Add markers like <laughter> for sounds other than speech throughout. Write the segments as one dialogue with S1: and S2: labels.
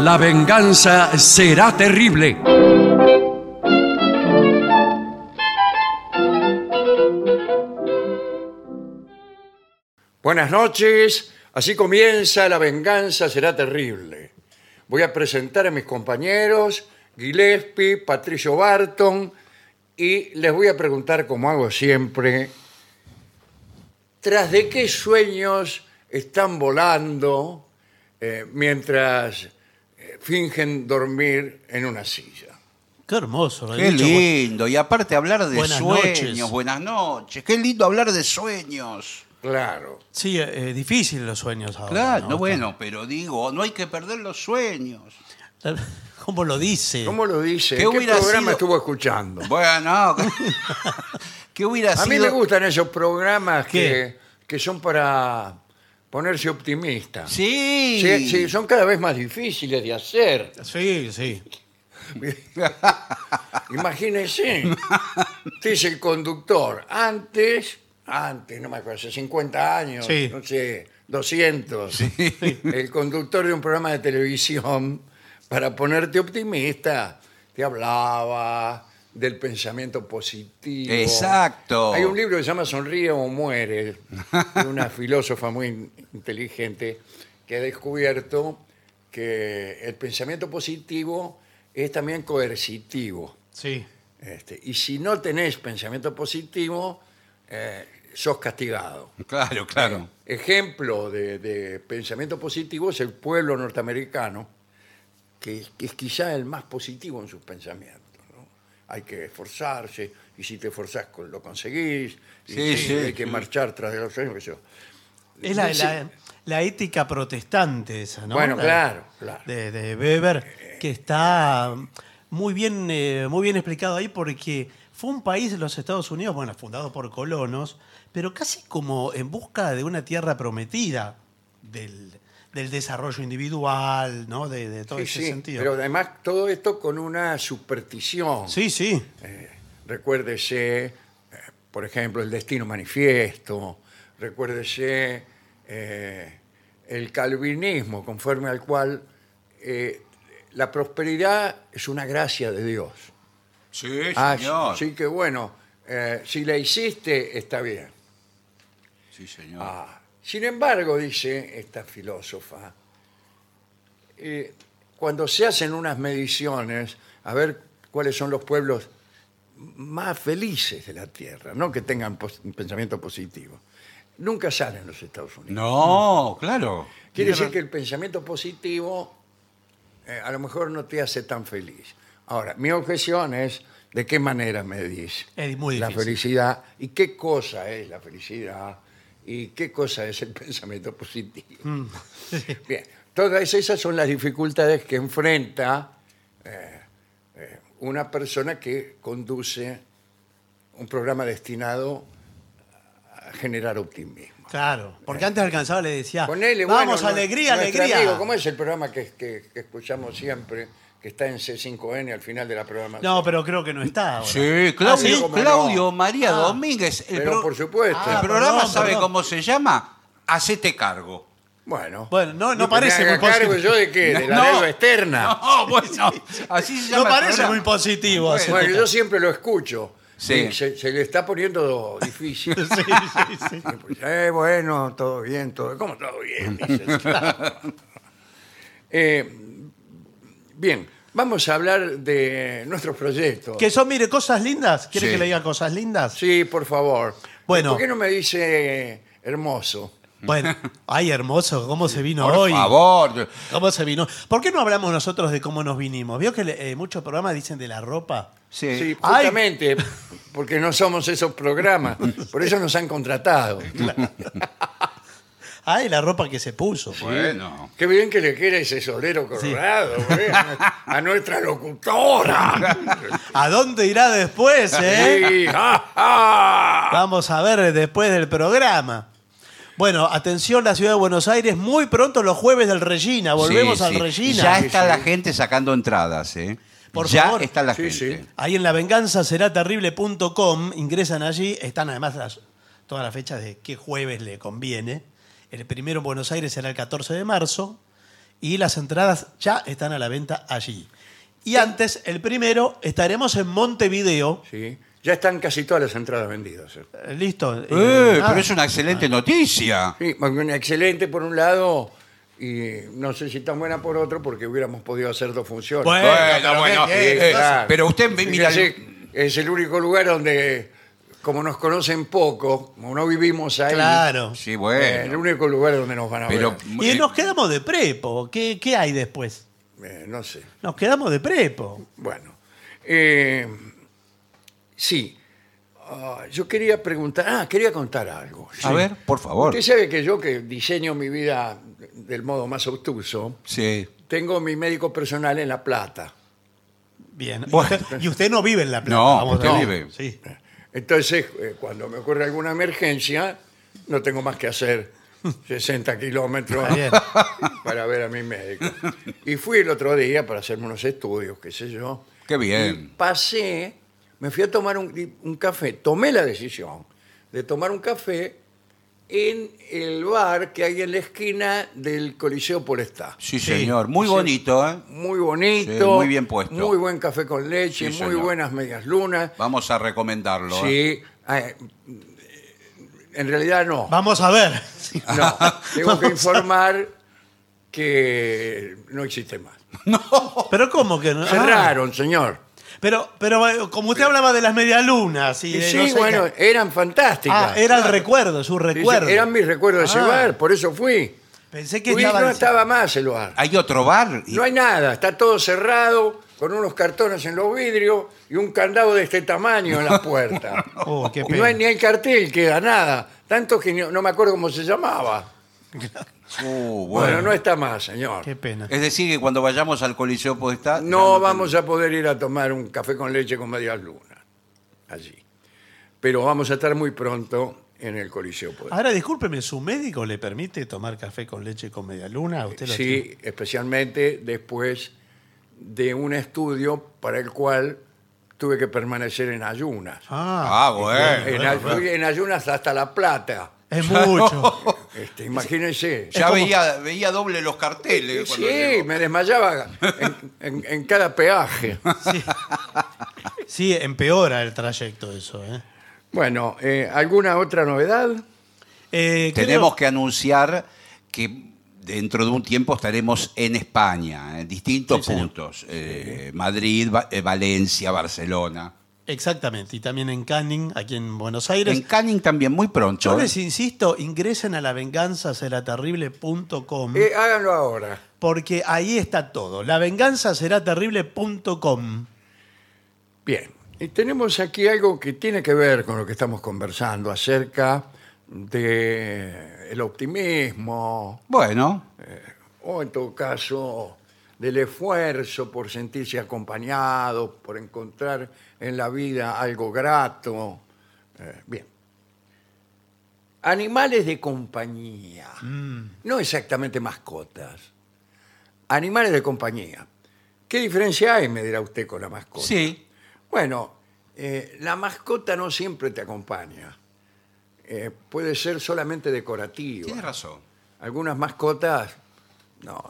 S1: La venganza será terrible. Buenas noches. Así comienza La venganza será terrible. Voy a presentar a mis compañeros Gillespie, Patricio Barton y les voy a preguntar como hago siempre ¿Tras de qué sueños están volando eh, mientras eh, fingen dormir en una silla?
S2: Qué hermoso. lo he
S3: Qué
S2: dicho.
S3: lindo. Y aparte hablar de
S2: Buenas
S3: sueños.
S2: noches. Ah,
S3: Buenas noches. Qué lindo hablar de sueños.
S1: Claro.
S2: Sí, es difícil los sueños ahora.
S3: Claro,
S2: ¿no?
S3: bueno, pero digo, no hay que perder los sueños.
S2: <laughs> ¿Cómo lo dice?
S1: ¿Cómo lo dice?
S3: ¿Qué
S1: ¿Qué,
S3: hubiera
S1: programa
S3: sido?
S1: estuvo escuchando?
S3: Bueno, <laughs> ¿qué hubiera
S1: A
S3: sido?
S1: mí me gustan esos programas que,
S2: ¿Qué?
S1: que son para ponerse optimista.
S3: Sí.
S1: Sí, sí, son cada vez más difíciles de hacer.
S2: Sí, sí.
S1: Imagínense. Dice el conductor, antes, antes, no me acuerdo, hace 50 años,
S2: Sí.
S1: no sé, 200. El conductor de un programa de televisión, para ponerte optimista, te hablaba del pensamiento positivo.
S3: Exacto.
S1: Hay un libro que se llama Sonríe o muere, de una filósofa muy in- inteligente que ha descubierto que el pensamiento positivo es también coercitivo.
S2: Sí.
S1: Este, y si no tenés pensamiento positivo, eh, sos castigado.
S3: Claro, claro.
S1: Ejemplo de, de pensamiento positivo es el pueblo norteamericano, que, que es quizá el más positivo en sus pensamientos. ¿no? Hay que esforzarse, y si te esforzás con- lo conseguís, y si
S3: Sí, sí,
S1: hay que
S3: sí.
S1: marchar tras de los sueños. qué sé yo.
S2: Es la,
S1: Dice-
S2: la- la ética protestante esa, ¿no?
S1: Bueno,
S2: La-
S1: claro, claro.
S2: De, de Weber, que está muy bien, eh, muy bien explicado ahí porque fue un país, los Estados Unidos, bueno, fundado por colonos, pero casi como en busca de una tierra prometida del, del desarrollo individual, ¿no? De, de todo
S1: Sí,
S2: ese
S1: sí,
S2: sentido.
S1: Pero además todo esto con una superstición.
S2: Sí, sí.
S1: Recuérdese, eh, por ejemplo, el destino manifiesto, recuérdese eh, el calvinismo, conforme al cual eh, la prosperidad es una gracia de Dios.
S3: Sí,
S1: Ah,
S3: señor.
S1: sí que bueno, eh, si la hiciste, está bien.
S3: Sí, señor.
S1: Ah, Sin embargo, dice esta filósofa, eh, cuando se hacen unas mediciones a ver cuáles son los pueblos más felices de la Tierra, no que tengan pos- un pensamiento positivo, nunca salen los Estados Unidos.
S3: No, claro.
S1: Quiere decir que el pensamiento positivo eh, a lo mejor no te hace tan feliz. Ahora, mi objeción es de qué manera medís
S2: Es muy
S1: la
S2: difícil.
S1: felicidad y qué cosa es la felicidad y qué cosa es el <laughs> pensamiento positivo.
S2: Mm.
S1: <laughs> Bien, todas esas son las dificultades que enfrenta eh, eh, una persona que conduce un programa destinado a generar optimismo.
S2: Claro, porque antes alcanzaba le decía,
S1: Ponele,
S2: vamos,
S1: bueno,
S2: alegría,
S1: nuestro
S2: alegría.
S1: amigo, ¿Cómo es el programa que, que- que escuchamos siempre, que está en C5N al final de la programación?
S2: no, pero creo que no está ahora.
S3: Sí,
S1: Ah,
S3: Claudio,
S1: sí, cómo no.
S3: Claudio María
S2: Ah.
S3: Domínguez. El
S1: Pero por supuesto.
S3: El
S2: Ah,
S3: programa,
S2: perdón,
S3: ¿sabe
S2: perdón.
S3: cómo se llama? Hacete cargo.
S1: Bueno.
S2: Bueno, no- no
S1: ¿Y que me
S2: parece
S1: haga
S2: muy posible.
S1: cargo yo de qué? ¿De la
S3: No.
S1: deuda externa?
S3: <laughs> No, bueno, así se
S2: No
S3: llama el
S2: parece
S3: programa.
S2: muy positivo.
S3: Bueno,
S2: ese
S1: Bueno,
S2: tema.
S1: yo siempre lo escucho.
S3: Sí.
S1: Y Se, se le está poniendo difícil.
S2: <laughs> Sí, sí, sí.
S1: Eh, bueno, todo bien, todo ¿Cómo todo bien? Dice.
S2: <laughs>
S1: Eh, bien, vamos a hablar de nuestros proyectos.
S2: Que son, mire, cosas lindas. ¿Quiere
S3: Sí.
S2: que le diga cosas lindas?
S1: Sí, por favor.
S2: Bueno.
S1: ¿Por qué no me dice hermoso?
S2: Bueno, ay, hermoso, cómo se vino
S3: Por
S2: hoy.
S3: favor.
S2: ¿Cómo se vino? ¿Por qué no hablamos nosotros de cómo nos vinimos? Vio que le- eh, muchos programas dicen de la ropa.
S3: Sí.
S1: Sí,
S2: Ay.
S1: justamente, porque no somos esos programas. Por eso nos han contratado.
S2: Ay, la ropa que se puso.
S3: Bueno.
S1: Qué bien que le quiere ese solero colorado, ¿eh? a, nue- a nuestra locutora.
S2: ¿A dónde irá
S3: <laughs>
S2: después, eh?
S1: Sí, ah, ah.
S2: Vamos a ver después del programa. Bueno, atención la ciudad de Buenos Aires, muy pronto los jueves del Regina, volvemos
S3: Sí,
S2: al
S3: sí.
S2: Regina.
S3: Ya
S1: Sí,
S3: está
S1: sí.
S3: la gente sacando entradas, ¿eh?
S2: Por
S3: ya
S2: favor.
S3: está la
S1: Sí,
S3: gente.
S1: sí.
S2: Ahí en lavenganzaseraterrible.com ingresan allí, están además las- todas las fechas de qué jueves le conviene. El primero en Buenos Aires será el 14 de marzo y las entradas ya están a la venta allí. Y antes, el primero, estaremos en Montevideo.
S1: ¿sí? Ya están casi todas las entradas vendidas. ¿eh?
S2: Eh, Listo. eh,
S3: Eh,
S2: nada.
S3: pero es una excelente noticia.
S1: ah. Sí, bueno, excelente por un lado y no sé si tan buena por otro porque hubiéramos podido hacer dos funciones.
S2: Bueno, pero
S3: Bueno,
S2: ¿qué
S3: bueno.
S2: quieres?
S3: eh,
S1: Claro.
S3: Pero usted ve- mira.
S1: Fíjese, es el único lugar donde, como nos conocen poco, como no vivimos ahí,
S2: Claro.
S3: Sí,
S1: eh, el
S3: bueno.
S1: único lugar donde nos van a
S3: Pero, eh,
S1: ver.
S2: Y nos quedamos de prepo. ¿Qué, qué hay después?
S1: Eh, no sé.
S2: Nos quedamos de prepo.
S1: Bueno, eh, sí. Ah, yo quería preguntar, ah, quería contar algo.
S3: A
S1: sí.
S3: ver, por favor.
S1: Usted sabe que yo que diseño mi vida del modo más obtuso,
S3: Sí.
S1: tengo mi médico personal en La Plata.
S2: Bien.
S3: Bueno.
S2: Y usted- Y usted no vive en La Plata.
S3: No,
S2: vamos a-
S3: usted vive.
S2: Sí.
S1: Entonces, eh, cuando me ocurre alguna emergencia, no tengo más que hacer
S3: <laughs>
S1: 60 kilómetros
S2: Está bien.
S1: <laughs> para ver a mi médico. Y fui el otro día para hacerme unos estudios, qué sé yo.
S3: Qué
S1: Y
S3: bien.
S1: pasé, me fui a tomar un, un café, tomé la decisión de tomar un café en el bar que hay en la esquina del Coliseo Polestá.
S3: Sí,
S2: Sí.
S3: señor. Muy bonito, ¿eh?
S1: Muy bonito,
S3: Sí, muy bien puesto.
S1: muy buen café con leche,
S3: Sí,
S1: muy
S3: señor.
S1: buenas medias lunas.
S3: Vamos a recomendarlo. ¿eh?
S1: Sí, eh, en realidad
S2: <laughs>
S1: no.
S2: Vamos a ver. Sí.
S1: No, tengo que informar que no existe más.
S2: <laughs> Pero ¿cómo que no? Ah.
S1: Cerraron, señor.
S2: Pero, pero eh, como usted hablaba de las medialunas y
S1: Y
S2: de
S1: sí,
S2: no sé qué-
S1: bueno, eran fantásticas.
S2: Ah, era el recuerdo, su
S1: Sí, sí,
S2: recuerdo.
S1: Eran mis recuerdos de ese
S2: Ah.
S1: bar, por eso fui.
S2: Pensé que
S1: Fui,
S2: estaba...
S1: no estaba más el bar.
S3: Hay otro bar. y-
S1: No hay nada, está todo cerrado, con unos cartones en los vidrios y un candado de este tamaño en
S2: <laughs>
S1: la puerta.
S2: Oh, qué
S1: y no hay
S2: pena.
S1: ni el cartel, queda nada. Tanto que ni- no me acuerdo cómo se llamaba. Bueno,
S3: Uh, bueno.
S1: no está más, señor.
S2: Qué pena.
S3: Es decir, que cuando vayamos al Coliseo Podestá.
S1: No vamos a poder ir a tomar un café con leche con medias lunas allí. Pero vamos a estar muy pronto en el Coliseo Poder.
S2: Ahora, discúlpeme, ¿su médico le permite tomar café con leche con medialuna? Usted este lo tiene.
S1: Sí, especialmente después de un estudio para el cual tuve que permanecer en ayunas.
S2: Ah,
S3: Ah, bueno.
S1: en, ayu- en ayunas hasta La Plata.
S2: es mucho.
S1: <laughs> Este, imagínense.
S3: Ya
S2: como-
S3: veía, veía doble los carteles.
S1: Sí,
S3: cuando llegó.
S1: me desmayaba en, en- en cada peaje.
S2: Sí. Sí, empeora el trayecto eso. ¿eh?
S1: Bueno, eh, ¿alguna otra novedad?
S2: Eh, creo-
S3: Tenemos que anunciar que dentro de un tiempo estaremos en España, en distintos
S2: Sí, señor.
S3: puntos. Eh, Madrid, Va- eh, Valencia, Barcelona.
S2: Exactamente, y también en Canning, aquí en Buenos Aires.
S3: En Canning también, muy
S2: Yo
S3: pronto. ¿eh?
S2: les insisto, ingresen a lavenganzaseraterrible.com
S1: Eh, háganlo ahora.
S2: porque ahí está todo. Lavenganzaseraterrible.com.
S1: Bien, y tenemos aquí algo que tiene que ver con lo que estamos conversando acerca de el optimismo
S3: Bueno,
S1: o en todo caso del esfuerzo por sentirse acompañado, por encontrar en la vida algo grato. Eh, bien. Animales de compañía.
S2: Mm.
S1: No exactamente mascotas. Animales de compañía. ¿Qué diferencia hay, me dirá usted, con la mascota?
S3: sí.
S1: Bueno, eh, la mascota no siempre te acompaña. Eh, puede ser solamente decorativa.
S3: Tienes razón.
S1: Algunas mascotas no,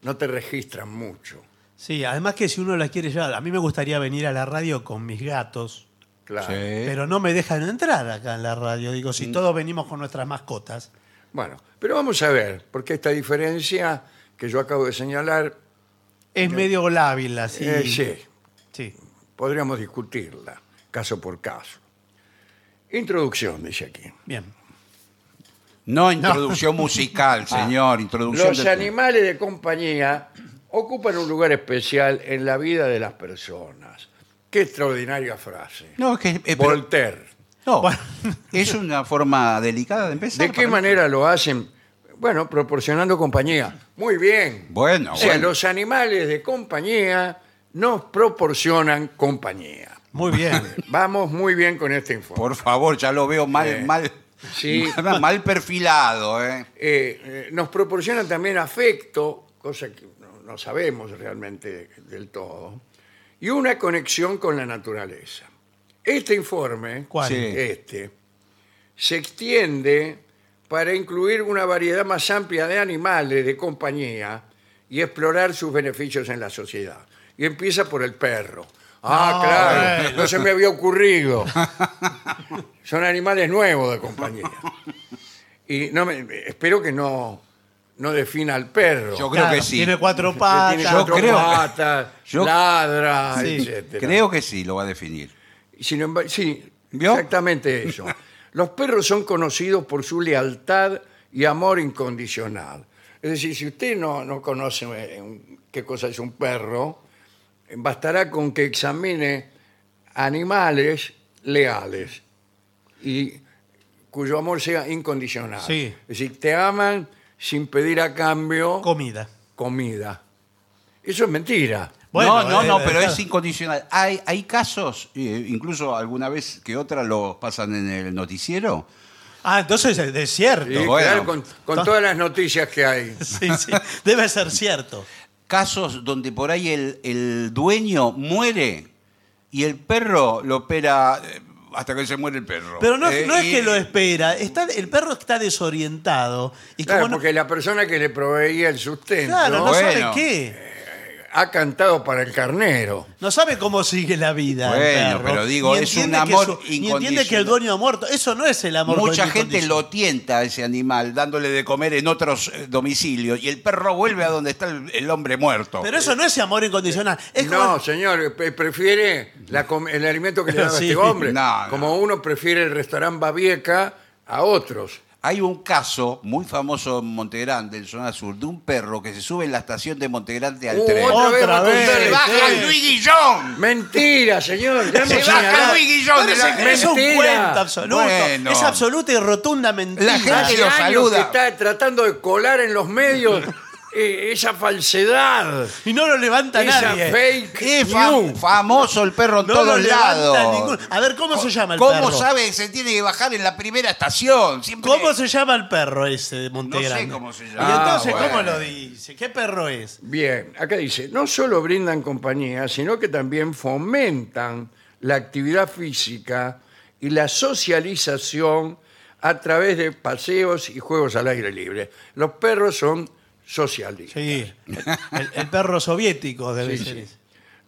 S1: no te registran mucho.
S2: Sí, además que si uno las quiere llevar, a mí me gustaría venir a la radio con mis gatos,
S1: Claro.
S3: Sí.
S2: pero no me dejan entrar acá en la radio. Digo, si todos venimos con nuestras mascotas.
S1: Bueno, pero vamos a ver, porque esta diferencia que yo acabo de señalar,
S2: Es medio lábil así.
S1: eh, sí,
S2: Sí.
S1: podríamos discutirla caso por caso. Introducción, dice aquí.
S2: Bien.
S3: No Ah, introducción musical, señor. Introducción
S1: Los
S3: de-
S1: animales de compañía ocupan un lugar especial en la vida de las personas. Qué extraordinaria frase.
S3: No, es que eh, pero-
S1: Voltaire.
S3: no,
S2: Bueno.
S3: <laughs> es una forma delicada de empezar.
S1: ¿De qué
S3: para-
S1: manera lo hacen? Bueno, proporcionando compañía. Muy bien.
S3: Bueno,
S1: O sea,
S3: bueno.
S1: los animales de compañía nos proporcionan compañía.
S2: Muy bien.
S1: Vamos muy bien con este informe.
S3: Por favor, ya lo veo mal,
S1: Sí.
S3: mal, <laughs>
S1: Sí.
S3: mal, mal perfilado. ¿eh?
S1: Eh, eh, nos proporcionan también afecto, cosa que no, no sabemos realmente del todo, y una conexión con la naturaleza. Este informe,
S2: ¿Cuál?
S3: Sí.
S1: este, se extiende para incluir una variedad más amplia de animales de compañía y explorar sus beneficios en la sociedad. Y empieza por el perro.
S2: No,
S1: Ah, claro,
S2: bueno.
S1: no se me había ocurrido.
S2: <laughs>
S1: Son animales nuevos de compañía. Y no me- espero que no, no defina al perro.
S3: Yo creo
S2: Claro,
S3: que sí.
S2: Tiene cuatro
S1: que
S2: patas.
S1: tiene
S3: Yo
S1: cuatro
S3: creo-
S1: patas,
S3: yo-
S1: ladra,
S2: Sí,
S1: etcétera.
S3: Creo que sí, lo va a definir.
S1: Sin embargo, sí,
S3: ¿Vio? <laughs>
S1: exactamente eso. Los perros son conocidos por su lealtad y amor incondicional. Es decir, si usted no, no conoce eh, un- qué cosa es un perro, eh, bastará con que examine animales leales y cuyo amor sea incondicional.
S2: Sí.
S1: Es decir, te aman sin pedir a cambio
S2: Comida.
S1: comida. Eso es mentira.
S2: Bueno,
S3: no, no,
S2: eh,
S3: no, pero
S2: <laughs> claro.
S3: es incondicional. Hay, hay casos, eh, incluso alguna vez que otra lo pasan en el noticiero.
S2: Ah, entonces es es cierto.
S1: Y
S3: bueno.
S1: claro, Eh, con, con todas las noticias que hay.
S2: <laughs> Sí, sí. Debe ser cierto.
S3: Casos donde por ahí el, el dueño muere y el perro lo opera eh, hasta que se muere el perro.
S2: Pero no,
S3: Eh,
S2: no es
S3: y-
S2: que lo espera. Está, el perro está desorientado. Y
S1: Claro,
S2: como no-
S1: porque la persona que le proveía el sustento
S2: claro, no
S3: Bueno.
S2: sabe qué.
S1: ha cantado para el carnero.
S2: No sabe cómo sigue la vida. el
S3: Bueno,
S2: perro.
S3: pero digo,
S2: Ni
S3: es un
S2: entiende que
S3: amor
S2: Ni entiende que
S3: incondicional.
S2: el dueño ha muerto. Eso no es el amor dueño
S3: Mucha gente
S2: incondicional.
S3: lo tienta a ese animal, dándole de comer en otros eh, domicilios, y el perro vuelve a donde está el, el hombre muerto.
S2: Pero eso no es amor incondicional. Es
S1: no,
S2: como-
S1: señor, eh, pre- prefiere la com- el alimento que le daba
S2: <laughs> Sí.
S1: este hombre.
S3: No, no.
S1: Como uno prefiere el restaurante Babieca a otros.
S3: Hay un caso muy famoso en Montegrande, en zona sur, de un perro que se sube en la estación de Montegrande al
S2: Oh,
S1: Uh,
S3: tren.
S1: otra vez
S2: Otra
S1: va a
S2: vez, eh.
S1: contar
S3: ¡Se
S1: el
S3: baja
S1: tren.
S3: Luis Guillón!
S1: Mentira, señor. ya
S3: ¡Se
S1: hemos
S3: baja
S1: señalado.
S3: Luis Guillón! de la-
S2: Parece que es un
S1: Mentira.
S2: cuento absoluto.
S3: Bueno.
S2: Es absoluta y rotunda mentira.
S3: La gente-
S1: Hace
S3: lo
S1: años
S3: saluda.
S1: que está tratando de colar en los
S2: <laughs>
S1: medios eh, esa falsedad.
S2: Y no lo levanta
S1: Esa
S2: nadie.
S1: fake
S3: Es fam-
S1: news.
S3: famoso el perro en
S2: No lo
S3: todos
S2: levanta
S3: lados.
S2: ninguno. A ver, ¿cómo se llama el
S3: ¿Cómo
S2: perro?
S3: sabe que se tiene que bajar en la primera estación? Siempre-
S2: ¿Cómo se llama el perro ese de Montegrande?
S3: cómo se
S2: Y
S3: llama.
S2: entonces,
S3: Ah,
S2: ¿cómo
S3: bueno.
S2: lo dice? ¿Qué perro es?
S1: Bien, acá dice, no solo brindan compañía, sino que también fomentan la actividad física y la socialización a través de paseos y juegos al aire libre. Los perros son socialistas.
S2: Sí. El, el perro soviético debe
S1: Sí,
S2: ser
S1: sí.
S2: ese.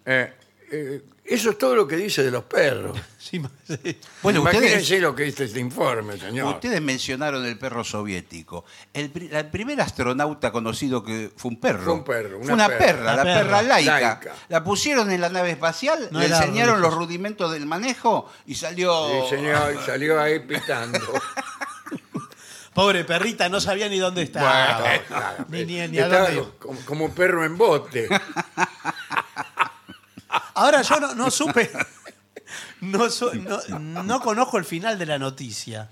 S1: Eh, eh, eso es todo lo que dice de los perros.
S2: Sí, ma- <laughs> sí.
S3: Bueno,
S1: Imagínense
S3: ustedes,
S1: lo que dice este informe, señor.
S3: ustedes mencionaron el perro soviético. El, pri- la- el primer astronauta conocido que fue un perro.
S1: Fue un perro, una
S3: Fue una
S1: perra.
S3: perra,
S2: Una
S3: la perra,
S2: perra.
S3: laica.
S1: Laica.
S3: La pusieron en la nave espacial,
S2: No
S3: le
S2: era
S3: enseñaron
S2: religiosa.
S3: los rudimentos del manejo y salió...
S1: Sí, señor, y salió ahí pitando.
S2: Pobre perrita, no sabía ni dónde estaba.
S1: Bueno, nada,
S2: ni,
S3: eh,
S2: ni, ni a
S1: estaba
S2: dónde iba.
S1: como, como un perro en bote.
S2: Ahora yo no, no supe. <laughs> No, su- no, no conozco el final de la noticia.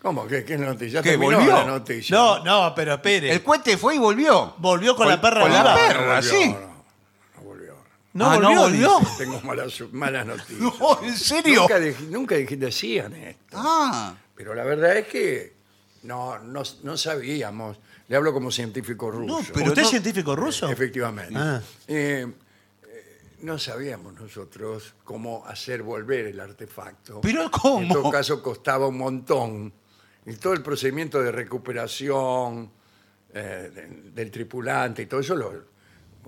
S1: ¿Cómo? ¿Qué, qué noticia?
S3: ¿Qué,
S1: Terminó
S3: volvió?
S1: la noticia.
S2: No, no, pero espere.
S3: El cohete fue y volvió.
S2: ¿Volvió con la perra
S3: con la
S2: viva?
S3: perra.
S1: volvió,
S3: sí.
S1: No, no volvió.
S2: No,
S3: Ah,
S2: volvió,
S3: no volvió.
S2: dice.
S1: Tengo malas, malas noticias.
S3: No, ¿en serio?
S1: Nunca, dej- nunca dej- decían esto.
S3: Ah,
S1: Pero la verdad es que no, no, no sabíamos. Le hablo como científico ruso.
S2: No,
S3: pero
S2: ¿Usted
S3: no-
S2: es científico ruso?
S1: Efectivamente.
S2: Ah.
S1: Eh, eh, no sabíamos nosotros cómo hacer volver el artefacto.
S3: pero
S1: En todo
S3: ¿cómo?
S1: caso costaba un montón. Y todo el procedimiento de recuperación eh, de- del tripulante y todo eso lo-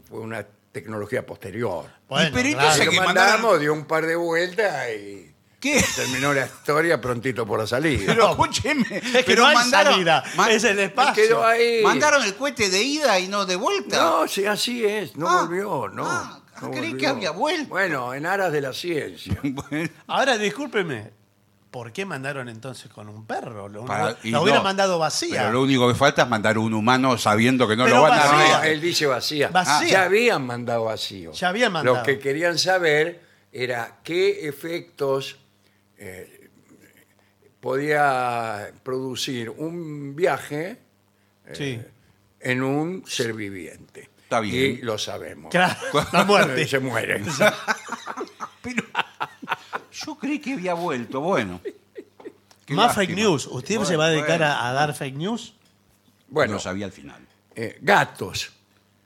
S1: fue una tecnología posterior.
S2: Bueno, claro.
S3: pero entonces-
S1: Lo
S3: que
S1: mandamos,
S3: mandaron-
S1: dio un par de vueltas
S3: <laughs>
S1: y
S3: ¿Qué?
S1: terminó la historia prontito por la salida.
S3: Pero escúcheme.
S2: Es que
S3: pero
S2: no hay
S3: mandaron-
S2: salida,
S3: ma-
S2: es el espacio.
S1: quedó ahí.
S3: Mandaron el cohete de ida y no de vuelta.
S1: No, sí, así es, no
S3: Ah,
S1: volvió, no.
S3: ah,
S1: no
S3: creí que
S1: volvió.
S3: había vuelto.
S1: Bueno, en aras de la ciencia.
S3: <laughs> Bueno,
S2: Ahora, discúlpeme, ¿por qué mandaron entonces con un perro? Lo,
S3: para-
S2: lo-
S3: y
S2: la hubiera
S3: no.
S2: mandado vacía.
S3: Pero lo único que falta es mandar un humano sabiendo que no
S2: Pero
S3: lo van
S1: No,
S2: vacía.
S3: a ver.
S1: él dice vacía.
S2: Ah. Vacía.
S1: Ya habían mandado vacío.
S2: Ya habían mandado.
S1: Lo que querían saber era qué efectos eh, podía producir un viaje
S2: Sí.
S1: en un ser viviente.
S3: Está bien.
S1: Y lo sabemos.
S3: <laughs>
S2: Claro,
S1: <laughs>
S2: la muerte.
S1: Se muere.
S2: <laughs>
S3: Pero <laughs> yo creí que había vuelto. Bueno. Qué
S2: Más
S3: lástima.
S2: fake news. ¿Usted se va a dedicar a, a dar fake news?
S1: Bueno,
S3: No sabía al final.
S1: eh, gatos.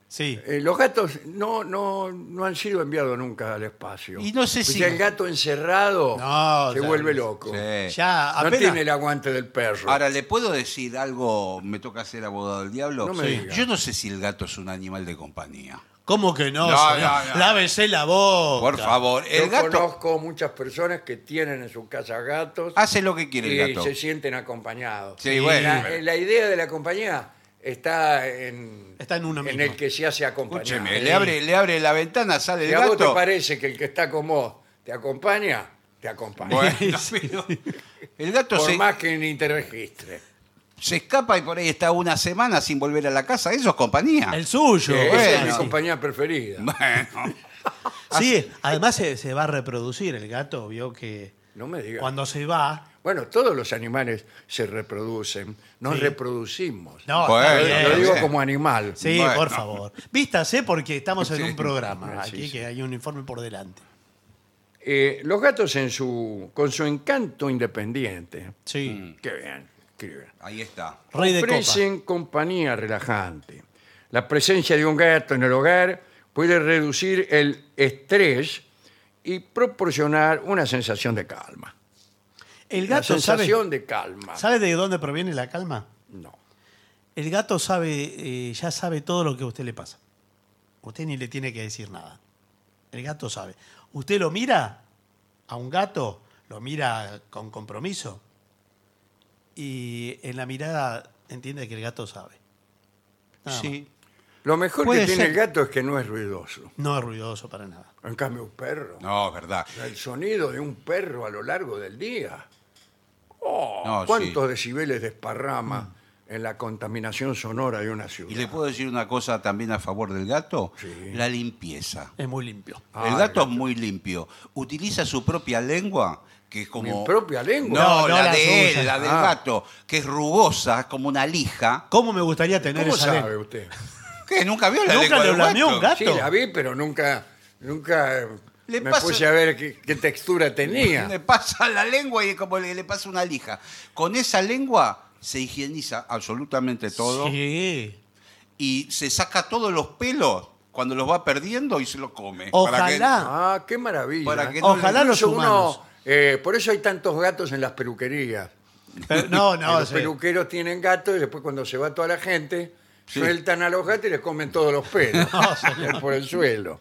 S2: Sí.
S1: Eh, los gatos no, no, no han sido enviados nunca al espacio.
S3: Y no sé
S1: Porque
S3: si-
S1: el gato encerrado
S2: No,
S1: se
S2: ya-
S1: vuelve loco.
S3: Sí.
S2: Ya,
S1: No
S2: apenas.
S1: tiene el aguante del perro.
S3: Ahora, ¿le puedo decir algo? Me toca hacer abogado del diablo.
S1: No me diga.
S3: Yo no sé si el gato es un animal de compañía.
S2: ¿Cómo que no?
S3: No,
S2: señor?
S3: no, no.
S2: Lávese la boca.
S3: Por favor, el
S1: Yo
S3: gato
S1: conozco muchas personas que tienen en su casa gatos
S3: hace lo que quiere Ah, el
S1: y
S3: gato.
S1: se sienten acompañados.
S3: Sí, bueno.
S1: La, la idea de la compañía está en,
S2: Está en uno mismo.
S1: el que se hace acompañar.
S3: Escúcheme, le abre, le abre la ventana, sale
S1: Si
S3: el
S1: a vos te
S3: gato.
S1: parece que el que está con vos te acompaña, te acompaña.
S3: Bueno, <laughs> pero el gato
S1: Por
S3: se,
S1: más que ni te registre.
S3: se escapa y por ahí está una semana sin volver a la casa. Eso es compañía.
S2: El suyo.
S1: Eh,
S3: bueno.
S1: Esa es mi
S2: Sí.
S1: compañía preferida.
S3: Bueno,
S2: Sí, además se, se va a reproducir el gato, vio que
S1: No me digas.
S2: cuando se va.
S1: Bueno, todos los animales se reproducen, nos
S2: Sí.
S1: reproducimos.
S2: No,
S3: Bueno,
S2: está bien.
S1: Lo digo
S3: eh.
S1: como animal.
S2: Sí,
S3: Bueno.
S2: por favor. Vístase porque estamos en
S3: Sí.
S2: un programa.
S1: Sí,
S2: Aquí
S1: sí.
S2: que hay un informe por delante.
S1: Eh, los gatos en su, con su encanto independiente,
S2: Sí.
S1: que vean, escriben,
S3: ahí está.
S2: Rey de copa.
S1: ofrecen compañía relajante. La presencia de un gato en el hogar puede reducir el estrés y proporcionar una sensación de calma.
S2: El
S1: La
S2: gato sabe.
S1: sensación de calma.
S2: ¿Sabe de dónde proviene la calma?
S1: No.
S2: El gato sabe, eh, ya sabe todo lo que a usted le pasa. Usted ni le tiene que decir nada. El gato sabe. Usted lo mira a un gato, lo mira con compromiso. Y en la mirada entiende que el gato sabe. Nada
S3: Sí.
S1: Lo mejor que
S3: Puede
S1: tiene
S3: ser.
S1: el gato es que no es ruidoso.
S2: No es ruidoso para nada.
S1: En cambio, un perro.
S3: No, es verdad.
S1: El sonido de un perro a lo largo del día. Oh,
S3: No, sí.
S1: ¿Cuántos decibeles desparrama en la contaminación sonora de una ciudad?
S3: Y le puedo decir una cosa también a favor del gato,
S1: Sí.
S3: la limpieza.
S2: Es muy limpio.
S1: Ah,
S3: el gato es muy limpio. Utiliza su propia lengua, que es como...
S1: ¿Mi propia lengua?
S3: No,
S2: No, no
S3: la,
S2: la
S3: de
S2: suya.
S3: él, la del
S1: Ah.
S3: gato, que es rugosa, es como una lija.
S2: ¿Cómo me gustaría tener
S1: ¿Cómo
S2: esa
S1: sabe
S2: lengua?
S1: usted?
S3: ¿Qué? ¿Nunca vio la
S2: Nunca
S3: lengua
S2: le
S3: del
S2: lamió un gato.
S1: Sí, la vi, pero nunca, nunca eh,
S3: Le
S1: me
S3: pasa-
S1: puse a ver qué, qué textura tenía.
S3: Le pasa la lengua y es como le, le pasa una lija. Con esa lengua se higieniza absolutamente todo
S2: Sí.
S3: y se saca todos los pelos cuando los va perdiendo y se los come.
S2: Ojalá.
S1: Ah, qué maravilla.
S3: Para que no
S2: Ojalá los
S1: Incluso
S2: humanos.
S1: uno, eh, por eso hay tantos gatos en las peluquerías.
S2: Pero-
S1: <laughs>
S2: no,
S1: Y
S2: no.
S1: los
S2: Ah, sí.
S1: peluqueros tienen gatos y después cuando se va toda la gente,
S3: Sí.
S1: sueltan a los gatos y les comen todos los pelos
S2: <laughs> No, señor.
S1: por el suelo.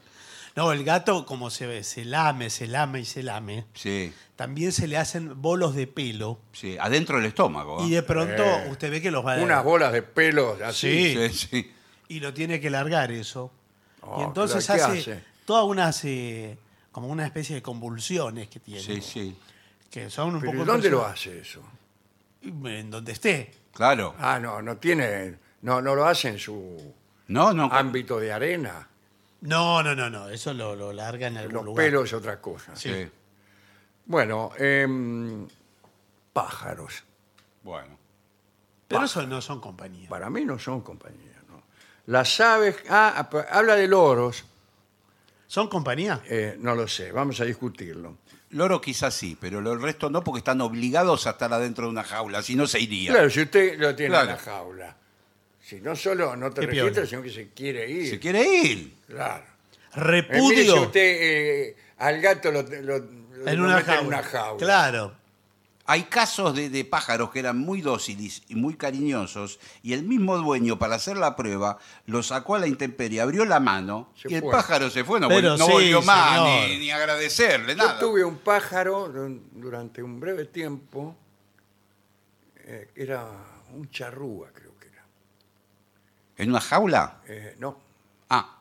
S2: No, el gato como se ve, se lame, se lame y se lame.
S3: Sí,
S2: También se le hacen bolos de pelo.
S3: sí, adentro del estómago. ¿eh?
S2: Y de pronto
S1: Eh,
S2: usted ve que los va a
S1: Unas bolas de pelos así.
S2: Sí.
S3: Sí, sí.
S2: y lo tiene que largar eso.
S1: Oh,
S2: y entonces
S1: claro, ¿qué
S2: hace,
S1: hace?
S2: todas unas eh, como una especie de convulsiones que tiene.
S3: Sí, sí.
S2: Que son un
S1: Pero ¿y
S2: poco
S1: ¿Dónde lo
S2: impresionantes.
S1: hace eso?
S2: En donde esté.
S3: Claro.
S1: Ah, no, no tiene, no, no lo hace en su
S3: No, no.
S2: Ah,
S1: ámbito de arena.
S2: No, no, no, no. Eso lo, lo larga en algún
S1: Los
S2: lugar.
S1: pelos es otra cosa.
S2: Sí.
S3: Sí.
S1: Bueno, em, pájaros.
S3: Bueno.
S2: Pero eso no son compañías.
S1: Para mí no son compañía. ¿no? Las aves. Ah, ap- habla de loros.
S2: ¿Son compañía?
S1: eh, no lo sé, vamos a discutirlo.
S3: Loro quizás sí, pero lo- el resto no porque están obligados a estar adentro de una jaula, si no se iría.
S1: Claro, si usted lo tiene en la
S3: Claro.
S1: jaula. Si no solo no te
S2: Qué
S1: registra,
S2: piola.
S1: sino que se quiere ir.
S3: Se quiere ir.
S1: Claro. Eh, mire si
S2: Repudio
S1: usted eh, al gato lo, lo- lo
S2: en, una
S1: mete
S2: jaula.
S1: en una jaula.
S2: Claro.
S3: Hay casos de, de pájaros que eran muy dóciles y muy cariñosos y el mismo dueño para hacer la prueba lo sacó a la intemperie, abrió la mano
S1: Se
S3: y el
S1: fue.
S3: pájaro se fue, no,
S2: Pero
S3: vol- no
S2: sí,
S3: volvió más
S2: señor.
S3: ni, ni agradecerle,
S1: Yo
S3: nada.
S1: tuve un pájaro du- durante un breve tiempo, eh, era un charrúa, creo que era.
S3: ¿En una jaula?
S1: Eh, no,
S3: Ah,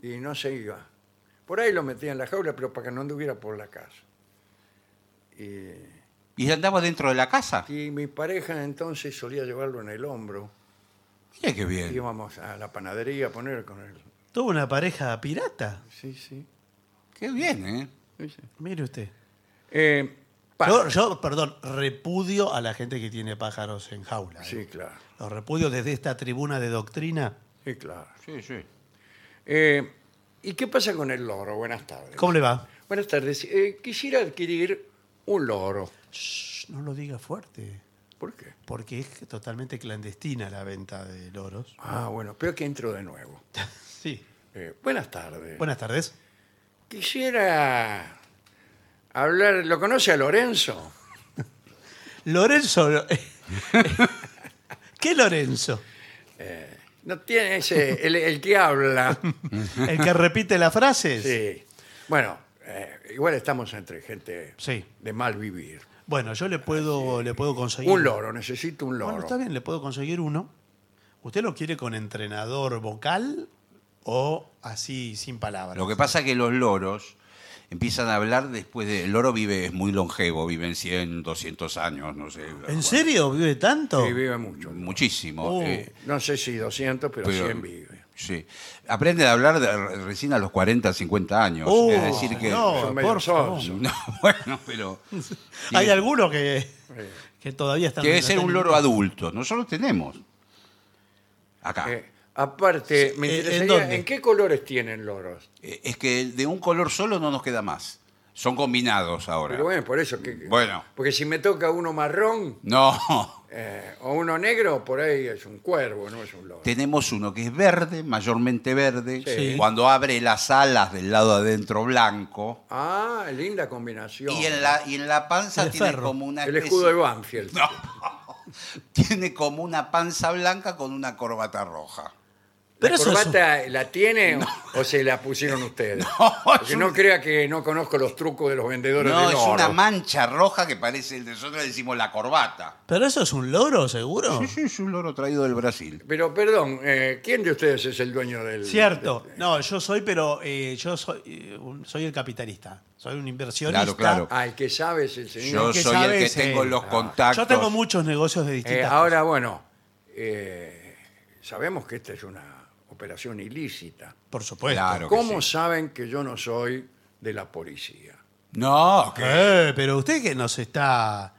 S1: y no se iba. Por ahí lo metía en la jaula, pero para que no anduviera por la casa. Y,
S3: ¿y andaba dentro de la casa?
S1: y mi pareja entonces solía llevarlo en el hombro.
S3: Mira qué bien.
S1: Íbamos a la panadería a poner con él.
S2: Tuvo una pareja pirata.
S1: Sí, sí.
S3: Qué bien, ¿eh?
S2: Mire usted.
S1: Eh,
S2: Yo,
S1: pájaros.
S2: yo, perdón, repudio a la gente que tiene pájaros en jaula. ¿eh?
S1: Sí, claro.
S2: Los repudio desde esta tribuna de doctrina.
S1: Sí, claro.
S3: Sí, sí.
S1: Eh, ¿Y qué pasa con el loro? Buenas tardes.
S2: ¿Cómo le va?
S1: Buenas tardes. Eh, quisiera adquirir un loro.
S2: Shh, no lo diga fuerte.
S1: ¿Por qué?
S2: porque es totalmente clandestina la venta de loros.
S1: Ah, bueno, pero que entro de nuevo.
S2: Sí.
S1: Eh, buenas tardes.
S2: Buenas tardes.
S1: Quisiera hablar. ¿Lo conoce a Lorenzo?
S2: Lorenzo. <laughs> ¿Qué Lorenzo?
S1: No tiene ese. El, el que habla.
S2: ¿El que repite las frases?
S1: Sí. Bueno, eh, igual estamos entre gente
S2: Sí.
S1: de mal vivir.
S2: Bueno, yo le puedo, le puedo conseguir.
S1: Un loro, necesito un loro.
S2: Bueno, está bien, le puedo conseguir uno. ¿Usted lo quiere con entrenador vocal o así sin palabras?
S3: Lo que pasa es que los loros empiezan a hablar después de... El loro vive, es muy longevo, viven 100, 200 años, no sé.
S2: ¿En serio? ¿Vive tanto?
S1: Sí, vive mucho.
S3: Muchísimo.
S2: Oh.
S3: eh,
S1: No sé si 200, pero,
S3: Pero-
S1: 100 vive.
S3: sí. Aprenden a hablar de- recién a los 40, 50 años.
S2: Oh,
S3: es decir que...
S2: no,
S1: Son medio
S2: por favor.
S1: sonsos.
S3: <laughs> No, bueno,
S2: <laughs>
S3: pero...
S2: Hay
S3: tiene-
S2: algunos que,
S1: Eh,
S2: que todavía están.
S3: Debe ser un loro adulto. Nosotros tenemos. Acá.
S1: Eh, aparte, me
S2: ¿en
S1: interesaría,
S2: dónde?
S1: ¿en qué colores tienen loros?
S3: Eh, Es que de un color solo no nos queda más. Son combinados ahora.
S1: Pero bueno, por eso que. que-
S3: Bueno.
S1: Porque si me toca uno marrón
S3: No.
S1: eh, o uno negro, por ahí es un cuervo, no es un loro.
S3: Tenemos uno que es verde, mayormente verde.
S2: Sí.
S3: Cuando abre las alas del lado adentro blanco.
S1: Ah, linda combinación.
S3: Y en la, y en la panza
S2: El
S3: tiene
S2: ferro.
S3: como una
S1: El
S3: especie-
S1: escudo de Banfield.
S3: tiene como una panza blanca con una corbata roja.
S2: Pero
S1: ¿La
S2: eso es-
S1: corbata la tiene o se la pusieron
S3: <laughs>
S1: ustedes?
S3: es
S1: Porque no crea que no conozco los trucos de los vendedores
S3: No,
S1: de
S3: es
S1: oro.
S3: una mancha roja que parece el de nosotros le decimos la corbata.
S2: ¿Pero eso es un loro, seguro?
S3: Sí, sí, es un loro traído del Brasil.
S1: Pero perdón, eh, ¿quién de ustedes es el dueño del...?
S2: Cierto. No, yo soy, pero eh, yo soy, eh, un- soy el capitalista. Soy un inversionista.
S3: Claro, claro.
S1: Ah, el que sabe es el
S3: Yo
S1: señor.
S2: que
S3: soy el
S2: sabe
S3: que
S2: es
S3: tengo
S2: él.
S3: los
S2: Ah.
S3: contactos.
S2: Yo tengo muchos negocios de
S1: Eh,
S2: distintas.
S1: ahora, bueno, eh, sabemos que esta es una operación ilícita.
S2: por supuesto.
S3: Claro. que
S1: ¿Cómo saben que yo no soy de la policía?
S3: No, que-
S2: Eh, pero usted que nos está.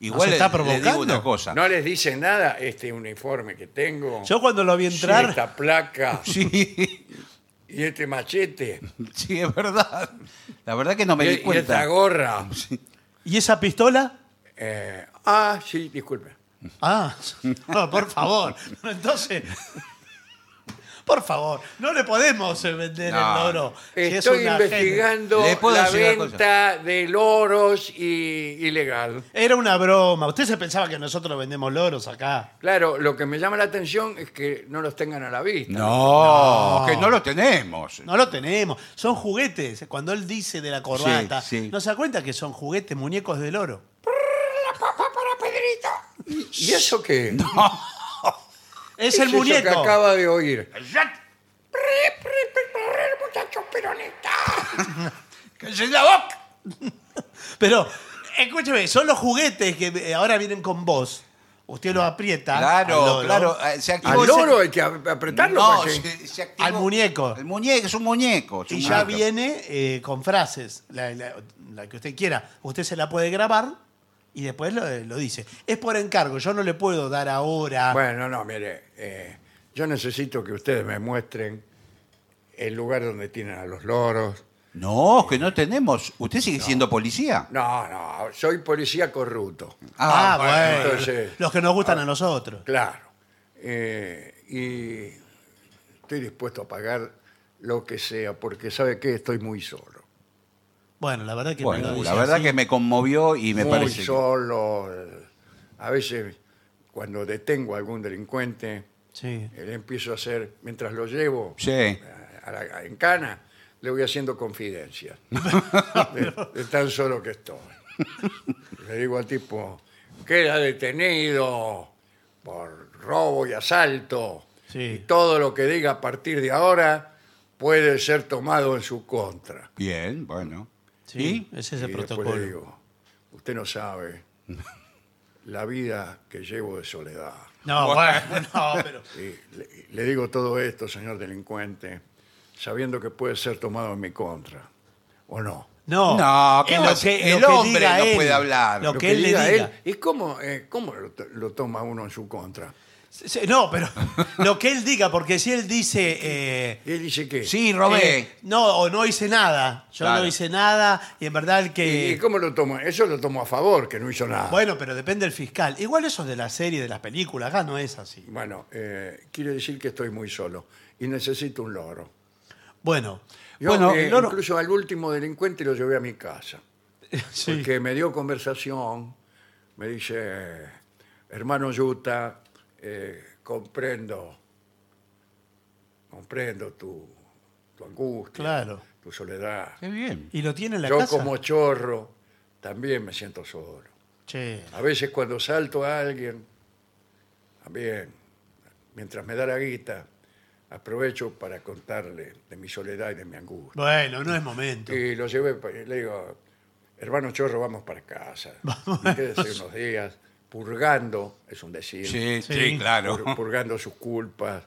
S3: igual
S2: está
S3: le- le digo
S2: provocando?
S3: una cosa.
S1: ¿No les dice nada este uniforme que tengo?
S2: Yo cuando lo vi entrar.
S1: Esta placa
S3: <laughs> Sí,
S1: y este machete
S3: sí, es verdad. La verdad que no me
S1: y,
S3: di
S1: y esta
S3: cuenta.
S1: gorra.
S2: ¿Y esa
S3: <laughs>
S2: pistola?
S1: Eh, ah, sí, disculpe.
S2: Ah, no, por favor. Entonces. Por favor, no le podemos eh, vender
S3: No.
S2: el loro. si es
S1: Estoy
S2: una
S1: investigando
S3: ¿Le puedo
S1: la
S3: decir una
S1: venta de loros y, ilegal.
S2: gente. Era una broma. Usted se pensaba que nosotros vendemos loros acá.
S1: Claro, lo que me llama la atención es que no los tengan a la vista.
S3: No, que no lo tenemos.
S2: No lo tenemos. Son juguetes. Cuando él dice de la corbata,
S3: sí.
S2: no se da cuenta que son juguetes, muñecos de loro.
S1: ¿Y eso qué?
S2: Es
S1: ¿Qué
S2: el
S1: eso que
S2: muñeco.
S1: acaba de oír.
S3: ¡Cállese la boca!
S2: Pero, escúcheme, son los juguetes que eh, ahora vienen con vos. Usted lo aprieta. al
S3: Claro,
S2: loro.
S3: claro. eh, Se activó
S1: Al
S2: vos
S3: ese-
S1: loro hay que ap- apretarlo.
S3: No,
S1: para que-
S3: se- se activó-
S2: Al muñeco.
S3: El muñeco, es un muñeco. es un
S2: Y ya
S3: muñeco.
S2: viene eh, con frases, la, la- la que usted quiera. Usted se la puede grabar y después lo, eh, lo dice. Es por encargo, yo no le puedo dar ahora.
S1: Bueno, no, mire, eh, yo necesito que ustedes me muestren el lugar donde tienen a los loros.
S3: No, que no tenemos. ¿Usted sigue siendo policía?
S1: No, no, soy policía corrupto,
S2: ah, bueno.
S1: entonces-
S2: los que nos gustan a nosotros.
S1: claro. Eh, y estoy dispuesto a pagar lo que sea, porque sabe que estoy muy solo.
S2: Bueno, la verdad que me lo
S3: Bueno,
S2: dice
S3: la verdad
S2: así.
S3: que me conmovió y me
S1: muy
S3: parece. que-
S1: solo. eh, A veces, cuando detengo a algún delincuente,
S2: Sí.
S1: eh, le empiezo a hacer, mientras lo llevo
S3: Sí.
S1: a la- a- en cana, le voy haciendo
S3: <laughs>
S1: confidencias. de, de tan solo que estoy. Le digo al tipo, queda detenido por robo y asalto.
S2: Sí.
S1: Y todo lo que diga a partir de ahora puede ser tomado en su contra.
S3: Bien, bueno.
S2: Sí, ese es el
S1: Y después
S2: protocolo.
S1: le digo, usted no sabe <laughs> la vida que llevo de soledad.
S2: No, bueno, <laughs> no, pero.
S1: Y le, le digo todo esto, señor delincuente, sabiendo que puede ser tomado en mi contra. ¿O no?
S2: No,
S3: No, ¿qué
S2: es
S3: va a
S2: lo
S3: ser?
S2: que,
S3: El
S2: lo que
S3: hombre
S2: diga
S3: no
S2: él,
S3: puede hablar.
S2: Lo,
S3: Lo
S2: que, él le diga.
S1: ¿Y cómo, eh, cómo lo, to- lo toma uno en su contra?
S2: Sí, No, pero <laughs> lo que él diga, porque si él dice, eh,
S1: Y él dice que.
S3: Sí, robé.
S2: eh, no, o no hice nada, yo
S3: Claro.
S2: no hice nada, y en verdad el que...
S1: ¿Y cómo lo toma? Eso lo tomó a favor, que no hizo nada.
S2: Bueno, pero depende del fiscal. Igual eso es de la serie, de las películas, acá no es así.
S1: Bueno, eh, quiere decir que estoy muy solo y necesito un loro.
S2: Bueno,
S1: Yo
S2: bueno,
S1: eh,
S2: el loro-
S1: incluso al último delincuente lo llevé a mi casa,
S2: <laughs> sí.
S1: porque me dio conversación, me dice, hermano Yuta, eh, comprendo, comprendo tu, tu angustia,
S2: Claro.
S1: tu soledad.
S3: Qué bien.
S2: ¿Y lo tiene en la
S1: Yo
S2: casa?
S1: como chorro también me siento solo.
S2: Che,
S1: A veces cuando salto a alguien, también, mientras me da la guita, aprovecho para contarle de mi soledad y de mi angustia.
S2: bueno, no es momento.
S1: Y lo llevé, pa- y le digo, hermano Chorro, vamos para casa.
S2: <laughs>
S1: Y quédese unos días purgando, es un decir,
S3: Sí, sí,
S2: Sí.
S3: claro.
S1: pur- purgando sus culpas.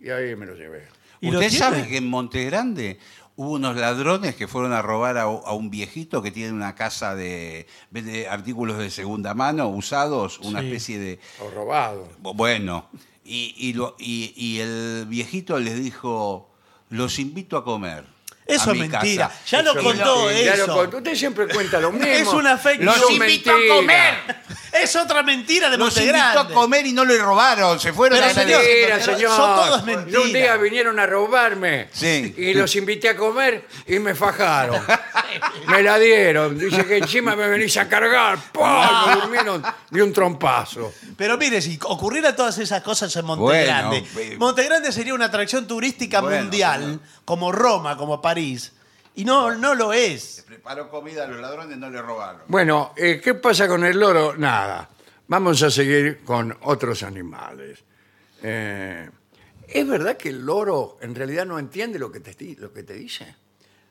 S1: Y ahí me lo llevé.
S2: ¿Y lo
S3: Usted
S2: tiene?
S3: sabe que en Monte Grande hubo unos ladrones que fueron a robar a, a un viejito que tiene una casa de, vende artículos de segunda mano usados, una
S2: Sí.
S3: especie de...
S1: O robado.
S3: Bueno, y, y lo- y- y el viejito les dijo, los invito a comer.
S2: Eso
S3: a
S2: es
S3: mi
S2: mentira.
S3: casa".
S2: Ya lo
S1: Eso
S2: contó eh,
S1: me- ya
S2: eso.
S1: lo contó. Usted siempre cuenta lo mismo.
S2: <laughs> Es una fake
S1: Los
S2: news.
S1: invito a
S3: Mentira.
S1: comer.
S2: <laughs> Es otra mentira de
S3: Los
S2: Monte
S3: invitó a
S2: Grande.
S3: comer y no le robaron, se fueron
S2: Pero
S3: a la
S2: señor,
S3: de-
S1: Mentira,
S2: pero
S1: señor.
S2: son todas
S1: Yo un día
S2: mentiras.
S1: vinieron a robarme
S3: Sí.
S1: y los invité a comer y me fajaron.
S2: <laughs>
S1: me la dieron. Dice que encima me venís a cargar. ¡Pum! Me durmieron de un trompazo.
S2: Pero mire, si ocurriera todas esas cosas en Monte
S3: Bueno,
S2: Grande,
S1: eh,
S3: pe-
S2: Monte Grande sería una atracción turística
S3: Bueno,
S2: mundial,
S3: señor.
S2: como Roma, como París. Y no, no lo es.
S3: Preparó comida a los ladrones, no le robaron.
S1: Bueno, eh, ¿qué pasa con el loro? Nada. Vamos a seguir con otros animales. Eh, ¿Es verdad que el loro en realidad no entiende lo que te, di- lo que te dice?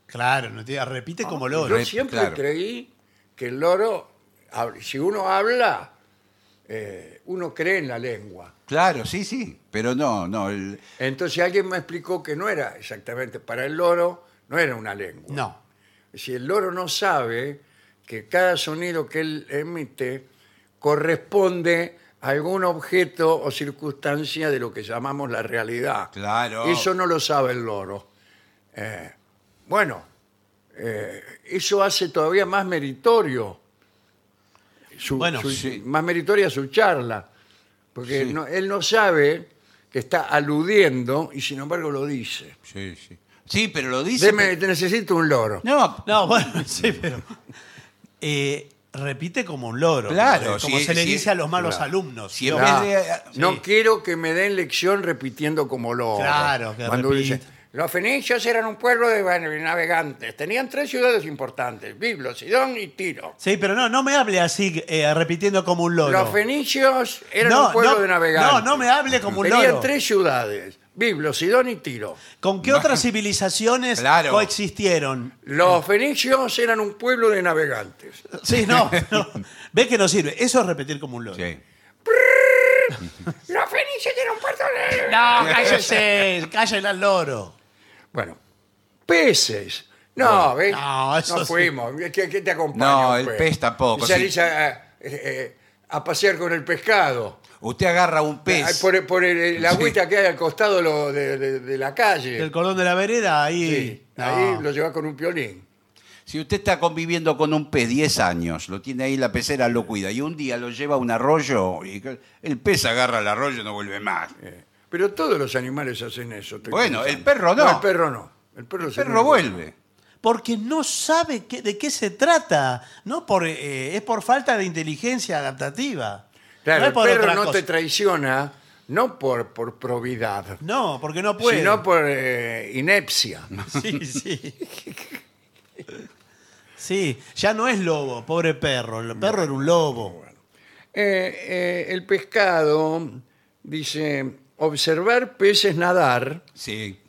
S2: Claro, no te- repite como loro.
S1: Yo siempre
S3: claro.
S1: creí que el loro, hab- si uno habla, eh, uno cree en la lengua.
S3: Claro, sí, sí, pero no, no. el-
S1: Entonces alguien me explicó que no era exactamente para el loro, no era una lengua.
S2: No.
S1: Si el loro no sabe que cada sonido que él emite corresponde a algún objeto o circunstancia de lo que llamamos la realidad.
S3: Claro.
S1: Eso no lo sabe el loro. Eh, bueno, eh, eso hace todavía más meritorio. su-
S2: Bueno,
S1: su-
S3: sí.
S1: Más meritoria su charla. Porque
S3: Sí.
S1: no- él no sabe que está aludiendo y sin embargo lo dice.
S3: Sí, sí. Sí, pero lo dice.
S1: Deme, te necesito un loro.
S3: No,
S2: No, bueno, <laughs> sí, pero. eh, repite como un loro.
S3: Claro,
S2: Como
S3: sí,
S2: se le
S3: sí,
S2: dice a los malos
S1: claro.
S2: alumnos.
S3: Si en
S2: ¿no?
S3: vez
S1: Ah,
S3: de-
S1: no
S2: sí.
S1: quiero que me den lección repitiendo como loro.
S2: Claro, que
S1: Cuando
S2: repite.
S1: dice, los fenicios eran un pueblo de navegantes. Tenían tres ciudades importantes, Biblo, Sidón y Tiro.
S2: Sí, pero no, no me hable así, eh, repitiendo como un loro.
S1: Los fenicios eran
S2: No,
S1: un pueblo
S2: no,
S1: de navegantes.
S2: no, no me hable como un
S1: Tenían
S2: loro.
S1: tres ciudades, Biblo, Sidón y Tiro.
S2: ¿Con
S1: <laughs>
S2: qué otras civilizaciones
S3: Claro.
S2: coexistieron?
S1: Los fenicios eran un pueblo de
S2: <laughs>
S1: navegantes.
S2: Sí, no, no.
S1: <laughs>
S2: Ve que no sirve. Eso es repetir como un loro.
S3: Sí.
S1: Los fenicios eran un puerto de...
S2: No, cállese, cállese al loro.
S1: Bueno, peces. No, ¿ves?
S2: no, eso sí.
S1: fuimos. ¿Quién, quién te acompaña?
S3: No,
S1: un
S3: el pez tampoco,
S1: Salís
S3: sí.
S1: a, a- eh, a pasear con el pescado.
S3: Usted agarra un
S1: Ay,
S3: pez.
S1: Por, por el- la agüita que hay al costado lo- de, de- de la calle.
S2: El cordón de la vereda, ahí.
S1: Sí,
S2: no.
S1: Ahí lo llevas con un piolín.
S3: Si usted está conviviendo con un pez 10 años, lo tiene ahí en la pecera, lo cuida, y un día lo lleva a un arroyo, y que- el pez agarra el arroyo y no vuelve más.
S1: Pero todos los animales hacen eso. estoy
S3: Bueno, el perro no.
S1: El perro no. El perro,
S3: El
S1: es el
S3: perro
S1: único.
S3: vuelve.
S2: Porque no sabe qué- de qué se trata. No por, eh, es por falta de inteligencia adaptativa.
S1: Claro,
S2: no es
S1: el
S2: por
S1: perro
S2: otra
S1: no te
S2: cosa.
S1: traiciona, no por, por probidad,
S2: No, porque no puede.
S1: sino por eh, inepcia.
S2: <laughs> Sí, sí. Sí, ya no es lobo, pobre perro. El perro era un lobo.
S1: Eh, eh, el pescado dice, observar peces nadar
S3: Sí.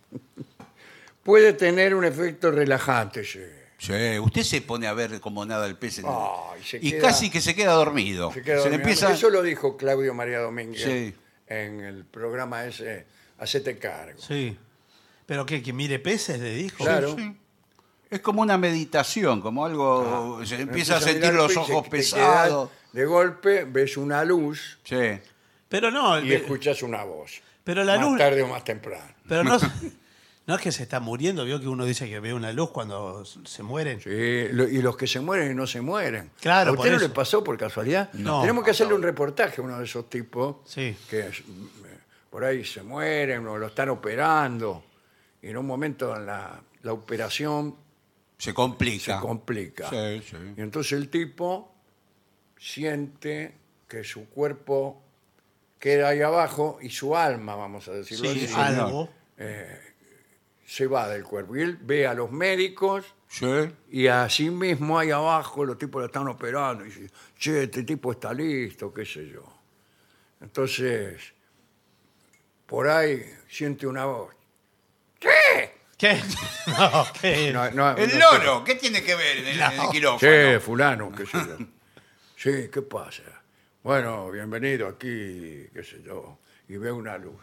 S1: puede tener un efecto relajante. sí.
S3: Sí, usted se pone a ver como nada el pez. en-
S1: Ay, Ah, se
S3: y
S1: queda-
S3: casi que se queda dormido.
S1: Se
S3: Se,
S1: queda
S3: le
S1: dormido.
S3: empieza.
S1: Eso lo dijo Claudio María Domínguez
S3: Sí.
S1: en el programa ese, Hacete cargo.
S2: Sí. ¿Pero qué? ¿Que mire peces? Le dijo.
S1: Claro.
S3: Sí. Es como una meditación, como algo.
S1: Ah,
S3: se empieza a
S1: Empiezas
S3: sentir
S1: mirar
S3: los
S1: peces
S3: ojos
S1: que te
S3: pesados.
S1: quedas- De golpe ves una luz
S3: Sí.
S2: Pero no, eh,
S1: y escuchas una voz.
S2: Pero la
S1: más
S2: luz-
S1: tarde o más temprano.
S2: pero
S1: <laughs>
S2: no, no es que se está muriendo. Vio que uno dice que ve una luz cuando se mueren.
S1: Sí, lo- y los que se mueren y no se mueren. ¿A
S2: Claro,
S1: usted
S2: por
S1: no
S2: eso.
S1: le pasó por casualidad?
S2: No.
S1: Tenemos que hacerle un reportaje a uno de esos tipos
S2: Sí.
S1: que es- por ahí se mueren o lo están operando. Y en un momento la, la operación
S3: Se complica.
S1: se complica.
S3: Sí, sí.
S1: Y entonces el tipo siente que su cuerpo queda ahí abajo y su alma, vamos a decirlo
S3: Sí,
S1: así,
S3: señor.
S2: Algo.
S1: se va del cuerpo. Y él ve a los médicos
S3: Sí.
S1: y así mismo ahí abajo los tipos lo están operando. Y dice, che, este tipo está listo, qué sé yo. Entonces, por ahí siente una voz. ¡Che!
S2: ¿Qué? <laughs> No, ¿qué?
S1: No, no,
S3: El
S1: Ah, no sé.
S3: loro, ¿qué tiene que ver en el, en el quirófano?
S1: Che, fulano, qué sé yo. Sí, ¿qué pasa? Bueno, bienvenido aquí, qué sé yo. Y veo una luz.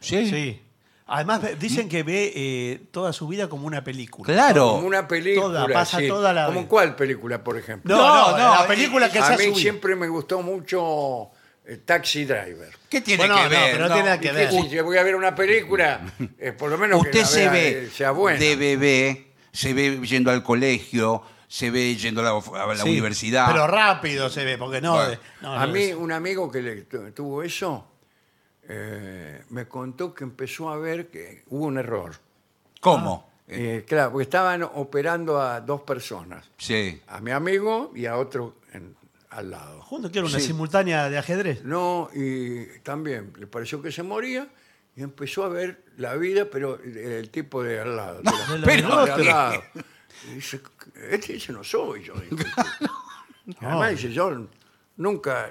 S3: Sí.
S2: Sí. Además, ve- dicen que ve eh, toda su vida como una película.
S3: Claro.
S1: Como una película.
S2: Toda, pasa
S1: sí.
S2: toda la
S1: ¿Como
S2: vida.
S1: cuál película, por ejemplo?
S2: No, no,
S3: No, no,
S2: la película que se
S1: A
S2: ha
S1: mí
S2: subido.
S1: siempre me gustó mucho eh, Taxi Driver.
S3: ¿Qué tiene
S2: Bueno,
S3: que
S2: no,
S3: ver?
S2: pero no tiene nada que
S1: ¿Y qué
S2: ver.
S1: Si yo voy a ver una película, eh, por lo menos que
S3: Usted
S1: la
S3: se
S1: vea,
S3: ve
S1: eh, sea buena.
S3: de bebé, se ve yendo al colegio, se ve yendo a la, a la
S2: Sí,
S3: universidad.
S2: Pero rápido se ve, porque no.
S3: Bueno,
S2: de- no,
S1: a
S2: no,
S1: mí,
S2: es-
S1: un amigo que le tu- tuvo eso, eh, me contó que empezó a ver que hubo un error.
S3: ¿Cómo?
S1: Eh, claro, porque estaban operando a dos personas,
S3: Sí.
S1: a mi amigo y a otro en- al lado.
S2: Junto quiero una
S3: Sí.
S2: simultánea de ajedrez.
S1: <laughs> No, y también le pareció que se moría y empezó a ver la vida, pero el, el tipo de al lado. de la-
S2: De la-
S3: pero-
S1: No,
S2: del
S1: de
S2: otro.
S1: al lado. Y dice, este dice no soy yo. dijo el <laughs> tipo. Además dice, yo nunca,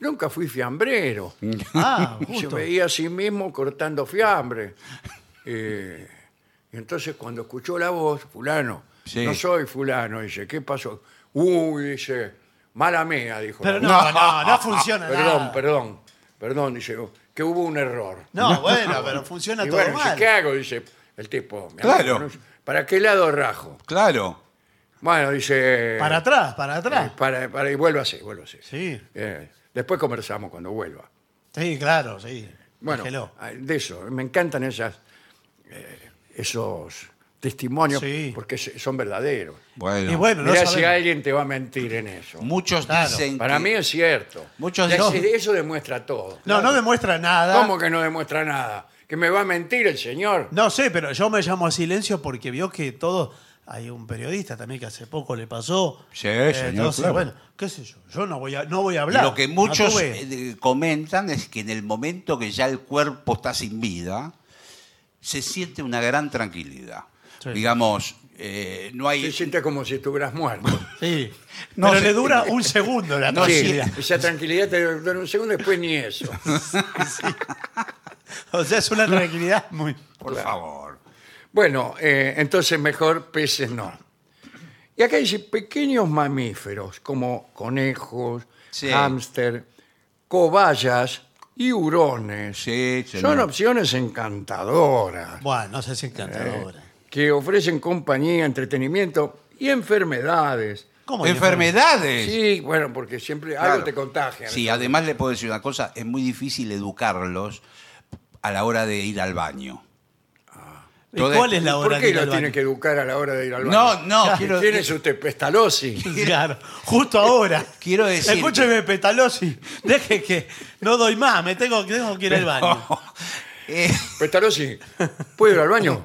S1: nunca fui fiambrero.
S2: Ah,
S1: Se
S2: justo.
S1: veía a sí mismo cortando fiambre. Eh, y entonces cuando escuchó la voz, fulano,
S3: Sí.
S1: no soy fulano, dice, ¿qué pasó? Uy, dice, mala mía, dijo.
S2: Pero
S1: la
S2: no,
S1: voz.
S2: no, no, funciona
S1: Perdón,
S2: nada.
S1: perdón, perdón, dice, que hubo un error. <laughs>
S2: No, bueno, pero funciona
S1: y
S2: todo
S1: bueno, dice,
S2: mal.
S1: ¿qué hago? Dice el tipo. mi
S3: Claro.
S1: amigo, ¿no? ¿Para qué lado rajo?
S3: Claro.
S1: Bueno, dice...
S2: Para atrás, para
S1: eh,
S2: atrás.
S1: para, para- y vuelvo así, vuelvo así.
S2: Sí,
S1: Eh, después conversamos cuando vuelva.
S2: sí, claro, sí.
S1: Bueno,
S2: Déjelo.
S1: ah, de eso, me encantan esas, eh, esos testimonios
S2: Sí.
S1: porque se- son verdaderos.
S3: Bueno.
S2: Y bueno, no
S1: Mirá si
S2: sabemos.
S1: alguien te va a mentir en eso.
S3: Muchos
S2: Claro.
S3: dicen
S1: Para
S3: que-
S1: mí es cierto.
S3: Muchos
S1: Ya
S3: no.
S1: se- Eso demuestra todo.
S2: No, no demuestra nada.
S1: ¿Cómo que no demuestra nada? ¿Que me va a mentir el señor?
S2: No sé, pero yo me llamo a silencio porque vio que todo. Hay un periodista también que hace poco le pasó. Eh,
S3: Sí, señor,
S2: entonces,
S3: claro.
S2: bueno, qué sé yo, yo no voy a, no voy a hablar.
S3: Lo que
S2: No
S3: muchos
S2: tuve-
S3: eh, comentan es que en el momento que ya el cuerpo está sin vida, se siente una gran tranquilidad.
S2: Sí.
S3: Digamos, eh, no hay...
S1: Se siente como si estuvieras muerto.
S2: Sí.
S3: No
S2: pero
S3: sé.
S2: le dura un segundo la
S3: <laughs> No, sí.
S2: tranquilidad.
S1: Esa tranquilidad te dura un segundo después ni eso.
S2: O sea, es una tranquilidad
S3: <laughs>
S2: muy.
S3: Por favor.
S1: Bueno, eh, entonces mejor peces no. Y acá dice pequeños mamíferos como conejos,
S3: Sí.
S1: hámster, cobayas y hurones.
S3: Sí, señor.
S1: Son opciones encantadoras
S2: Bueno, no sé
S3: Eh,
S2: si encantadora.
S1: que ofrecen compañía, entretenimiento y enfermedades.
S2: ¿Cómo que
S3: Enfermedades.
S1: Sí, bueno, porque siempre algo
S3: Claro.
S1: te contagia.
S3: Sí, además le puedo decir una cosa, es muy difícil educarlos a la hora de ir al baño.
S2: ¿Y ¿Cuál es la hora
S1: ¿Por
S2: de
S1: qué
S2: ir al
S1: lo tiene
S2: baño?
S1: que educar a la hora de ir al baño?
S3: No, no,
S1: Si
S3: quiero-
S1: tiene su tepestalosis.
S2: <laughs> Claro, justo ahora.
S3: Quiero decir-
S2: Escúcheme, Petalosi. Deje que no doy más, me tengo, tengo que
S3: <laughs>
S2: ir al
S1: Ah,
S2: baño.
S3: Eh,
S1: Pestalozzi, ¿puedo ir al
S2: <laughs>
S1: baño?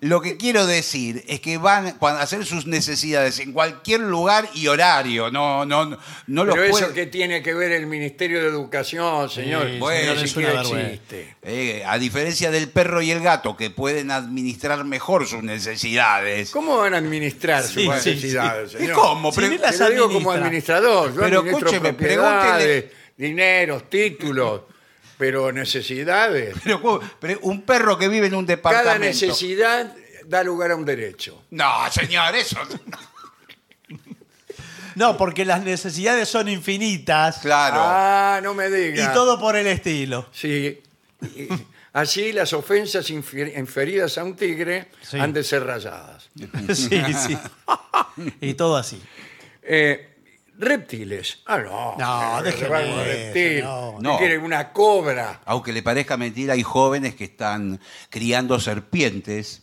S3: lo que quiero decir es que van a hacer sus necesidades en cualquier lugar y horario. No, no, no, no los
S1: Pero eso
S3: puede-
S1: que tiene que ver el Ministerio de Educación, señor,
S2: Sí,
S1: bueno,
S3: señor,
S1: ni
S2: es
S1: siquiera
S2: una vergüenza.
S1: existe.
S3: Eh, a diferencia del perro y el gato, que pueden administrar mejor sus necesidades.
S1: ¿Cómo van a administrar
S2: Sí,
S1: sus
S2: sí,
S1: necesidades,
S3: sí. ¿Y
S1: señor?
S3: cómo?
S2: Si ni
S1: Te
S2: las
S1: lo digo como
S2: administra.
S1: administrador. Yo
S3: Pero
S1: administro
S3: escúcheme,
S1: propiedades, dineros, títulos, pero necesidades.
S3: Pero, ¿cómo? Pero un perro que vive en un departamento.
S1: Cada necesidad da lugar a un derecho.
S3: No, señor, eso.
S2: No, porque las necesidades son infinitas
S3: Claro.
S1: Ah, no me diga.
S2: y todo por el estilo. <laughs>
S1: Sí. Y- Así las ofensas infi- inferidas a un tigre
S2: Sí.
S1: han de ser rayadas.
S2: Sí, sí. Y todo así.
S1: Eh, reptiles. Ah, no.
S2: No,
S1: eh,
S2: déjeme
S1: llevar un
S2: eso,
S1: reptil.
S2: no.
S1: ¿Qué
S3: No.
S1: quiere? una cobra.
S3: Aunque le parezca mentira, hay jóvenes que están criando serpientes.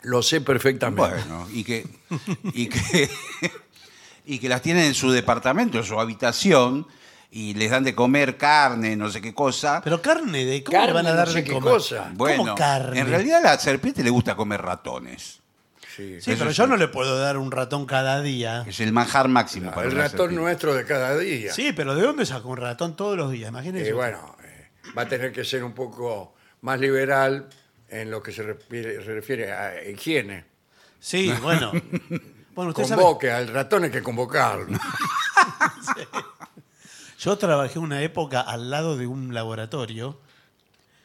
S1: Lo sé perfectamente.
S3: Bueno, y que, y que, y que las tienen en su departamento, en su habitación, y les dan de comer carne, no sé qué cosa.
S2: Pero carne, ¿de cómo
S1: Carne,
S2: le van a dar
S1: no sé
S2: de
S1: qué
S2: comer?
S1: cosa.
S2: ¿Cómo
S3: Bueno,
S2: carne?
S3: en realidad a la serpiente le gusta comer ratones.
S1: Sí.
S2: Sí,
S3: eso
S2: pero
S3: sí.
S2: yo no le puedo dar un ratón cada día.
S3: Es el manjar máximo para
S1: El
S3: una
S1: ratón
S3: serpiente.
S1: nuestro de cada día.
S2: Sí, pero ¿de dónde saco un ratón todos los días? Imagínense.
S1: Eh, bueno, eh, va a tener que ser un poco más liberal en lo que se refiere, se refiere a higiene.
S3: <laughs>
S2: Sí, bueno. Bueno, usted sabe,
S1: Convoque, al ratón hay que
S2: <laughs>
S1: convocarlo.
S2: yo trabajé una época al lado de un laboratorio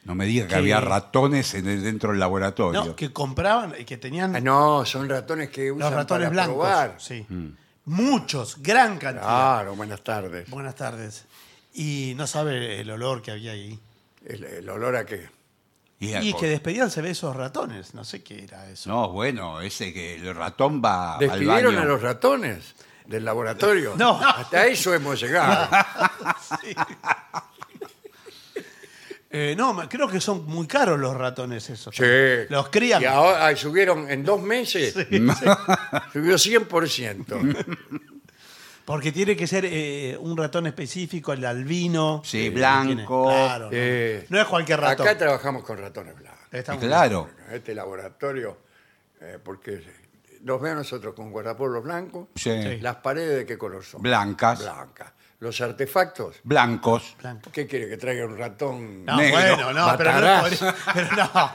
S3: No me diga que
S2: Sí.
S3: había ratones en el- dentro del laboratorio.
S2: ¿no? que compraban y que tenían
S1: Ah, no, son ratones que usan
S2: los ratones
S1: para
S2: blancos.
S1: probar.
S2: Sí.
S3: Mm.
S2: Muchos, gran cantidad.
S1: Claro, buenas tardes.
S2: Buenas tardes. Y no sabe el olor que había ahí.
S1: El, el olor a qué.
S3: Y
S2: Y
S3: algo-
S2: que despedían se ve esos ratones. No sé qué era eso.
S3: No, bueno, ese que el ratón va al
S1: ¿Despidieron
S3: baño.
S1: a los ratones del laboratorio?
S2: No.
S1: Hasta eso hemos llegado.
S2: <laughs> Eh, no, me- creo que son muy caros los ratones esos.
S1: Sí.
S2: Los crían.
S1: Y ahora ah, subieron en dos meses. <laughs> Subió 100%.
S2: Porque tiene que ser eh, un ratón específico, el albino.
S3: Sí,
S2: eh,
S3: blanco.
S2: tiene- Claro. no.
S1: Eh,
S2: no es cualquier ratón.
S1: Acá trabajamos con ratones blancos.
S2: Está muy
S3: Claro.
S1: Este laboratorio, eh, porque los veo nosotros con guardapolvos blancos.
S3: Sí.
S2: Sí.
S1: Las paredes de qué color son?
S3: Blancas.
S1: Blancas. Los artefactos.
S3: Blancos.
S2: blanco.
S1: ¿Qué quiere que traiga un ratón?
S2: No,
S3: Negro.
S2: bueno, no, pero no, es
S1: Matarás.
S2: por, eso- pero no.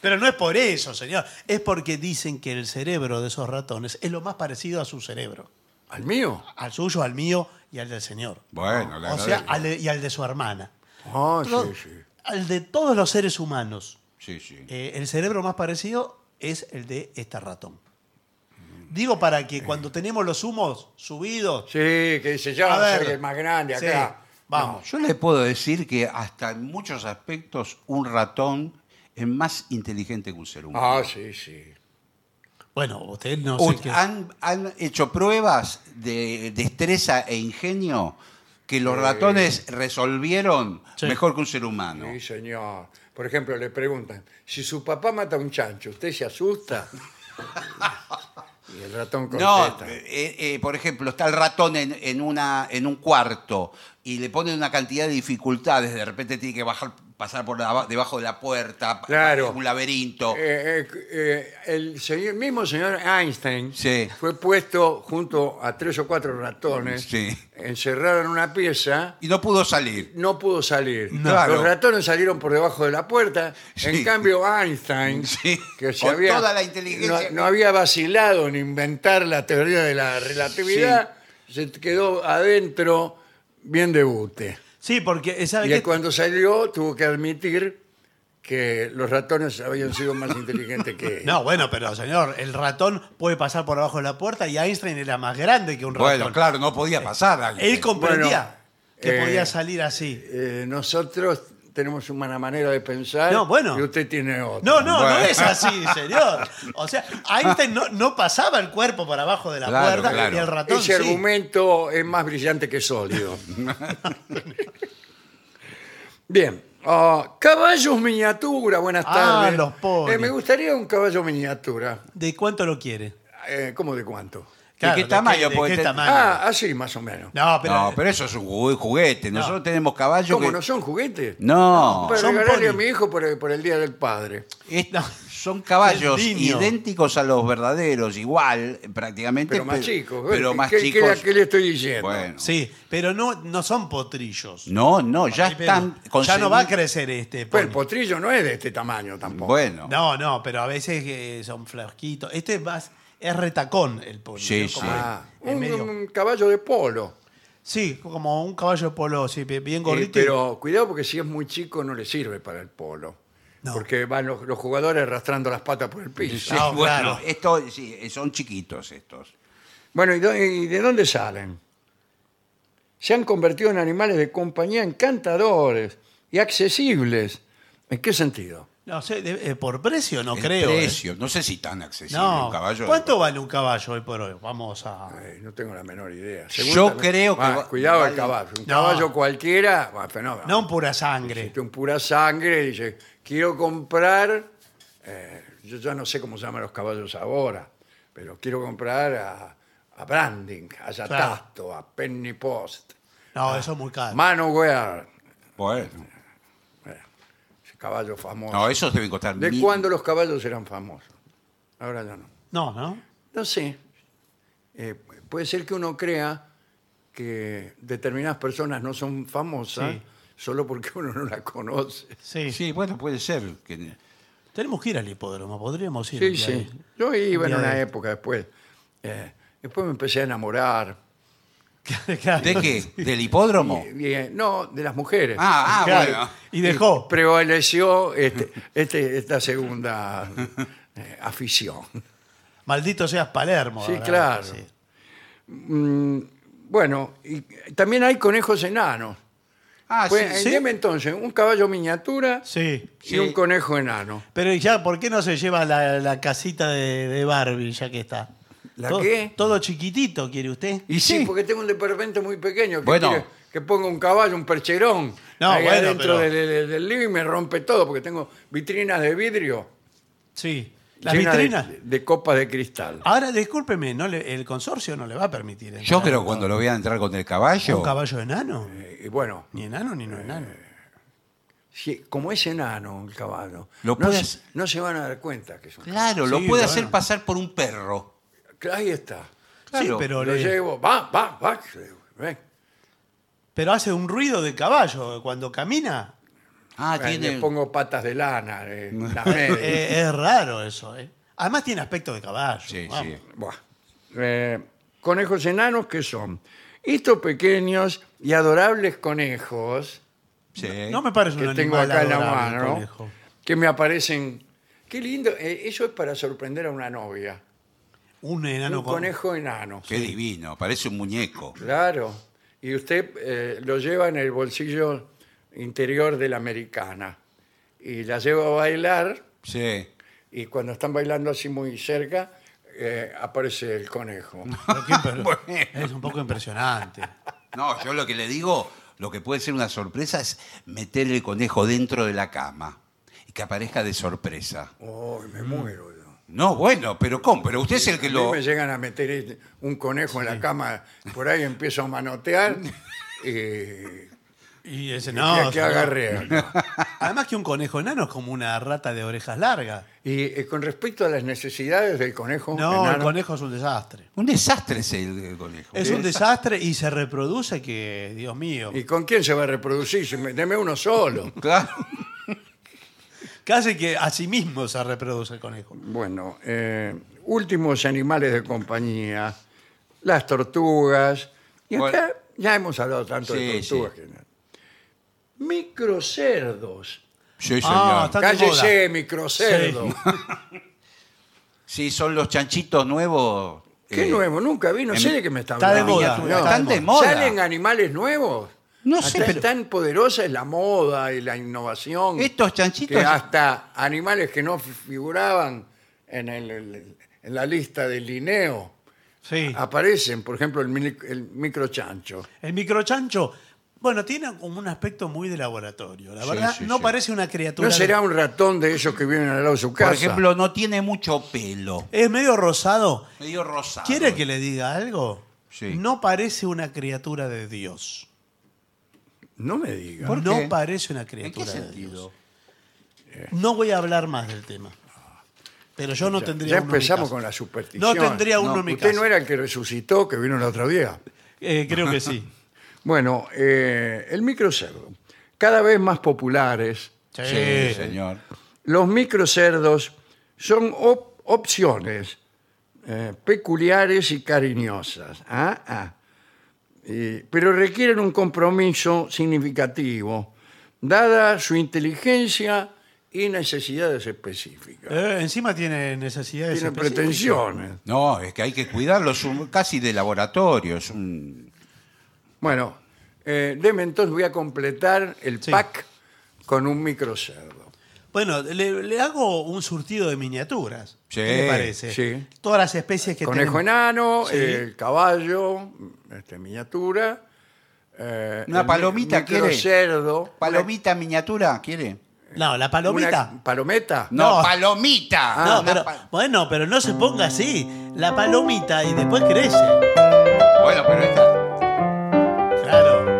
S2: Pero no es por eso, señor. Es porque dicen que el cerebro de esos ratones es lo más parecido a su cerebro.
S1: ¿Al mío?
S2: Al suyo, al mío y al del señor.
S3: Bueno, le
S2: o sea,
S3: agradezco.
S2: al de- y al de su hermana.
S1: Ah,
S2: Pero
S1: sí, sí.
S2: Al de todos los seres humanos.
S3: Sí, sí.
S2: Eh, el cerebro más parecido es el de este ratón. Digo para que cuando tenemos los humos subidos,
S1: Sí, que dice,
S2: A
S1: ya
S2: ver.
S1: soy el más grande
S2: Sí,
S1: acá.
S2: vamos.
S3: Yo le puedo decir que hasta en muchos aspectos un ratón es más inteligente que un ser humano.
S1: Ah, sí, sí.
S2: bueno, usted no
S3: O-
S2: sé qué.
S3: han, han hecho pruebas de destreza e ingenio que los ratones resolvieron
S2: Sí.
S3: mejor que un ser humano.
S1: Sí, señor. Por ejemplo, le preguntan, si su papá mata a un chancho, ¿usted se asusta? y el ratón
S3: No,
S1: contesta.
S3: eh, eh, por ejemplo, está el ratón en, en una, en un cuarto y le ponen una cantidad de dificultades. De repente tiene que bajar, pasar por la- debajo de la puerta, pa-
S1: Claro.
S3: un laberinto.
S1: Eh, eh, eh, el señor- mismo señor Einstein
S3: Sí.
S1: fue puesto junto a tres o cuatro ratones
S3: Sí.
S1: encerrado en una pieza.
S3: Y no pudo salir.
S1: No pudo salir.
S3: No. Claro.
S1: Los ratones salieron por debajo de la puerta. En
S3: Sí.
S1: cambio, Einstein,
S3: <laughs> Sí.
S1: que se
S3: Con
S1: había-
S3: toda la inteligencia.
S1: no, no había vacilado en inventar la teoría de la relatividad, se quedó adentro bien de bute.
S2: Sí, porque eh, ¿sabe
S1: Y
S2: qué?
S1: cuando salió, tuvo que admitir que los ratones habían sido más inteligentes
S3: <laughs>
S1: que él.
S2: No, bueno, pero señor, el ratón puede pasar por abajo de la puerta y Einstein era más grande que un ratón. Eh,
S3: Bueno, claro, no podía pasar.
S2: Él
S3: alguien.
S2: comprendía
S1: Bueno,
S2: que
S1: eh,
S2: podía salir así.
S1: Eh, nosotros tenemos una manera de pensar
S2: No, bueno.
S1: y usted tiene otra.
S2: No, no, no
S3: Bueno.
S2: es así, señor. O sea, Einstein no, no pasaba el cuerpo por abajo de la
S3: Claro,
S2: puerta
S3: claro.
S2: y el ratón
S1: Ese
S2: sí.
S1: argumento es más brillante que
S2: <laughs>
S1: sólido. Bien. ah, caballos miniatura, buenas
S2: Ah,
S1: tardes.
S2: los pone.
S1: Eh, me gustaría un caballo miniatura.
S2: ¿De cuánto lo quiere?
S1: Eh, ¿Cómo de cuánto?
S2: Claro,
S3: qué
S2: ¿de
S3: tamaño
S2: de
S3: puede
S2: qué
S3: tener?
S2: tamaño?
S1: Ah, así más o menos.
S2: No, pero,
S3: No, pero eso es un jugu- juguete. Nosotros tenemos caballos
S1: ¿Cómo
S3: que-
S1: no son juguetes?
S3: No,
S1: Para
S2: Son
S1: regalarle a
S2: pony.
S1: mi hijo por el, por el Día del Padre.
S3: es-
S2: No.
S3: son caballos
S2: El niño.
S3: idénticos a los verdaderos, igual, eh, prácticamente.
S1: Pero más chicos.
S3: Pero
S1: ¿Qué-
S3: más
S1: qué,
S3: chicos.
S1: ¿qué, qué le estoy diciendo?
S3: Bueno.
S2: Sí, pero no, no son potrillos.
S3: No, no, ya
S2: Ahí, pero
S3: están.
S2: ya no va a
S3: conseguidos.
S2: crecer este.
S1: Pues el
S2: pony.
S1: potrillo no es de este tamaño tampoco.
S3: Bueno.
S2: No, no, pero a veces eh, son flasquitos. Este es más, es retacón el pony.
S3: Sí,
S2: ¿no? Como
S3: sí.
S2: el-
S1: Ah,
S2: el
S1: un,
S2: medio.
S1: un caballo de polo.
S2: Sí, como un caballo polo, sí, bien bien
S1: Eh,
S2: gordito. y-
S1: pero cuidado porque si es muy chico no le sirve para el polo.
S2: No.
S1: Porque van los, los jugadores arrastrando las patas por el piso.
S2: Ah,
S3: bueno,
S2: claro.
S3: estos sí, son chiquitos estos.
S1: Bueno, ¿y, dó- y de dónde salen? Se han convertido en animales de compañía encantadores y accesibles ¿En qué sentido?
S2: No sé, de- eh, por precio no
S3: El
S2: creo. ¿eh?
S3: precio, no sé si tan accesible
S2: No.
S3: un caballo.
S2: ¿Cuánto vale un caballo hoy por hoy? Vamos a.
S1: Ay, no tengo la menor idea.
S3: Yo
S1: Seguramente-
S3: creo que
S1: Ah,
S3: va-
S1: cuidado el
S3: vale-
S1: caballo. Un
S2: No.
S1: caballo cualquiera, va, fenómeno.
S2: No un pura sangre.
S1: Este, un pura sangre y dice, quiero comprar, eh, yo ya no sé cómo se llaman los caballos ahora, pero quiero comprar a, a Branding, a Yatasto, a Penny Post,
S3: ah.
S2: No, eso es muy caro.
S1: Manowar,
S3: Bueno.
S1: ese caballo famoso.
S3: No, esos deben costar
S1: ¿De
S3: mil-
S1: cuándo los caballos eran famosos? Ahora ya no.
S2: No, ¿no?
S1: No sé. Eh, puede ser que uno crea que determinadas personas no son famosas
S2: Sí.
S1: solo porque uno no las conoce.
S2: Sí.
S3: Sí, bueno, puede ser. que-
S2: Tenemos que ir al hipódromo, podríamos ir. un
S1: Sí,
S2: día
S1: sí.
S2: de-
S1: Yo iba en
S2: Ya
S1: una
S2: de-
S1: época después. Eh, después me empecé a enamorar.
S2: <laughs> Claro.
S3: ¿De qué? ¿Del hipódromo?
S1: Y, eh, no, de las mujeres. Eh,
S3: Ah, ah,
S2: Claro.
S3: bueno.
S2: Y dejó.
S1: Prevaleció este, este- esta segunda eh, afición.
S2: Maldito seas Palermo.
S1: Sí,
S2: ahora.
S1: claro. Mm,
S2: Sí.
S1: Bueno, y también hay conejos enanos.
S3: Ah,
S1: Pues,
S3: sí,
S1: eh,
S3: sí.
S1: deme entonces un caballo miniatura
S2: Sí.
S1: y
S3: Sí.
S1: un conejo enano.
S2: Pero ¿y ya, ¿por qué no se lleva la, la casita de, de Barbie ya que está?
S1: ¿La
S2: todo,
S1: qué?
S2: Todo chiquitito, ¿quiere usted?
S1: Y sí, porque tengo un departamento muy pequeño. Que
S3: Bueno.
S1: quiere que ponga un caballo, un percherón.
S2: No,
S1: ahí
S2: bueno,
S1: adentro
S2: pero-
S1: del, del- del living me rompe todo porque tengo vitrinas de vidrio.
S2: Sí. Las
S1: llenas de-
S2: vitrinas.
S1: De, copas de cristal.
S2: Ahora, discúlpeme, no le- el consorcio no le va a permitir. entrar
S3: Yo creo que
S2: con-
S3: cuando lo vean entrar con el
S2: ¿Un
S3: caballo.
S2: caballo enano?
S1: Eh, Y bueno,
S2: Ni enano ni no enano.
S1: si- como es enano el caballo,
S3: Lo
S1: no,
S3: puedes-
S1: se, no se van a dar cuenta que es un
S3: Claro,
S2: Sí,
S3: lo puede
S2: bueno.
S3: hacer pasar por un perro.
S1: caballo. Ahí está.
S2: Sí,
S3: Claro.
S2: pero,
S1: Lo
S2: le-
S1: llevo, va, va, va. le digo, ven.
S2: pero hace un ruido de caballo cuando camina.
S3: Ah,
S1: Ahí
S3: tiene.
S1: Le pongo patas de lana,
S2: <laughs>
S1: eh, las medias.
S2: Eh, es raro eso, ¿eh? Además tiene aspecto de caballo.
S3: Sí,
S2: vamos.
S3: sí.
S1: Buah. Eh, conejos enanos que son estos pequeños y adorables conejos
S3: sí.
S2: No me parece
S1: que
S2: un
S1: tengo
S2: animal
S1: acá en la
S2: adorable,
S1: mano,
S2: conejo.
S1: que me aparecen. Qué lindo, eh, eso es para sorprender a una novia.
S2: Un enano
S1: un
S2: con-
S1: conejo enano.
S3: Qué divino, parece un muñeco.
S1: Claro. Y usted eh, lo lleva en el bolsillo interior de la americana y la lleva a bailar
S3: Sí.
S1: y cuando están bailando así muy cerca eh, aparece el
S2: <laughs>
S1: conejo. <laughs>
S2: Pero qué impre-
S3: Bueno.
S2: Es un poco impresionante.
S3: No, yo lo que le digo, lo que puede ser una sorpresa es meter el conejo dentro de la cama y que aparezca de sorpresa.
S1: Oh, me muero yo.
S3: No, bueno, pero ¿cómo? Pero usted es el que
S1: A mí
S3: lo.
S1: me llegan a meter este- un conejo en la cama, por ahí empiezo a
S3: <laughs>
S1: manotear y
S2: Y ese
S1: y
S2: no.
S1: a que
S2: señor.
S1: agarre.
S2: Además que un conejo enano es como una rata de orejas largas.
S1: Y eh, con respecto a las necesidades del conejo,
S2: No, el
S1: enano,
S2: conejo es un desastre.
S3: Un desastre es el, el conejo.
S2: Es un desastre y se reproduce que, Dios mío,
S1: ¿y con quién se va a reproducir? Si me- Deme uno solo.
S3: Claro. <laughs>
S2: casi que a sí mismo se reproduce el conejo.
S1: Bueno, eh, últimos animales de compañía, las tortugas. Y acá
S3: Bueno.
S1: ya hemos hablado tanto de
S3: Sí,
S1: tortugas. que- Microcerdos.
S3: Sí, señor.
S2: Ah, está de
S1: Cállese,
S2: moda.
S1: microcerdo.
S3: Sí, son los chanchitos nuevos.
S1: Qué
S3: eh,
S1: nuevo, nunca vi, no
S3: en-
S1: sé de qué me está
S2: em, está de
S1: hablando.
S2: moda,
S1: No.
S2: están de
S3: moda.
S1: ¿Salen animales nuevos?
S3: No
S1: Hasta
S3: sé,
S1: es
S3: pero-
S1: tan poderosa es la moda y la innovación.
S3: Estos chanchitos-
S1: Que hasta animales que no figuraban en, el- el- en la lista del Linneo Ah,
S2: Sí.
S1: aparecen. Por ejemplo, el, mini- el microchancho.
S2: El microchancho, bueno, tiene como un aspecto muy de laboratorio. La
S3: Sí,
S2: verdad,
S3: sí,
S2: no
S3: sí.
S2: parece una criatura.
S1: ¿No
S2: de-
S1: será un ratón de esos que viven al lado de su casa?
S3: Por ejemplo, no tiene mucho pelo.
S2: Es medio rosado.
S3: Medio rosado.
S2: ¿Quiere que le diga algo?
S3: Sí.
S2: No parece una criatura de Dios.
S1: No me diga.
S3: ¿Por
S2: no
S3: qué?
S2: parece una
S3: ¿En qué
S2: criatura de
S3: sentido?
S2: Dios. No voy a hablar más del tema. Pero yo no tendría
S1: ya
S2: uno en mi
S1: empezamos
S2: casa.
S1: con la superstición.
S2: No tendría uno
S3: No,
S2: en mi
S1: Usted
S2: casa.
S1: no era el que resucitó, que vino el otro día.
S2: Eh, creo que sí.
S1: Bueno, eh, el microcerdo. Cada vez más populares,
S2: Sí.
S3: Sí, señor.
S1: los microcerdos son op- opciones eh, peculiares y cariñosas. Ah, ah. Y- pero requieren un compromiso significativo, dada su inteligencia y necesidades específicas.
S2: Eh, encima tiene necesidades.
S1: Tienen
S2: específicas.
S1: pretensiones.
S3: No, es que hay que cuidarlo, es un- casi de laboratorio. Es un...
S1: Bueno, eh, deme entonces, voy a completar el
S2: Sí.
S1: pack con un microcerdo.
S2: Bueno, le, le hago un surtido de miniaturas.
S3: Sí,
S2: ¿Qué le parece?
S1: sí.
S2: Todas las especies que
S1: Conejo
S2: tenemos.
S1: enano,
S2: Sí.
S1: el caballo, este, miniatura. eh,
S3: Una
S1: el mi-
S3: palomita,
S1: micro
S3: ¿quiere?
S1: cerdo.
S3: ¿Palomita miniatura quiere?
S2: No, la
S1: Una-
S2: palomita.
S1: una- Ah, ¿Palometa?
S3: No,
S2: No. Ah,
S3: palomita.
S2: No,
S3: Una
S2: pero,
S3: pa-
S2: bueno, pero no se ponga así. La palomita y después crece.
S3: Bueno, pero esta.
S1: <laughs>
S2: Claro.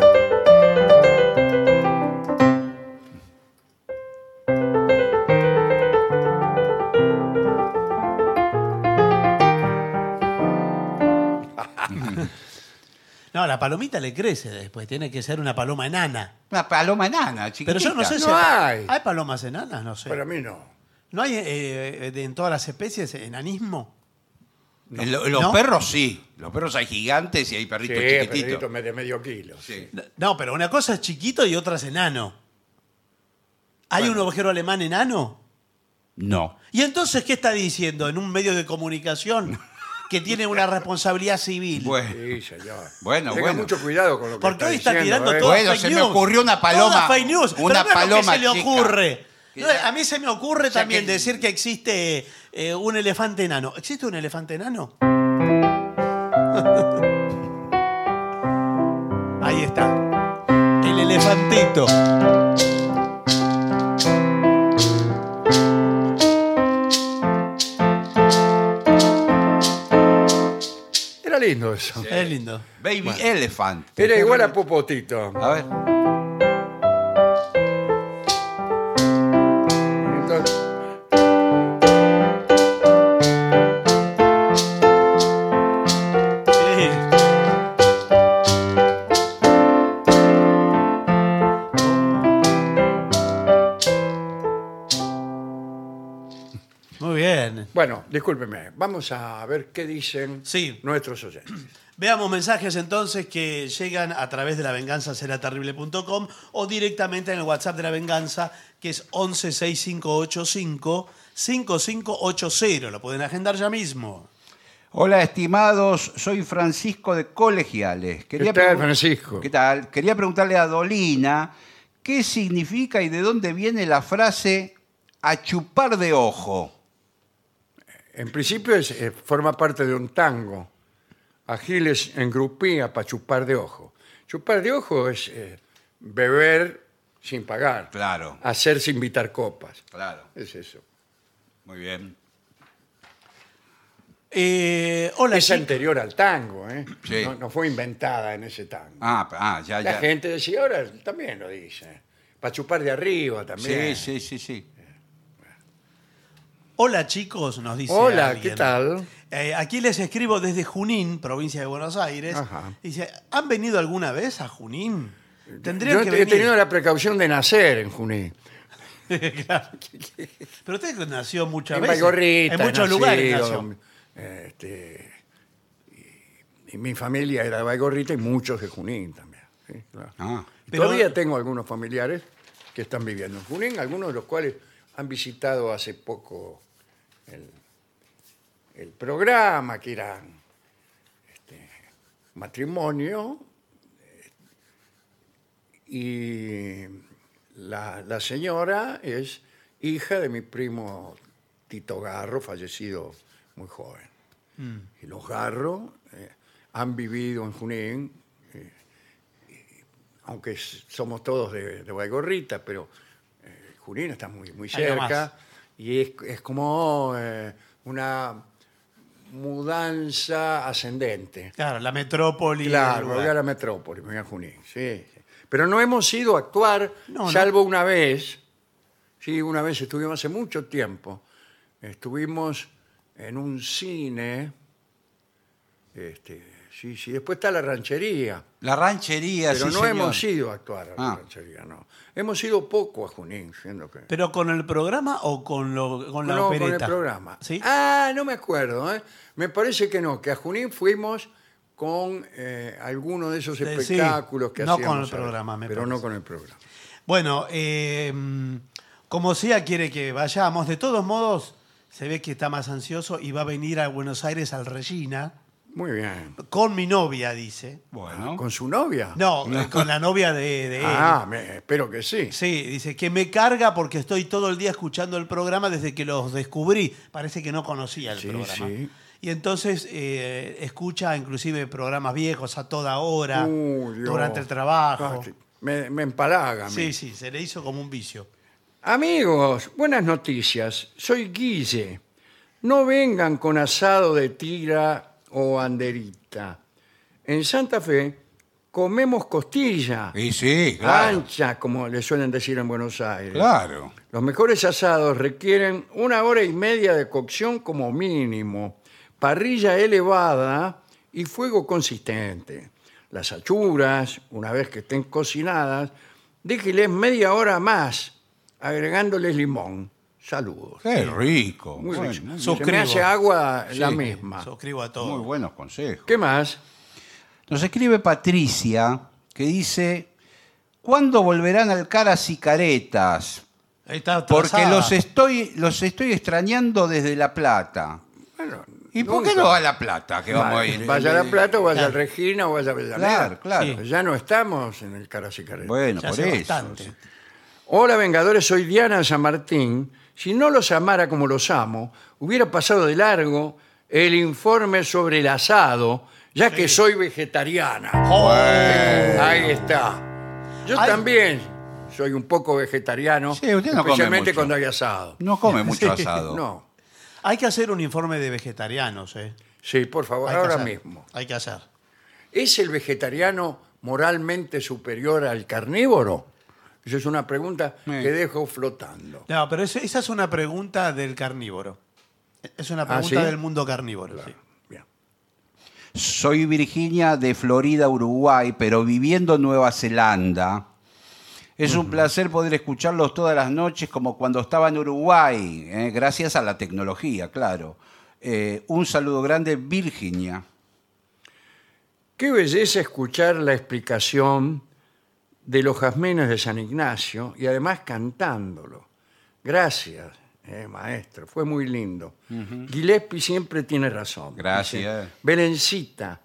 S2: No, la palomita le crece después. Tiene que ser una paloma enana.
S3: Una paloma enana, chiquitita.
S2: Pero yo no sé si
S1: No hay.
S2: ¿Hay palomas enanas, no sé.
S1: Para mí no.
S2: ¿No hay eh, eh, en todas las especies enanismo?
S3: En Eh, lo- en los
S2: ¿No?
S3: perros sí. Los perros hay gigantes y hay perritos
S1: Sí,
S3: chiquititos.
S1: perrito de medio kilo.
S3: Sí.
S2: No, pero una cosa es chiquito y otra es enano. ¿Hay
S3: Bueno.
S2: un ovejero alemán enano?
S3: No.
S2: ¿Y entonces qué está diciendo en un medio de comunicación que tiene una responsabilidad civil?
S3: Bueno.
S1: Sí, señor.
S3: Bueno,
S1: Tenga
S3: bueno.
S1: mucho cuidado con lo que
S2: Porque hoy está
S1: diciendo,
S2: tirando
S1: ¿eh?
S2: todo
S3: Bueno, se me ocurrió una paloma,
S2: fake news. pero no
S3: una
S2: es lo que
S3: paloma
S2: se le
S3: chica.
S2: ocurre.
S3: Que
S2: No,
S3: ya-
S2: a mí se me ocurre
S3: o sea
S2: también
S3: que-
S2: decir que existe eh, un elefante enano. ¿Existe un elefante enano? <laughs> Ahí está. El elefantito.
S1: Era lindo eso.
S2: Es lindo.
S3: Baby elephant.
S1: Era igual a Popotito.
S3: A ver.
S1: Entonces,
S2: Sí. Muy bien.
S1: bueno, discúlpeme. Vamos a ver qué dicen
S2: Sí.
S1: nuestros oyentes.
S2: Veamos mensajes entonces que llegan a través de lavenganzaseraterrible.com o directamente en el WhatsApp de la venganza que es 116585 5580. Lo pueden agendar ya mismo.
S3: Hola, estimados. Soy Francisco de Colegiales. Quería
S1: ¿Qué tal,
S3: pregun-
S1: Francisco?
S3: ¿Qué tal? Quería preguntarle a Dolina qué significa y de dónde viene la frase a chupar de ojo.
S1: En principio es, eh, forma parte de un tango. Agiles en grupía para chupar de ojo. Chupar de ojo es eh, beber sin pagar.
S3: Claro.
S1: Hacerse invitar copas.
S3: Claro.
S1: Es eso.
S3: Muy bien.
S2: Eh, hola,
S1: Es
S2: chicos.
S1: anterior al tango, ¿eh?
S3: Sí.
S1: No, no fue inventada en ese tango.
S3: Ah, ah ya,
S1: La
S3: ya.
S1: gente decía, ahora también lo dice. Para chupar de arriba también.
S3: Sí, sí, sí, sí.
S2: Hola chicos, nos dice.
S1: Hola,
S2: alguien.
S1: ¿qué tal?
S2: Eh, aquí les escribo desde Junín, provincia de Buenos Aires.
S1: Ajá.
S2: Dice, ¿han venido alguna vez a Junín? Tendrían
S1: Yo
S2: que
S1: he
S2: venir.
S1: tenido la precaución de nacer en Junín.
S2: Claro. Pero usted nació muchas
S1: en
S2: veces.
S1: Baigorrita.
S2: en muchos
S1: nací,
S2: lugares
S1: o,
S2: nació.
S1: este, y, y mi familia era de Baigorrita y muchos de Junín también. sí, claro.
S3: Ah.
S1: Y
S2: Pero- eh,
S1: Todavía tengo algunos familiares que están viviendo en Junín, algunos de los cuales han visitado hace poco el, el programa, que era este, matrimonio, eh, y la, la señora es hija de mi primo Tito Garro, fallecido muy joven.
S2: Mm.
S1: Y los Garro eh, han vivido en Junín eh, aunque s- somos todos de, de Baigorrita, pero eh, Junín está muy, muy
S2: Ahí nomás.
S1: cerca y es, es como eh, una mudanza ascendente.
S2: Claro, la metrópoli. el
S1: Claro, me
S2: lugar.
S1: voy a la metrópoli, me voy a Junín, sí. sí. Pero no hemos ido a actuar,
S2: No, no.
S1: salvo una vez. Sí, una vez estuvimos hace mucho tiempo. Estuvimos en un cine. Este, sí, sí. Después está la ranchería.
S3: La ranchería,
S1: Pero
S3: sí,
S1: no
S3: señor.
S1: hemos ido a actuar a la
S3: Ah.
S1: ranchería, no. Hemos ido poco a Junín, siendo que.
S2: ¿Pero con el programa o con, lo, con la
S1: no, con el
S2: opereta?
S1: programa.
S2: ¿Sí?
S1: Ah, no me acuerdo, ¿eh? Me parece que no, que a Junín fuimos con eh, alguno de esos
S2: Sí, sí.
S1: espectáculos que
S2: No
S1: hacíamos.
S2: con el
S1: ¿sabes?
S2: programa, me
S1: Pero no
S2: parece.
S1: con el programa.
S2: Bueno, eh, como sea, quiere que vayamos. De todos modos, se ve que está más ansioso y va a venir a Buenos Aires al Regina.
S1: Muy bien.
S2: Con mi novia, dice.
S3: Bueno.
S1: ¿Con su novia?
S2: No, eh, con la novia de, de él.
S1: Ah, me- espero que sí.
S2: Sí, dice que me carga porque estoy todo el día escuchando el programa desde que los descubrí. Parece que no conocía el
S1: Sí,
S2: programa.
S1: sí.
S2: Y entonces eh, escucha inclusive programas viejos a toda hora,
S1: Uh, Dios.
S2: durante el trabajo.
S1: Ah, que- me, me empalaga. a mí.
S2: Sí, sí, se le hizo como un vicio.
S1: Amigos, buenas noticias. Soy Guille. No vengan con asado de tira o banderita. En Santa Fe comemos costilla.
S3: Y sí, claro.
S1: Ancha, como le suelen decir en Buenos Aires.
S3: Claro.
S1: Los mejores asados requieren una hora y media de cocción como mínimo, parrilla elevada y fuego consistente. Las achuras, una vez que estén cocinadas, déjenles media hora más, agregándoles limón. Saludos.
S3: Qué rico.
S1: Muy
S3: Bueno,
S1: rico.
S3: muy
S2: Sos-
S1: Se me
S2: suscribo.
S1: hace agua la
S3: Sí.
S1: misma.
S2: Suscribo a
S3: muy
S2: todo.
S3: buenos consejos.
S1: ¿Qué más?
S3: Nos escribe Patricia que dice, ¿cuándo volverán al caras y caretas?
S2: Ahí está
S3: Porque
S2: atrasada.
S3: los estoy, los estoy extrañando desde La Plata.
S1: Bueno,
S3: ¿Y por qué
S1: nunca.
S3: no va a La Plata? Que vamos a ir?
S1: Vaya a La Plata o vaya
S2: Claro.
S1: a Regina o vaya a
S3: Claro,
S1: Avellaneda.
S3: claro.
S2: Sí.
S1: Ya no estamos en el cara Cicareta.
S3: Bueno,
S2: Ya
S3: por
S2: hace
S3: eso.
S2: bastante.
S1: Hola Vengadores, soy Diana San Martín. Si no los amara como los amo, hubiera pasado de largo el informe sobre el asado, ya que soy vegetariana.
S2: Oh,
S1: Ahí está. Yo
S2: Ay.
S1: también soy un poco vegetariano,
S3: Sí, usted no come
S1: especialmente
S3: mucho.
S1: cuando hay asado.
S3: No
S1: <laughs>
S3: come mucho asado.
S1: No,
S2: Hay que hacer un informe de vegetarianos, ¿eh?
S1: sí, por favor,
S2: Hay que
S1: ahora
S2: hacer.
S1: mismo.
S2: Hay que hacer.
S1: ¿Es el vegetariano moralmente superior al carnívoro? Esa es una pregunta
S3: Sí.
S1: que dejo flotando.
S2: No, pero eso- esa es una pregunta del carnívoro. Es una
S1: ¿Ah,
S2: pregunta
S1: sí?
S2: del mundo carnívoro. sí.
S1: Bien.
S3: Soy Virginia de Florida, Uruguay, pero viviendo en Nueva Zelanda. Es un placer poder escucharlos todas las noches como cuando estaba en Uruguay, ¿eh? gracias a la tecnología, claro. Eh, un saludo grande, Virginia. <laughs>
S1: Qué belleza escuchar la explicación de los jazmines de San Ignacio y además cantándolo. Gracias, eh, maestro, fue muy lindo. Gillespie siempre tiene razón.
S3: Gracias.
S1: Dice, Belencita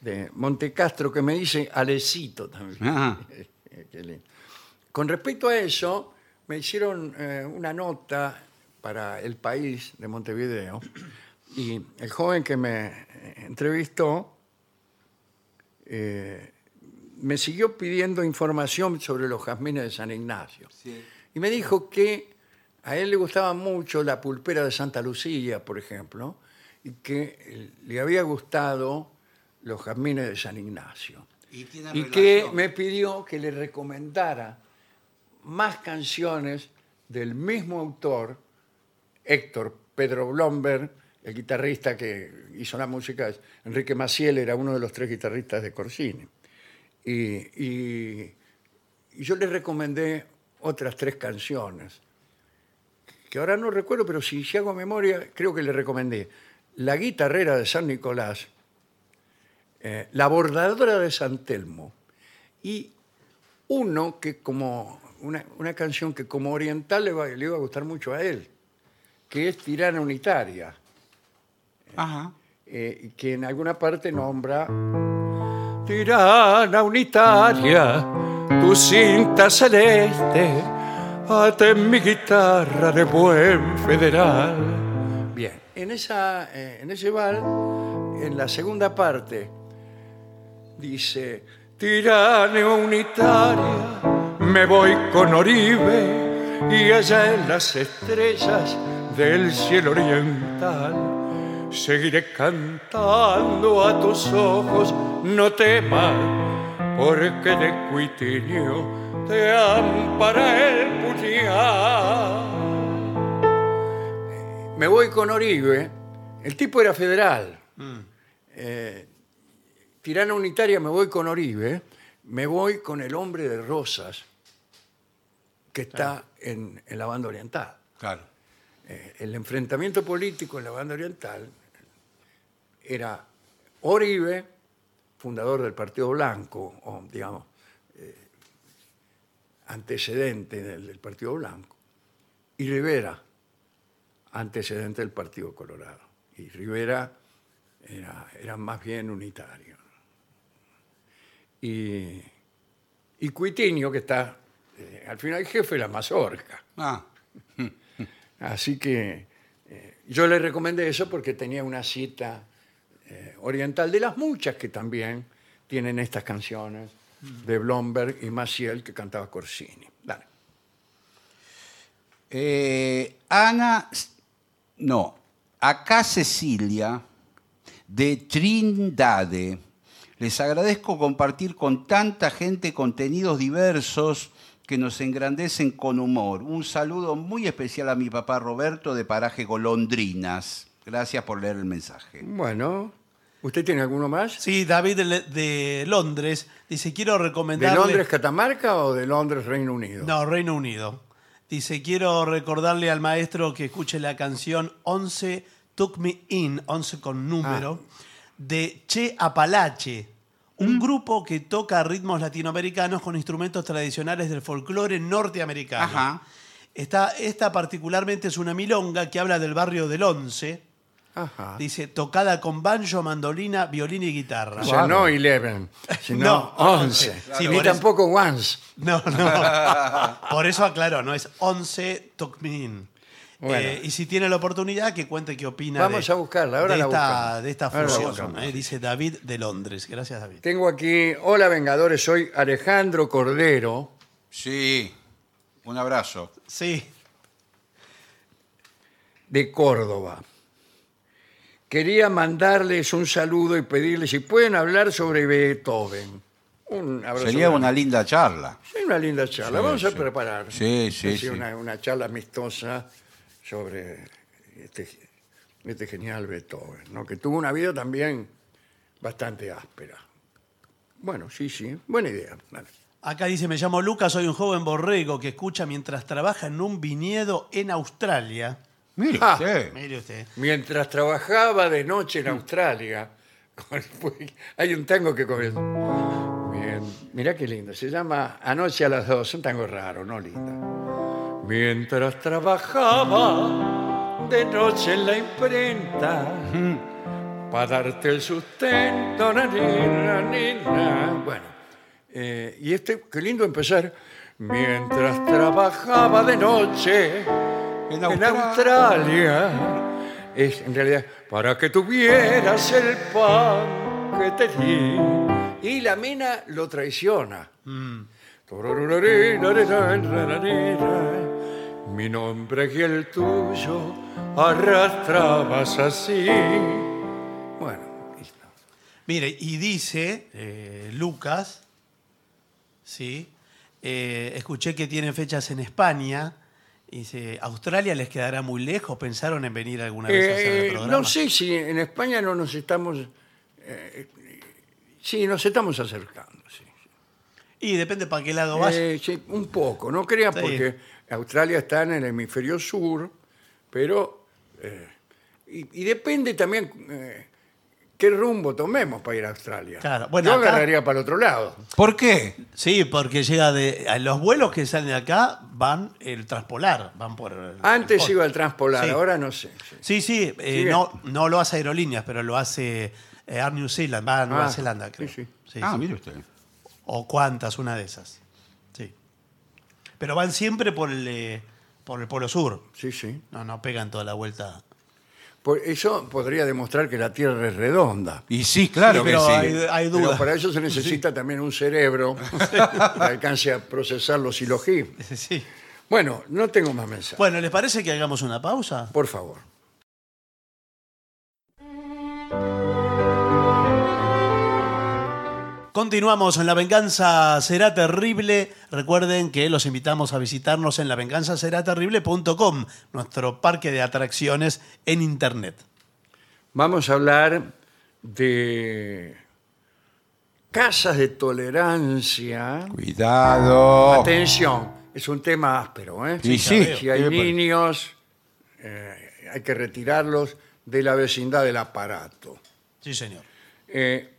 S1: de Montecastro que me dice Alecito también.
S3: Ajá.
S1: <laughs> Qué lindo. Con respecto a eso, me hicieron eh, una nota para El País de Montevideo y el joven que me eh, entrevistó eh, me siguió pidiendo información sobre los jazmines de San Ignacio. Y me dijo que a él le gustaba mucho la pulpera de Santa Lucía, por ejemplo, y que eh, le había gustado los jazmines de San Ignacio
S3: Y,
S1: y que me pidió que le recomendara más canciones del mismo autor, Héctor Pedro Blomberg, el guitarrista que hizo la música, Enrique Maciel era uno de los tres guitarristas de Corsini. Y, y- y yo le recomendé otras tres canciones, que ahora no recuerdo, pero si, si hago memoria, creo que le recomendé La guitarrera de San Nicolás, eh, La Bordadora de San Telmo y uno que como una, una canción que como oriental le, va- le iba a gustar mucho a él, que es Tirana Unitaria,
S3: Ajá.
S1: eh, y que en alguna parte nombra Tirana Unitaria, tu cinta celeste, ate en mi guitarra de buen federal. Bien, en, esa, eh, en ese bar, en la segunda parte, dice, tirano unitaria, me voy con Oribe y allá en las estrellas del cielo oriental seguiré cantando a tus ojos, no temas, porque de cuitinio te ampara el puñal. Me voy con Oribe, el tipo era federal Eh, tirana unitaria me voy con Oribe, me voy con el hombre de Rosas, que está en, en la banda oriental.
S3: Claro.
S1: Eh, el enfrentamiento político en la banda oriental era Oribe, fundador del Partido Blanco, o digamos, eh, antecedente del, del Partido Blanco, y Rivera, antecedente del Partido Colorado. Y Rivera era, era más bien unitario. Y, y Cuitinio, que está eh, al final el jefe de la mazorca.
S3: Ah,
S1: Así que eh, yo le recomendé eso porque tenía una cita eh, oriental de las muchas que también tienen estas canciones de Blomberg y Maciel que cantaba Corsini. Dale.
S3: eh, Ana, no, acá Cecilia de Trindade. Les agradezco compartir con tanta gente contenidos diversos que nos engrandecen con humor. Un saludo muy especial a mi papá Roberto de Paraje Golondrinas. Gracias por leer el mensaje.
S1: Bueno, ¿usted tiene alguno más?
S2: Sí, David de, Le- de Londres dice, quiero
S1: ¿De
S2: recomendarle...
S1: Londres, Catamarca o de Londres, Reino Unido?
S2: No, Reino Unido. Dice, quiero recordarle al maestro que escuche la canción 11 Took Me In, 11 con número,
S1: Ah.
S2: de Che Apalache, un
S1: Mm.
S2: grupo que toca ritmos latinoamericanos con instrumentos tradicionales del folclore norteamericano.
S3: Ajá.
S2: Esta, esta particularmente es una milonga que habla del barrio del 11,
S1: Ajá.
S2: dice, tocada con banjo, mandolina, violín y guitarra.
S1: O sea, no
S2: <laughs>
S1: 11, sino
S2: No,
S1: 11.
S2: once. Sí,
S1: Ni
S2: por eso.
S1: tampoco once.
S2: <laughs> No, no. Por eso aclaro, no es 11 Tokmin.
S1: Bueno.
S2: Eh, y si tiene la oportunidad, que cuente qué opina.
S1: Vamos
S2: de-
S1: a buscarla, ahora
S2: de
S1: la
S2: esta,
S1: buscamos.
S2: de esta
S1: Ahora la
S2: fusión.
S1: buscamos.
S2: eh, dice David de Londres. Gracias, David.
S1: Tengo aquí, hola Vengadores, soy Alejandro Cordero.
S3: Sí, un abrazo.
S2: Sí.
S1: de Córdoba. Quería mandarles un saludo y pedirles si pueden hablar sobre Beethoven. Un abrazo
S3: Sería
S1: grande.
S3: una linda charla.
S1: Sí, una linda charla.
S3: Sí,
S1: Vamos a
S3: sí.
S1: preparar.
S3: Sí, sí,
S1: Así
S3: sí.
S1: Una, una charla amistosa sobre este, este genial Beethoven, ¿no? que tuvo una vida también bastante áspera. Bueno, sí, sí, buena idea. Vale.
S2: Acá dice, me llamo Lucas, soy un joven borrego que escucha mientras trabaja en un viñedo en Australia.
S3: Mire,
S1: Ah,
S3: usted.
S2: Mire usted.
S1: Mientras trabajaba de noche en Australia, <laughs> con- fue- hay un tango que comienza. Bien, mirá qué lindo, se llama Anoche a las dos, un tango raro, no lindo. Mientras trabajaba de noche en la imprenta, para darte el sustento, na, ni, na, ni, na. Bueno, eh, y este, qué lindo empezar. Mientras trabajaba de noche, en Australia. Es en realidad para que tuvieras el pan que te di. Y la mina lo traiciona. Mi nombre y el tuyo arrastrabas así. Bueno, listo.
S2: Mire, y dice eh, Lucas, ¿sí? Eh, escuché que tienen fechas en España. Dice, Australia les quedará muy lejos. ¿Pensaron en venir alguna vez a hacer el
S1: Eh,
S2: programa?
S1: no sé si en España no nos estamos... eh, sí, nos estamos acercando, sí.
S2: Y depende para qué lado vas.
S1: Eh, sí, un poco, no crean
S2: Sí.
S1: porque Australia está en el hemisferio sur, pero... eh, y, y depende también eh, qué rumbo tomemos para ir a Australia.
S2: Claro, bueno,
S1: Yo
S2: acá-
S1: agarraría para el otro lado.
S3: ¿Por qué?
S2: Sí, porque llega de. a Los vuelos que salen de acá van el transpolar, van por. el-
S1: Antes
S2: el-
S1: iba al transpolar,
S2: Sí.
S1: ahora no sé. sí.
S2: Sí, sí, eh,
S1: Sigue.
S2: no, no lo hace Aerolíneas, pero lo hace eh, Air New Zealand, va a Nueva
S1: Ah,
S2: Zelanda,
S1: sí,
S2: creo.
S1: sí.
S2: Sí,
S3: Ah,
S2: sí.
S3: mire usted.
S2: O cuántas, una de esas. Sí. Pero van siempre por el, eh, por el Polo Sur.
S1: Sí, sí.
S2: No, no pegan toda la vuelta.
S1: Por eso podría demostrar que la Tierra es redonda.
S3: Y sí, claro
S2: Sí,
S3: que
S2: pero
S3: sí.
S2: hay, hay
S1: Pero
S2: dudas.
S1: para eso se necesita también un cerebro que alcance a procesar los silogismos.
S2: <laughs> Sí.
S1: Bueno, no tengo más mensajes.
S2: Bueno, ¿les parece que hagamos una pausa?
S1: Por favor.
S2: Continuamos en La Venganza Será Terrible. Recuerden que los invitamos a visitarnos en lavenganzaseraterrible.com, nuestro parque de atracciones en Internet.
S1: Vamos a hablar de casas de tolerancia.
S3: Cuidado.
S1: Atención, es un tema áspero. ¿eh?
S3: Oh. Sí, sí.
S1: Si hay
S3: Sí, pues.
S1: niños, eh, hay que retirarlos de la vecindad del aparato.
S2: Sí, señor.
S1: Eh,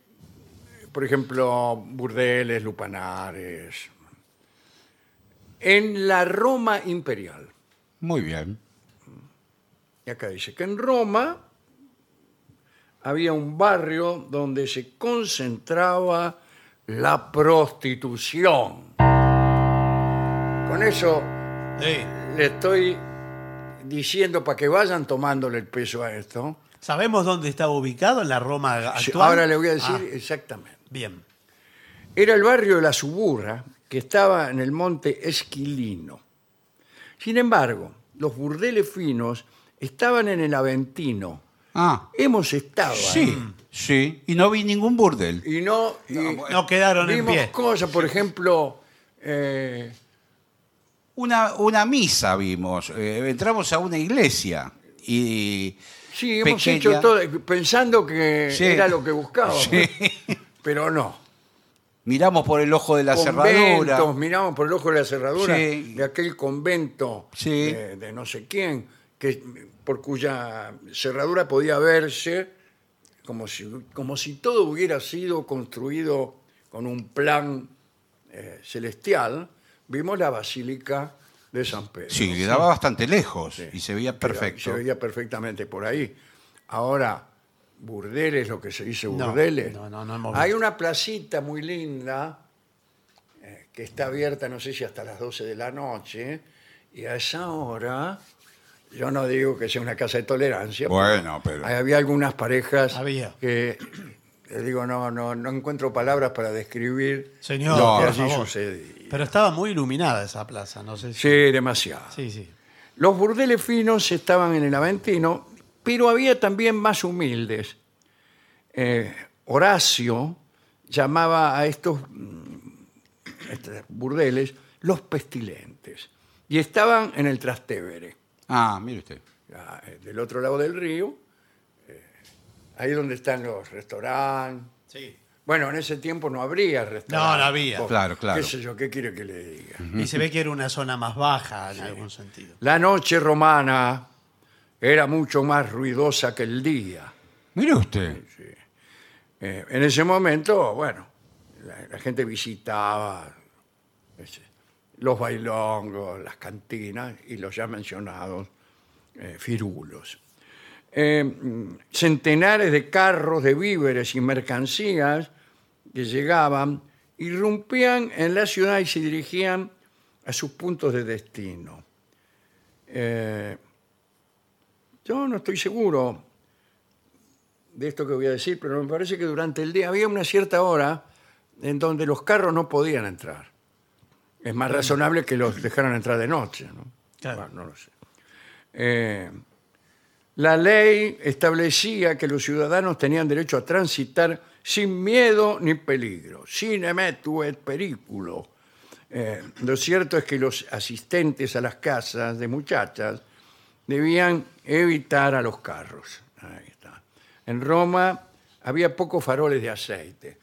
S1: por ejemplo, burdeles, lupanares. En la Roma imperial.
S3: Muy bien.
S1: Y acá dice que en Roma había un barrio donde se concentraba la prostitución. Con eso le estoy diciendo para que vayan tomándole el peso a esto.
S2: ¿Sabemos dónde estaba ubicado? En la Roma actual.
S1: Ahora le voy a decir
S2: Ah,
S1: exactamente.
S2: bien.
S1: Era el barrio de la Suburra, que estaba en el monte Esquilino. Sin embargo, los burdeles finos estaban en el Aventino.
S3: Ah,
S1: Hemos estado
S3: sí,
S1: ahí.
S3: sí. Y no vi ningún burdel.
S1: Y no, y
S2: No quedaron en
S1: vimos
S2: pie.
S1: cosas, por ejemplo, eh,
S3: Una, una misa vimos. eh, entramos a una iglesia y...
S1: sí, hemos
S3: Pequeña.
S1: hecho todo, pensando que
S3: Sí.
S1: era lo que buscábamos,
S3: Sí.
S1: pero no.
S3: Miramos por el ojo de la
S1: conventos,
S3: cerradura.
S1: miramos por el ojo de la cerradura
S3: Sí.
S1: de aquel convento
S3: Sí.
S1: de, de no sé quién, que, por cuya cerradura podía verse como si, como si todo hubiera sido construido con un plan eh, celestial. Vimos la Basílica de San Pedro.
S3: Sí, quedaba bastante lejos y se veía perfecto.
S1: Se veía perfectamente por ahí. Ahora, burdeles, lo que se dice
S2: No,
S1: burdeles.
S2: no, no, no hemos
S1: Hay
S2: visto.
S1: una placita muy linda eh, que está abierta, no sé si hasta las 12 de la noche, y a esa hora, yo no digo que sea una casa de tolerancia.
S3: Bueno, pero-
S1: ahí había algunas parejas
S2: Había.
S1: que, le digo, no, no, no encuentro palabras para describir
S2: Señor,
S1: lo que
S2: por
S1: allí
S2: favor.
S1: sucedía.
S2: Pero estaba muy iluminada esa plaza, no sé si.
S1: Sí, demasiado.
S2: Sí, sí.
S1: Los burdeles finos estaban en el Aventino, pero había también más humildes. Eh, Horacio llamaba a estos, mm, estos burdeles los pestilentes y estaban en el Trastevere,
S3: Ah, mire usted.
S1: ah, eh, del otro lado del río, eh, ahí donde están los restaurantes. Bueno, en ese tiempo no habría restaurantes.
S2: no había.
S1: Oh,
S3: Claro, claro.
S1: ¿Qué sé yo? ¿Qué quiere que le diga?
S2: Y se ve que era una zona más baja en algún sentido.
S1: La noche romana era mucho más ruidosa que el día.
S3: Mire usted.
S1: Eh, en ese momento, bueno, la, la gente visitaba ese, los bailongos, las cantinas y los ya mencionados eh, firulos. Eh, mm, centenares de carros de víveres y mercancías que llegaban irrumpían en la ciudad y se dirigían a sus puntos de destino. Eh, yo no estoy seguro de esto que voy a decir, pero me parece que durante el día había una cierta hora en donde los carros no podían entrar. Es más razonable que los dejaran entrar de noche, ¿no?
S2: Claro.
S1: Bueno, no lo sé. Eh, la ley establecía que los ciudadanos tenían derecho a transitar sin miedo ni peligro. Sine metu et periculo. Eh, lo cierto es que los asistentes a las casas de muchachas debían evitar a los carros. Ahí está. En Roma había pocos faroles de aceite.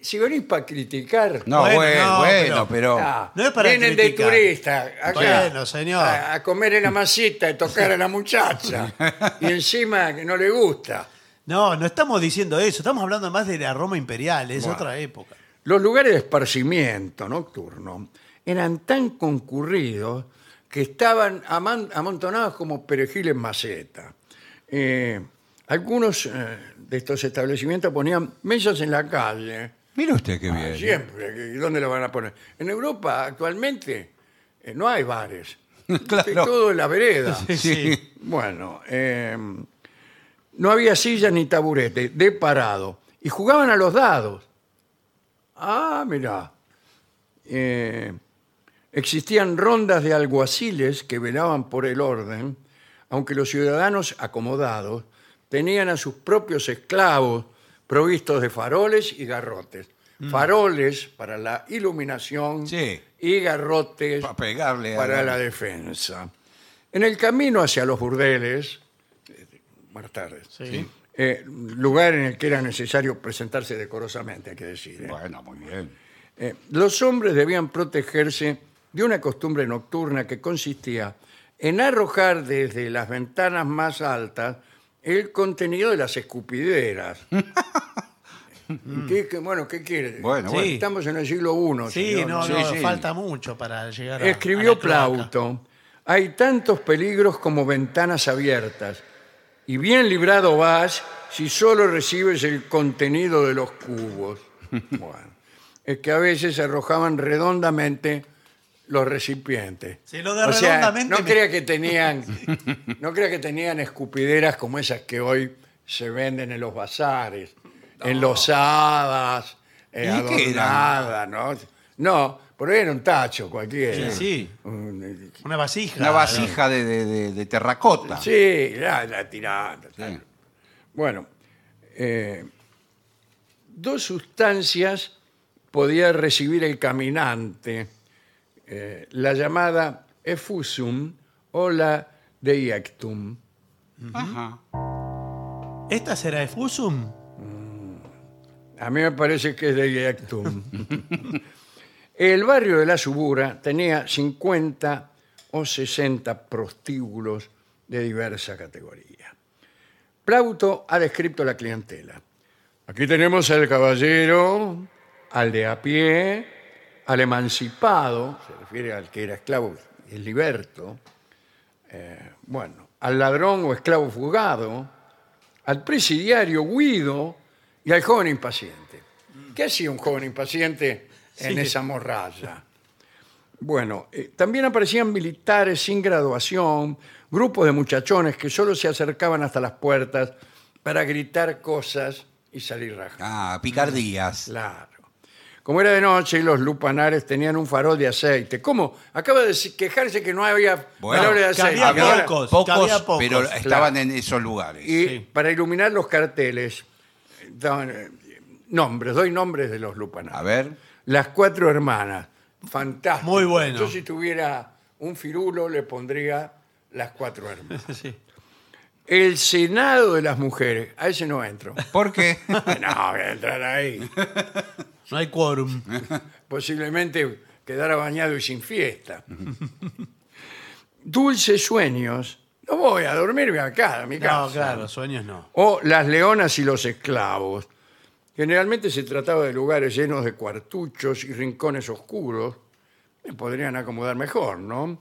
S1: Si venís para criticar,
S3: No,
S2: Bueno,
S3: bueno,
S2: no,
S3: bueno,
S2: pero-
S3: pero...
S1: Ah,
S2: No es para
S1: vienen
S2: criticar.
S1: de turista acá,
S2: Bueno, señor.
S1: A, a comer en la masita y tocar a la muchacha. y encima que no le gusta.
S2: No, no estamos diciendo eso, estamos hablando más de la Roma imperial, es otra época.
S1: Los lugares de esparcimiento nocturno eran tan concurridos que estaban aman- amontonados como perejil en maceta. Eh, algunos eh, de estos establecimientos ponían mesas en la calle,
S3: Mire usted qué bien.
S1: Ah,
S3: ¿eh?
S1: siempre. ¿Y dónde lo van a poner? En Europa actualmente eh, no hay bares.
S3: Claro.
S1: Es Todo en la vereda.
S2: Sí.
S1: Bueno, eh, no había sillas ni taburete, de parado. Y jugaban a los dados. Ah, mirá. Eh, existían rondas de alguaciles que velaban por el orden, aunque los ciudadanos acomodados tenían a sus propios esclavos provistos de faroles y garrotes. Faroles para la iluminación
S3: Sí.
S1: y garrotes
S3: Para
S2: eh,
S3: pegarle a
S1: para
S3: la-
S1: la defensa. En el camino hacia los burdeles, eh, buenas tardes,
S2: Sí.
S1: eh, lugar en el que era necesario presentarse decorosamente, hay que decir. ¿eh?
S3: Bueno, muy bien.
S1: Eh, los hombres debían protegerse de una costumbre nocturna que consistía en arrojar desde las ventanas más altas el contenido de las
S2: <laughs>
S1: escupideras. ¿Qué- qué- bueno, ¿qué quiere?
S3: Bueno,
S2: Sí.
S3: bueno.
S1: Estamos en el siglo I.
S2: Sí,
S1: señor,
S2: no,
S3: Sí,
S2: no,
S3: sí.
S2: falta mucho para llegar a. a
S1: Escribió
S2: la cloaca.
S1: Plauto, hay tantos peligros como ventanas abiertas, y bien librado vas si solo recibes el contenido de los cubos. Bueno, es que a veces arrojaban redondamente los recipientes.
S2: Se lo da
S1: O sea,
S2: redondamente,
S1: no
S2: me-
S1: crea que tenían, no crea que tenían escupideras como esas que hoy se venden en los bazares, enlosadas, eh,
S3: ¿Y qué eran?
S1: adornadas, ¿no? No, por ahí era un tacho cualquiera.
S2: Sí, sí.
S1: Un- eh,
S2: Una vasija.
S3: Una vasija de, de- de- de
S2: Ah.
S3: terracota.
S1: Sí, la, la tirada.
S3: Sí.
S1: Bueno, eh, dos sustancias podía recibir el caminante, eh, la llamada effusum o la deiactum.
S3: Ajá.
S2: ¿Esta será Efusum?
S1: A mí me parece que es deiactum. El barrio de la Subura tenía 50 o 60 prostíbulos de diversa categoría. Plauto ha descrito la clientela. Aquí tenemos al caballero, al de a pie, al emancipado, se refiere al que era esclavo, el liberto, eh, bueno, al ladrón o esclavo fugado, al presidiario Guido y al joven impaciente. ¿Qué hacía un joven impaciente en
S2: Sí.
S1: esa morralla? Bueno, eh, también aparecían militares sin graduación, grupos de muchachones que solo se acercaban hasta las puertas para gritar cosas y salir rajados.
S3: Ah, picardías.
S1: Claro. Como era de noche, los lupanares tenían un farol de aceite. ¿Cómo? Acaba de se- quejarse que no había
S3: Bueno,
S1: faroles de
S2: que
S1: aceite.
S2: había
S1: Ahora-
S2: pocos. había
S3: Pocos,
S2: pocos,
S3: pero
S2: claro.
S3: estaban en esos lugares.
S1: Y
S2: Sí.
S1: para iluminar los carteles, eh, daban eh, nombres, doy nombres de los lupanares.
S3: A ver.
S1: Las cuatro hermanas. Fantástico.
S2: Muy bueno.
S1: Yo si tuviera un firulo le pondría las cuatro hermanas.
S2: <laughs> Sí.
S1: El Senado de las Mujeres. A ese no entro. <laughs>
S3: ¿Por qué?
S1: No, voy a entrar ahí.
S2: No hay quórum.
S1: posiblemente quedara bañado y sin fiesta. Dulces sueños. No voy a dormirme acá, a mi casa.
S2: No, claro, sueños no.
S1: O las leonas y los esclavos. Generalmente se trataba de lugares llenos de cuartuchos y rincones oscuros, me podrían acomodar mejor, ¿no?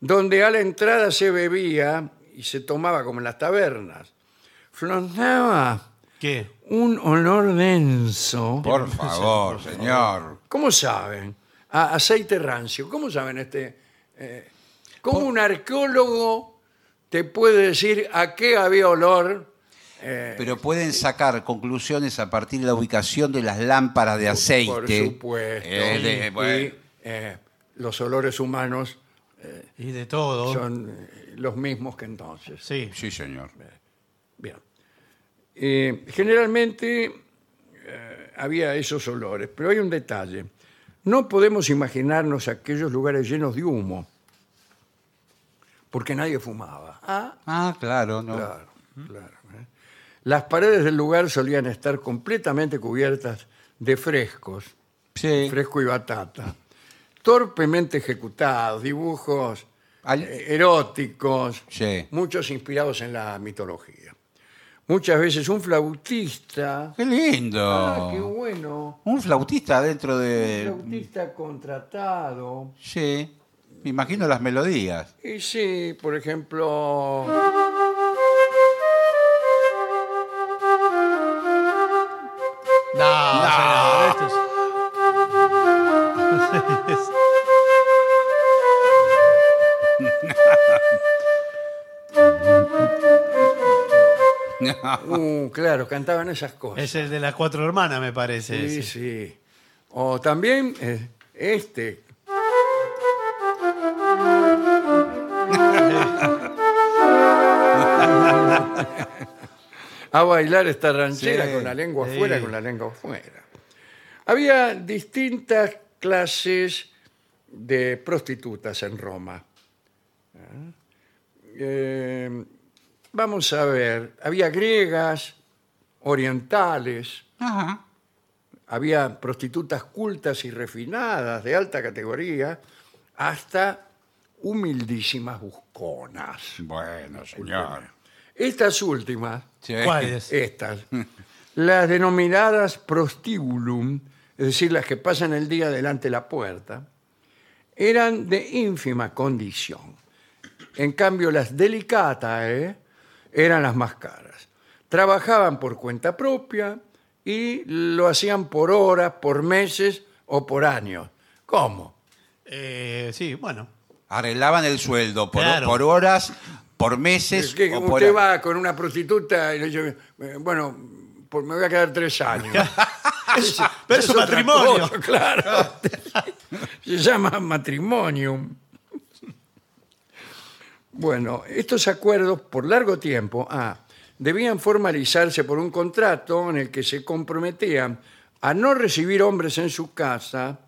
S1: Donde a la entrada se bebía y se tomaba como en las tabernas. Flotaba
S2: ¿Qué?
S1: un olor denso.
S3: Por favor, señor.
S1: ¿Cómo saben? A- aceite rancio. ¿Cómo saben este? eh, ¿Cómo un arqueólogo te puede decir a qué había olor? Eh,
S3: Pero pueden sacar conclusiones a partir de la ubicación de las lámparas de aceite.
S1: Por supuesto.
S3: Eh, de-
S1: Y,
S3: bueno,
S1: eh, los olores humanos
S2: Y de
S3: Oh.
S2: todo.
S1: son eh, los mismos que entonces.
S2: Sí.
S3: Sí, señor.
S1: Bien. Eh, generalmente eh, había esos olores, pero hay un detalle. No podemos imaginarnos aquellos lugares llenos de humo, porque nadie fumaba. Ah,
S3: Ah, claro, no.
S1: Claro, claro. ¿eh? Las paredes del lugar solían estar completamente cubiertas de frescos,
S3: Sí.
S1: fresco y batata, torpemente ejecutados, dibujos
S3: Al-
S1: eh, eróticos,
S3: Sí.
S1: muchos inspirados en la mitología. Muchas veces un flautista,
S3: Qué
S1: ah, qué
S3: lindo.
S1: bueno,
S3: Un flautista dentro
S1: un
S3: de.
S1: flautista contratado.
S3: Sí. Me imagino las melodías.
S1: Y sí, por ejemplo.
S3: <laughs>
S2: No, señor, esto es-
S1: Uh, claro, cantaban esas cosas.
S2: Es el de las cuatro hermanas, me parece.
S1: Sí,
S2: sí.
S1: sí. O también eh, este. A bailar esta ranchera
S3: Sí,
S1: con la lengua
S2: sí.
S1: afuera, con la lengua afuera. Había distintas clases de prostitutas en Roma. Eh, vamos a ver, había griegas, orientales,
S3: Ajá.
S1: había prostitutas cultas y refinadas de alta categoría, hasta humildísimas busconas.
S3: Bueno, señor.
S1: Estas últimas,
S3: Sí.
S2: ¿Cuál es?
S1: estas, las denominadas prostibulum, es decir, las que pasan el día delante de la puerta, eran de ínfima condición. En cambio, las delicatae eran las ¿eh? más caras. trabajaban por cuenta propia y lo hacían por horas, por meses o por años. ¿Cómo?
S2: Eh, sí, bueno.
S3: Arreglaban el sueldo por,
S2: Claro.
S3: por horas, por
S1: Es
S3: meses
S1: que
S3: o por
S1: usted va con una prostituta y le dice, eh, bueno, por- me voy a quedar tres años.
S3: <laughs>
S1: Es-
S2: pero es un
S1: otra
S2: matrimonio.
S1: cosa, claro. <laughs> Se llama matrimonio. Bueno, estos acuerdos por largo tiempo ah, debían formalizarse por un contrato en el que se comprometían a no recibir hombres en su casa,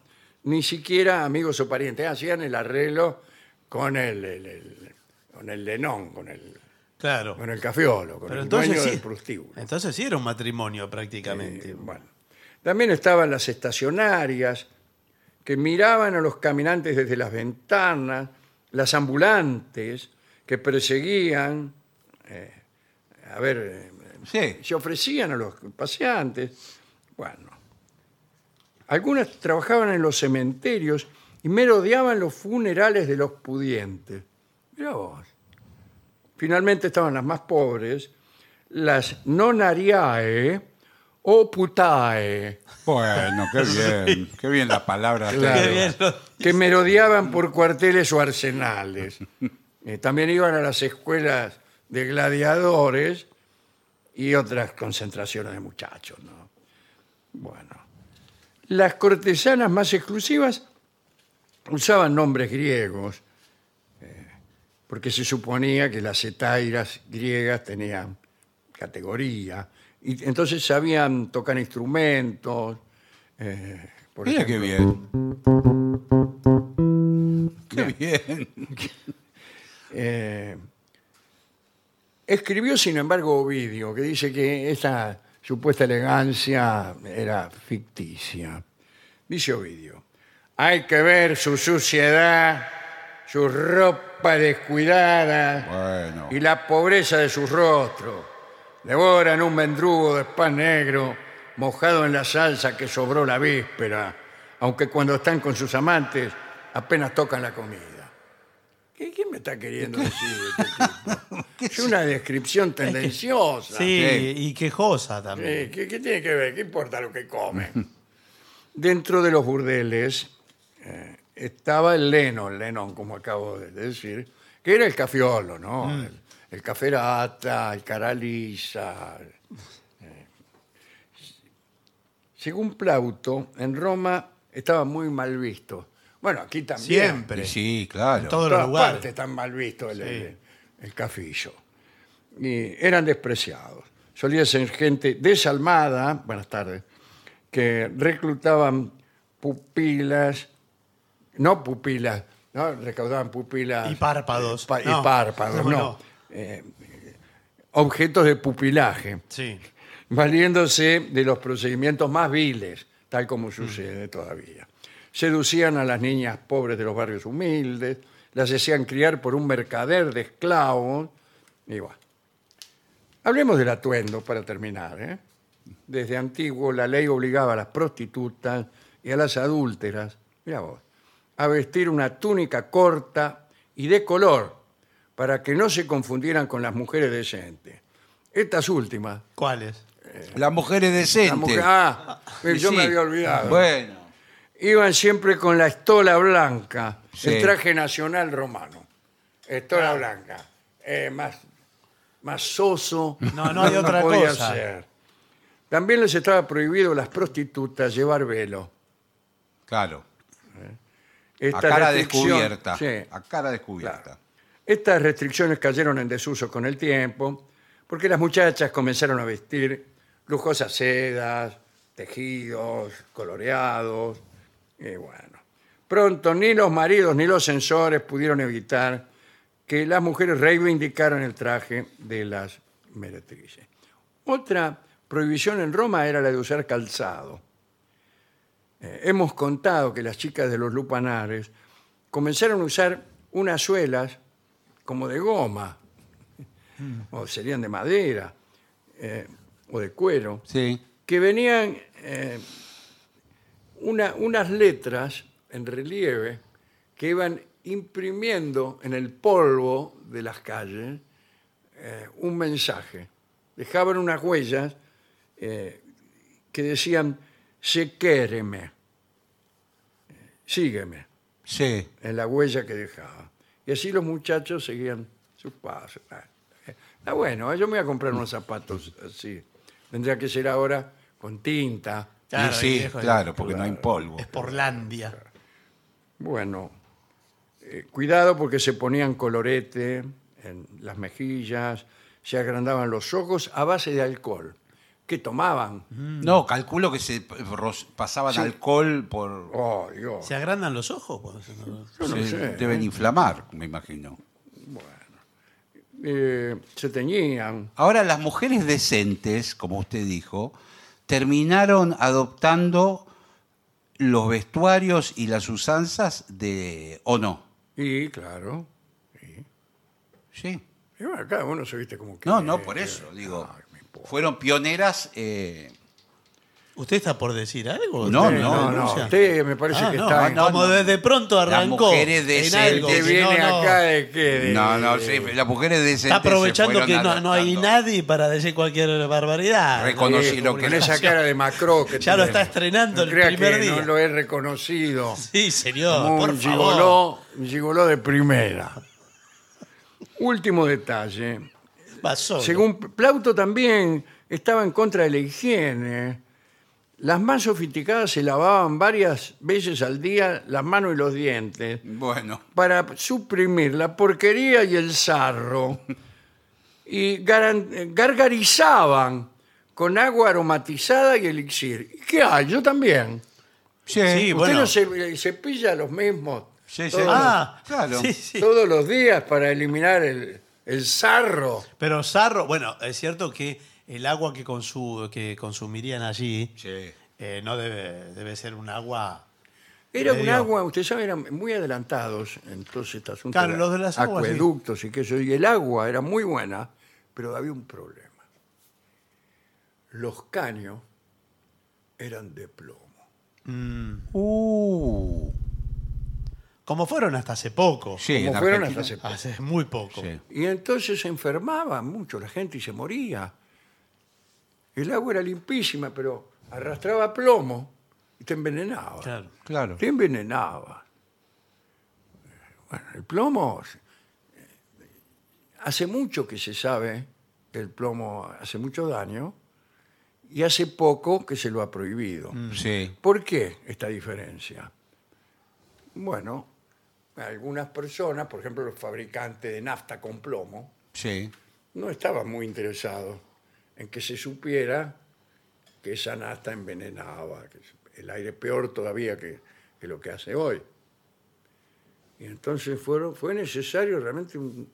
S1: ni siquiera amigos o parientes. Hacían el arreglo con el, el- el- con el lenón, con el,
S2: Claro.
S1: con el cafiolo, con
S2: Pero
S1: el
S2: entonces
S1: dueño
S2: sí,
S1: del prostíbulo.
S2: entonces sí era un matrimonio prácticamente.
S1: Eh, bueno. También estaban las estacionarias que miraban a los caminantes desde las ventanas, las ambulantes que perseguían, eh, a ver, eh,
S3: Sí.
S1: se ofrecían a los paseantes. Bueno, algunas trabajaban en los cementerios y merodeaban los funerales de los pudientes. Mirá vos. Finalmente estaban las más pobres, las nonariae o putae,
S3: Bueno, qué bien, qué bien la palabra.
S1: Claro.
S2: Qué bien lo-
S1: que merodeaban por cuarteles o arsenales. Eh, también iban a las escuelas de gladiadores y otras concentraciones de muchachos. ¿no? Bueno, las cortesanas más exclusivas usaban nombres griegos, eh, porque se suponía que las etairas griegas tenían categoría, y entonces sabían tocar instrumentos. eh, por
S3: Mira qué
S1: ejemplo.
S3: bien. Qué bien.
S1: Eh, escribió, sin embargo, Ovidio, que dice que esta supuesta elegancia era ficticia. Dice Ovidio, hay que ver su suciedad, su ropa descuidada
S3: Bueno.
S1: y la pobreza de su rostro. Devoran un mendrugo de pan negro mojado en la salsa que sobró la víspera, aunque cuando están con sus amantes apenas tocan la comida. ¿Qué, ¿Quién me está queriendo decir <laughs> de este tipo? Es una descripción tendenciosa.
S2: Sí,
S3: Sí.
S2: y quejosa también.
S1: Eh, ¿Qué, qué tiene que ver? ¿Qué importa lo que come? <laughs> Dentro de los burdeles eh, estaba el Lennon, Lennon, como acabo de decir, que era el cafiolo, ¿no? El, el caferata, el caraliza. eh. Según Plauto, en Roma estaba muy mal visto. Bueno, aquí también.
S2: Siempre.
S3: Y Sí, claro.
S2: En todos
S1: En
S2: los
S1: todas
S2: lugares.
S1: partes están mal visto el, el- el cafillo. Y eran despreciados. Solía ser gente desalmada, buenas tardes, que reclutaban pupilas, no pupilas, no recaudaban pupilas.
S2: Y párpados.
S1: pa- y
S2: No.
S1: párpados,
S2: No,
S1: no.
S2: no.
S1: Eh, objetos de pupilaje
S2: Sí.
S1: valiéndose de los procedimientos más viles, tal como sucede todavía. Seducían a las niñas pobres de los barrios humildes, las hacían criar por un mercader de esclavos, y bueno. Hablemos del atuendo para terminar. ¿eh? Desde antiguo la ley obligaba a las prostitutas y a las adúlteras, mira vos, a vestir una túnica corta y de color para que no se confundieran con las mujeres decentes. Estas últimas
S2: ¿Cuáles?
S3: La mujer es
S1: la
S3: decente.
S1: mujer- ah, pero
S3: Y
S1: yo me
S3: sí.
S1: había olvidado.
S3: Bueno.
S1: Iban siempre con la estola blanca,
S3: Sí.
S1: el traje nacional romano.
S2: Ah.
S1: Estola blanca. Eh, más, más soso.
S2: No, no hay otra
S1: podía
S2: cosa.
S1: ser. También les estaba prohibido a las prostitutas llevar velo.
S3: Claro.
S1: Esta
S3: a cara
S1: restricción-
S3: descubierta.
S1: Sí.
S3: A cara descubierta.
S1: Estas restricciones cayeron en desuso con el tiempo, porque las muchachas comenzaron a vestir lujosas sedas, tejidos, coloreados, y bueno. Pronto ni los maridos ni los censores pudieron evitar que las mujeres reivindicaran el traje de las meretrices. Otra prohibición en Roma era la de usar calzado. Eh, hemos contado que las chicas de los lupanares comenzaron a usar unas suelas como de goma, o serían de madera, eh, o de cuero,
S3: Sí.
S1: que venían eh, una- unas letras en relieve que iban imprimiendo en el polvo de las calles eh, un mensaje. dejaban unas huellas eh, que decían, se quéreme, Eh, sígueme,
S3: Sí.
S1: en la huella que dejaban. Y así los muchachos seguían sus pasos. Ah, ah, bueno, yo me voy a comprar unos zapatos así. Tendría que ser ahora con tinta.
S2: Claro,
S3: Y sí,
S2: y dejo de-
S3: claro, porque no hay polvo.
S2: Es Porlandia.
S1: Bueno, eh, cuidado porque se ponían colorete en las mejillas, se agrandaban los ojos a base de alcohol. ¿Qué tomaban?
S3: No, calculo que se eh, ros- pasaban
S1: Sí.
S3: alcohol por...
S1: Oh, Dios.
S2: ¿Se agrandan los ojos? pues? No.
S1: yo no
S3: se-
S1: sé.
S3: deben inflamar, me imagino.
S1: Eh, se teñían.
S3: Ahora, las mujeres decentes, como usted dijo, terminaron adoptando los vestuarios y las usanzas de... ¿O no?
S1: Y claro.
S3: Sí.
S1: y bueno, cada uno se viste como
S3: No,
S1: quiere.
S3: no,
S2: Eh,
S3: por eso, digo.
S1: Ay, me importa.
S3: Fueron pioneras... eh,
S2: ¿Usted está por decir algo?
S3: No,
S2: ¿Usted
S1: No,
S3: no,
S1: no,
S2: denuncia?
S1: usted me parece
S2: Ah,
S1: que
S2: no,
S1: está...
S3: no,
S2: como
S3: no.
S2: de, de pronto arrancó.
S3: mujeres
S2: en
S3: decentes.
S2: algo,
S1: que
S3: si
S1: viene
S2: no, no.
S1: acá de que... de-
S3: No, no, sí, las mujeres decentes se
S2: Eh, Está aprovechando
S3: fueron
S2: que no, no hay
S3: adaptando.
S2: nadie para decir cualquier barbaridad.
S3: Recono- Conocido que
S1: con
S3: no.
S1: Eh, esa cara de Macro que
S2: <laughs> Ya lo
S1: tiene.
S2: está estrenando
S1: No
S2: el
S1: crea
S2: primer
S1: que
S2: día.
S1: No lo he reconocido.
S2: Sí, señor,
S1: Como
S2: por
S1: un
S2: favor.
S1: gigoló, un gigoló de primera. Último detalle.
S2: Va solo.
S1: Según Plauto también estaba en contra de la higiene. Las más sofisticadas se lavaban varias veces al día las manos y los dientes
S3: Bueno,
S1: para suprimir la porquería y el sarro y garan- gargarizaban con agua aromatizada y elixir. ¿Y ¿Qué hay? Yo también.
S3: sí,
S1: Usted
S2: Sí, bueno.
S1: no se, eh, cepilla los mismos
S3: Sí,
S1: todos,
S3: sí.
S2: Ah,
S3: Claro.
S2: sí, sí.
S1: todos los días para eliminar el, el sarro.
S2: Pero Sarro, bueno, es cierto que el agua que, consu- que consumirían allí
S3: Sí.
S2: eh, no debe, debe ser un agua.
S1: Era un
S2: Medio.
S1: agua, usted sabe, eran muy adelantados en todo este asunto.
S2: Claro, los de las aguas, sí.
S1: Acueductos y qué sé yo. Y el agua era muy buena, pero había un problema. Los caños eran de plomo.
S3: Uh,
S2: mm, Como fueron hasta hace poco.
S3: sí,
S1: como
S3: en
S1: fueron
S3: Argentina.
S1: hasta hace poco.
S2: Hace muy poco.
S3: Sí.
S1: Y entonces se enfermaba mucho la gente y se moría. El agua era limpísima, pero arrastraba plomo y te envenenaba.
S2: Claro.
S3: Claro.
S1: Te envenenaba. Bueno, el plomo. eh, Hace mucho que se sabe que el plomo hace mucho daño y hace poco que se lo ha prohibido.
S3: Mm. Sí.
S1: ¿Por qué esta diferencia? Bueno, algunas personas, por ejemplo los fabricantes de nafta con plomo,
S3: Sí.
S1: no estaban muy interesados en que se supiera que esa nafta envenenaba, que es- el aire peor todavía que, que lo que hace hoy. Y entonces fueron, fue necesario realmente un-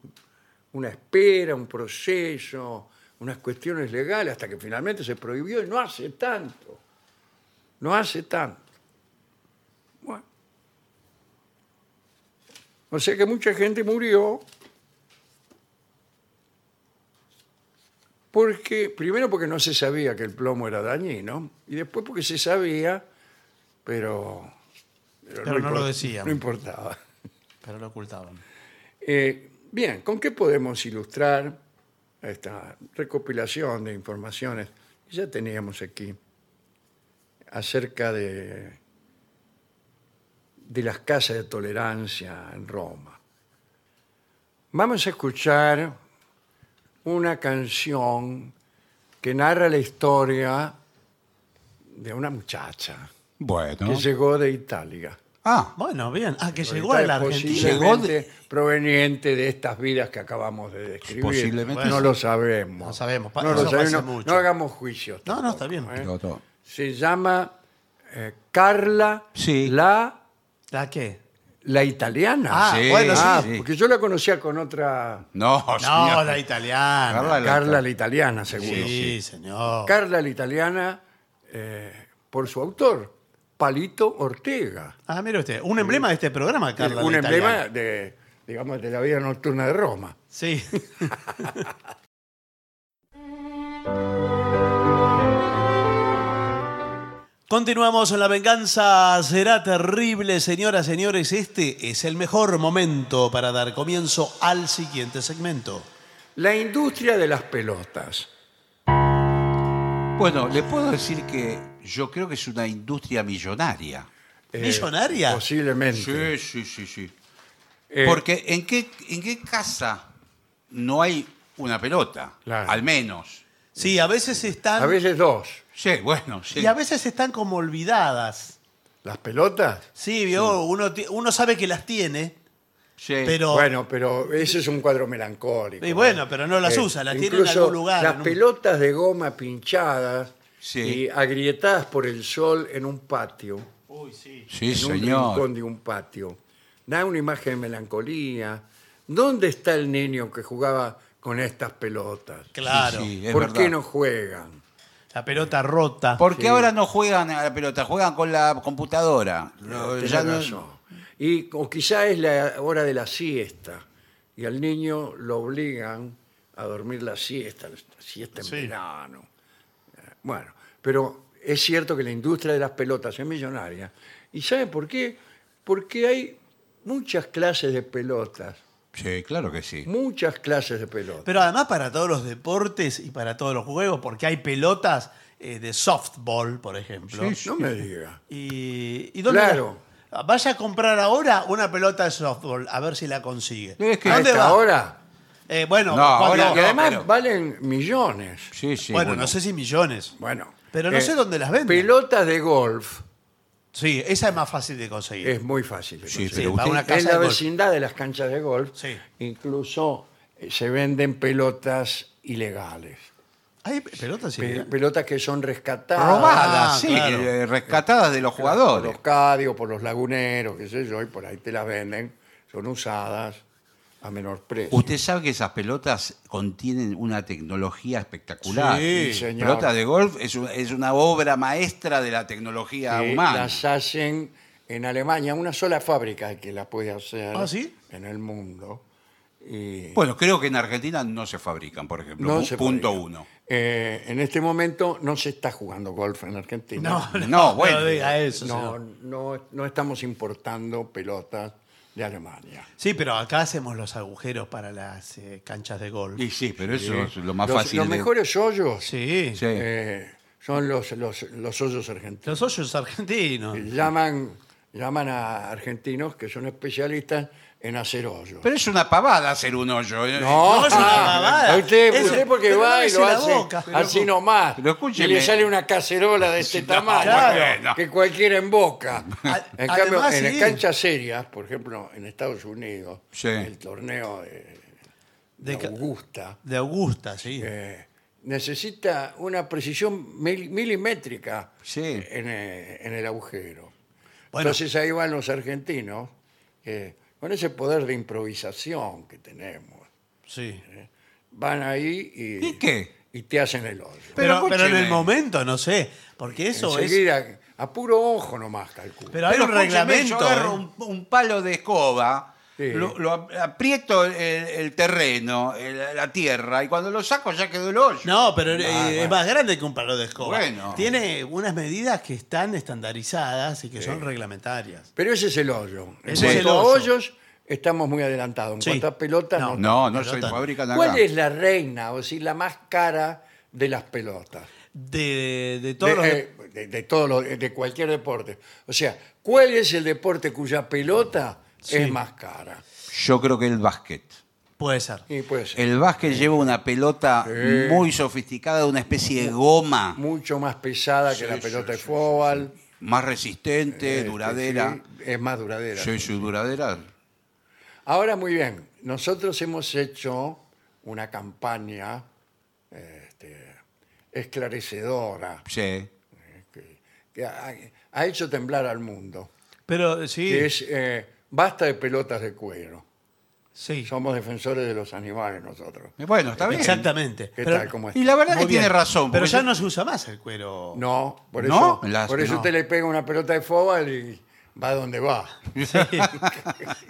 S1: una espera, un proceso, unas cuestiones legales, hasta que finalmente se prohibió y no hace tanto. No hace tanto. Bueno. O sea que mucha gente murió Porque, primero porque no se sabía que el plomo era dañino, y después porque se sabía, pero...
S2: Pero no lo
S1: import-
S2: decían.
S1: No importaba.
S2: Pero lo ocultaban.
S1: Eh, bien, ¿con qué podemos ilustrar esta recopilación de informaciones que ya teníamos aquí acerca de, de las casas de tolerancia en Roma? Vamos a escuchar una canción que narra la historia de una muchacha
S3: Bueno.
S1: que llegó de Italia.
S3: Ah,
S2: Bueno, bien. Ah, que llegó
S1: Está
S2: a la Argentina.
S1: posiblemente
S3: Llegó de-
S1: proveniente de estas vidas que acabamos de describir.
S3: Posiblemente
S1: no
S2: sí.
S1: lo sabemos.
S2: No sabemos, pa-
S1: No, lo
S2: eso
S1: sabemos,
S2: pasa
S1: no-
S2: mucho.
S1: no hagamos juicios.
S2: No, no, está
S1: tampoco,
S2: bien.
S1: ¿eh?
S3: digo todo.
S1: Se llama eh, Carla
S3: Sí.
S1: la,
S2: ¿La qué?
S1: la italiana.
S2: Ah,
S3: Sí,
S2: bueno, sí.
S1: Ah,
S3: sí.
S1: porque yo la conocía con otra
S3: No,
S2: No,
S3: señor.
S2: la italiana.
S3: Carla la-
S1: Oh, Carla la italiana, seguro.
S2: Sí, señor.
S1: Carla la italiana eh, por su autor, Palito Ortega.
S2: Ah, mire usted. Un emblema de este programa, Carla.
S1: un
S2: la
S1: emblema
S2: italiana.
S1: de, digamos, de la vida nocturna de Roma.
S2: Sí. <laughs> Continuamos en La Venganza Será Terrible, señoras, señores. Este es el mejor momento para dar comienzo al siguiente segmento.
S1: La industria de las pelotas.
S3: Bueno, le puedo decir que yo creo que es una industria millonaria.
S1: Eh,
S2: ¿Millonaria?
S1: Posiblemente.
S3: Sí, sí, sí, sí.
S1: Eh,
S3: Porque ¿en qué, en qué casa no hay una pelota?
S1: Claro.
S3: Al menos.
S2: Sí, a veces están.
S1: A veces dos.
S3: Sí, bueno, sí.
S2: Y a veces están como olvidadas.
S1: ¿Las pelotas?
S2: Sí, vio, Uno, ti- uno sabe que las tiene,
S3: sí.
S2: pero.
S1: Bueno, pero ese es un cuadro melancólico. Eh,
S2: Y bueno, pero no las usa, las tiene en
S1: incluso
S2: algún lugar,
S1: Las
S2: en un-
S1: pelotas de goma pinchadas
S3: Sí.
S1: y agrietadas por el sol en un patio,
S3: Sí,
S1: en un
S3: señor.
S1: rincón de un patio, da una imagen de melancolía. ¿Dónde está el niño que jugaba con estas pelotas?
S2: Claro.
S3: Sí, sí, es
S1: ¿Por qué
S3: verdad.
S1: no juegan?
S2: La pelota rota.
S3: Porque ahora no juegan a la pelota, juegan con la computadora. No,
S1: Tenés
S3: ya no-
S1: razón. Y o quizá es la hora de la siesta y al niño lo obligan a dormir la siesta, la siesta en
S2: Sí.
S1: verano. Eh, Bueno, pero es cierto que la industria de las pelotas es millonaria. ¿Y sabe por qué? Porque hay muchas clases de pelotas,
S3: Sí, claro que sí.
S1: muchas clases de pelotas.
S2: Pero además para todos los deportes y para todos los juegos, porque hay pelotas eh, de softball, por ejemplo.
S3: Sí, sí.
S1: no me diga.
S2: Y, y dónde
S1: Claro.
S2: la- vaya a comprar ahora una pelota de softball, a ver si la consigue.
S3: Es que-
S2: ¿A ¿Dónde
S1: ¿Hasta
S2: va?
S1: ahora?
S2: Eh, bueno,
S3: No,
S2: cuando-
S3: ahora-
S1: y además
S3: pero-
S1: valen millones.
S3: Sí, sí.
S2: bueno, no sé si millones.
S1: Bueno. eh,
S2: Pero no sé dónde las venden.
S1: Pelotas de golf
S2: Sí, esa es más fácil de conseguir.
S1: es muy fácil. de
S3: Sí,
S2: Sí,
S3: pero
S2: va a
S3: usted-
S2: una
S1: en
S2: casa
S1: la
S2: de golf.
S1: vecindad de las canchas de golf,
S2: Sí.
S1: incluso eh, se venden pelotas ilegales.
S2: Hay pelotas, sí.
S1: Pe- Pelotas que son rescatadas
S3: Robadas,
S2: Ah,
S3: sí,
S2: claro.
S3: eh, rescatadas de los
S1: por
S3: jugadores.
S1: los cadios, por los laguneros, qué sé yo, y por ahí te las venden. Son usadas a menor precio.
S3: Usted sabe que esas pelotas contienen una tecnología espectacular.
S1: Sí, señor.
S3: Pelota de golf es, un- es una obra maestra de la tecnología
S1: Eh,
S3: humana.
S1: las hacen en Alemania, una sola fábrica que las puede hacer
S2: Ah, ¿sí? Pues-
S1: en el mundo. Y
S3: Bueno, creo que en Argentina no se fabrican, por ejemplo.
S1: no
S3: Pu-
S1: se
S3: punto
S1: fabrica.
S3: uno.
S1: Eh, en este momento no se está jugando golf en Argentina.
S2: No, no,
S3: No, bueno,
S2: no diga eso.
S1: no,
S2: señor.
S1: no, no estamos importando pelotas de Alemania.
S2: Sí, pero acá hacemos los agujeros para las eh, canchas de golf.
S3: Y sí, pero eso es lo más
S1: los,
S3: fácil.
S1: los
S3: de-
S1: mejores hoyos
S2: Sí.
S3: Sí.
S1: eh, son los, los, los hoyos argentinos.
S2: Los hoyos argentinos.
S1: Llaman, llaman a argentinos que son especialistas en hacer hoyos.
S3: Pero es una pavada hacer un hoyo. eh.
S2: No, es una babada.
S1: a usted,
S2: Eso,
S1: usted porque
S2: pero no
S1: va y
S2: dice
S1: lo
S2: la
S1: hace
S2: boca.
S1: así nomás.
S3: pero
S1: y
S3: escúcheme.
S1: le sale una cacerola de este
S3: Sí, no,
S1: tamaño
S3: claro.
S1: que cualquiera en boca.
S2: A-
S1: en
S2: además,
S1: cambio, en
S2: sí.
S1: las canchas serias, por ejemplo, en Estados Unidos,
S3: Sí.
S1: el torneo de, de
S2: De ca-
S1: Augusta
S2: De Augusta, sí.
S1: eh, necesita una precisión mil- milimétrica
S3: Sí.
S1: en, eh, en el agujero.
S2: Bueno.
S1: Entonces ahí van los argentinos eh, con ese poder de improvisación que tenemos
S2: sí.
S1: van ahí y,
S3: ¿Y qué?
S1: y te hacen el hoyo.
S2: Pero, pero, en
S3: escúcheme.
S2: el momento, no sé. Porque eso es.
S1: Enseguida, a puro ojo nomás calculo.
S2: Pero hay un
S3: escúcheme,
S2: reglamento.
S3: Yo agarro
S2: ¿eh?
S3: un, un palo de escoba,
S1: Sí.
S3: lo, lo ap- aprieto el, el terreno, el- la tierra, y cuando lo saco ya quedó el hoyo.
S2: No, pero eh,
S3: Ah,
S2: es más grande que un palo de escoba.
S3: Bueno.
S2: Tiene unas medidas que están estandarizadas y que son reglamentarias.
S1: Pero ese es el hoyo. En
S2: Ese
S3: es
S1: cuanto
S2: el
S1: a
S2: hoyo.
S1: hoyos, estamos muy adelantados. En
S2: Sí.
S1: cuanto a pelotas, no.
S2: No.
S3: No, no
S2: Pero
S3: se
S2: tan-
S3: fabrican acá.
S1: ¿Cuál es la reina, o si la más cara de las pelotas?
S2: De, de todos
S1: De,
S2: los.
S1: eh, de- de todos los- de cualquier deporte. O sea, ¿cuál es el deporte cuya pelota es más cara?
S3: Yo creo que el básquet.
S2: Puede ser.
S1: Y puede ser
S3: El básquet lleva una pelota muy sofisticada, una especie de goma,
S1: mucho más pesada que la pelota de fútbol.
S3: más resistente,
S1: Este,
S3: duradera.
S1: sí, es más duradera.
S3: Soy su duradera.
S1: Ahora muy bien, nosotros hemos hecho una campaña este, esclarecedora
S3: Sí.
S1: que, que ha, ha hecho temblar al mundo,
S2: Pero sí.
S1: que es eh, basta de pelotas de cuero.
S2: sí.
S1: Somos defensores de los animales nosotros.
S3: Eh, Bueno, está bien.
S2: Exactamente.
S1: ¿Qué
S2: Pero-
S1: tal? ¿Cómo es?
S3: Y la verdad
S2: Muy
S3: que tiene
S2: bien.
S3: razón.
S2: Pero
S3: porque
S2: ya
S3: yo-
S2: no se usa más el cuero.
S1: No, por
S3: ¿No?
S1: eso,
S3: Las-
S1: por eso
S3: no.
S1: usted le pega una pelota de fóbal y va donde va.
S2: <laughs> Sí.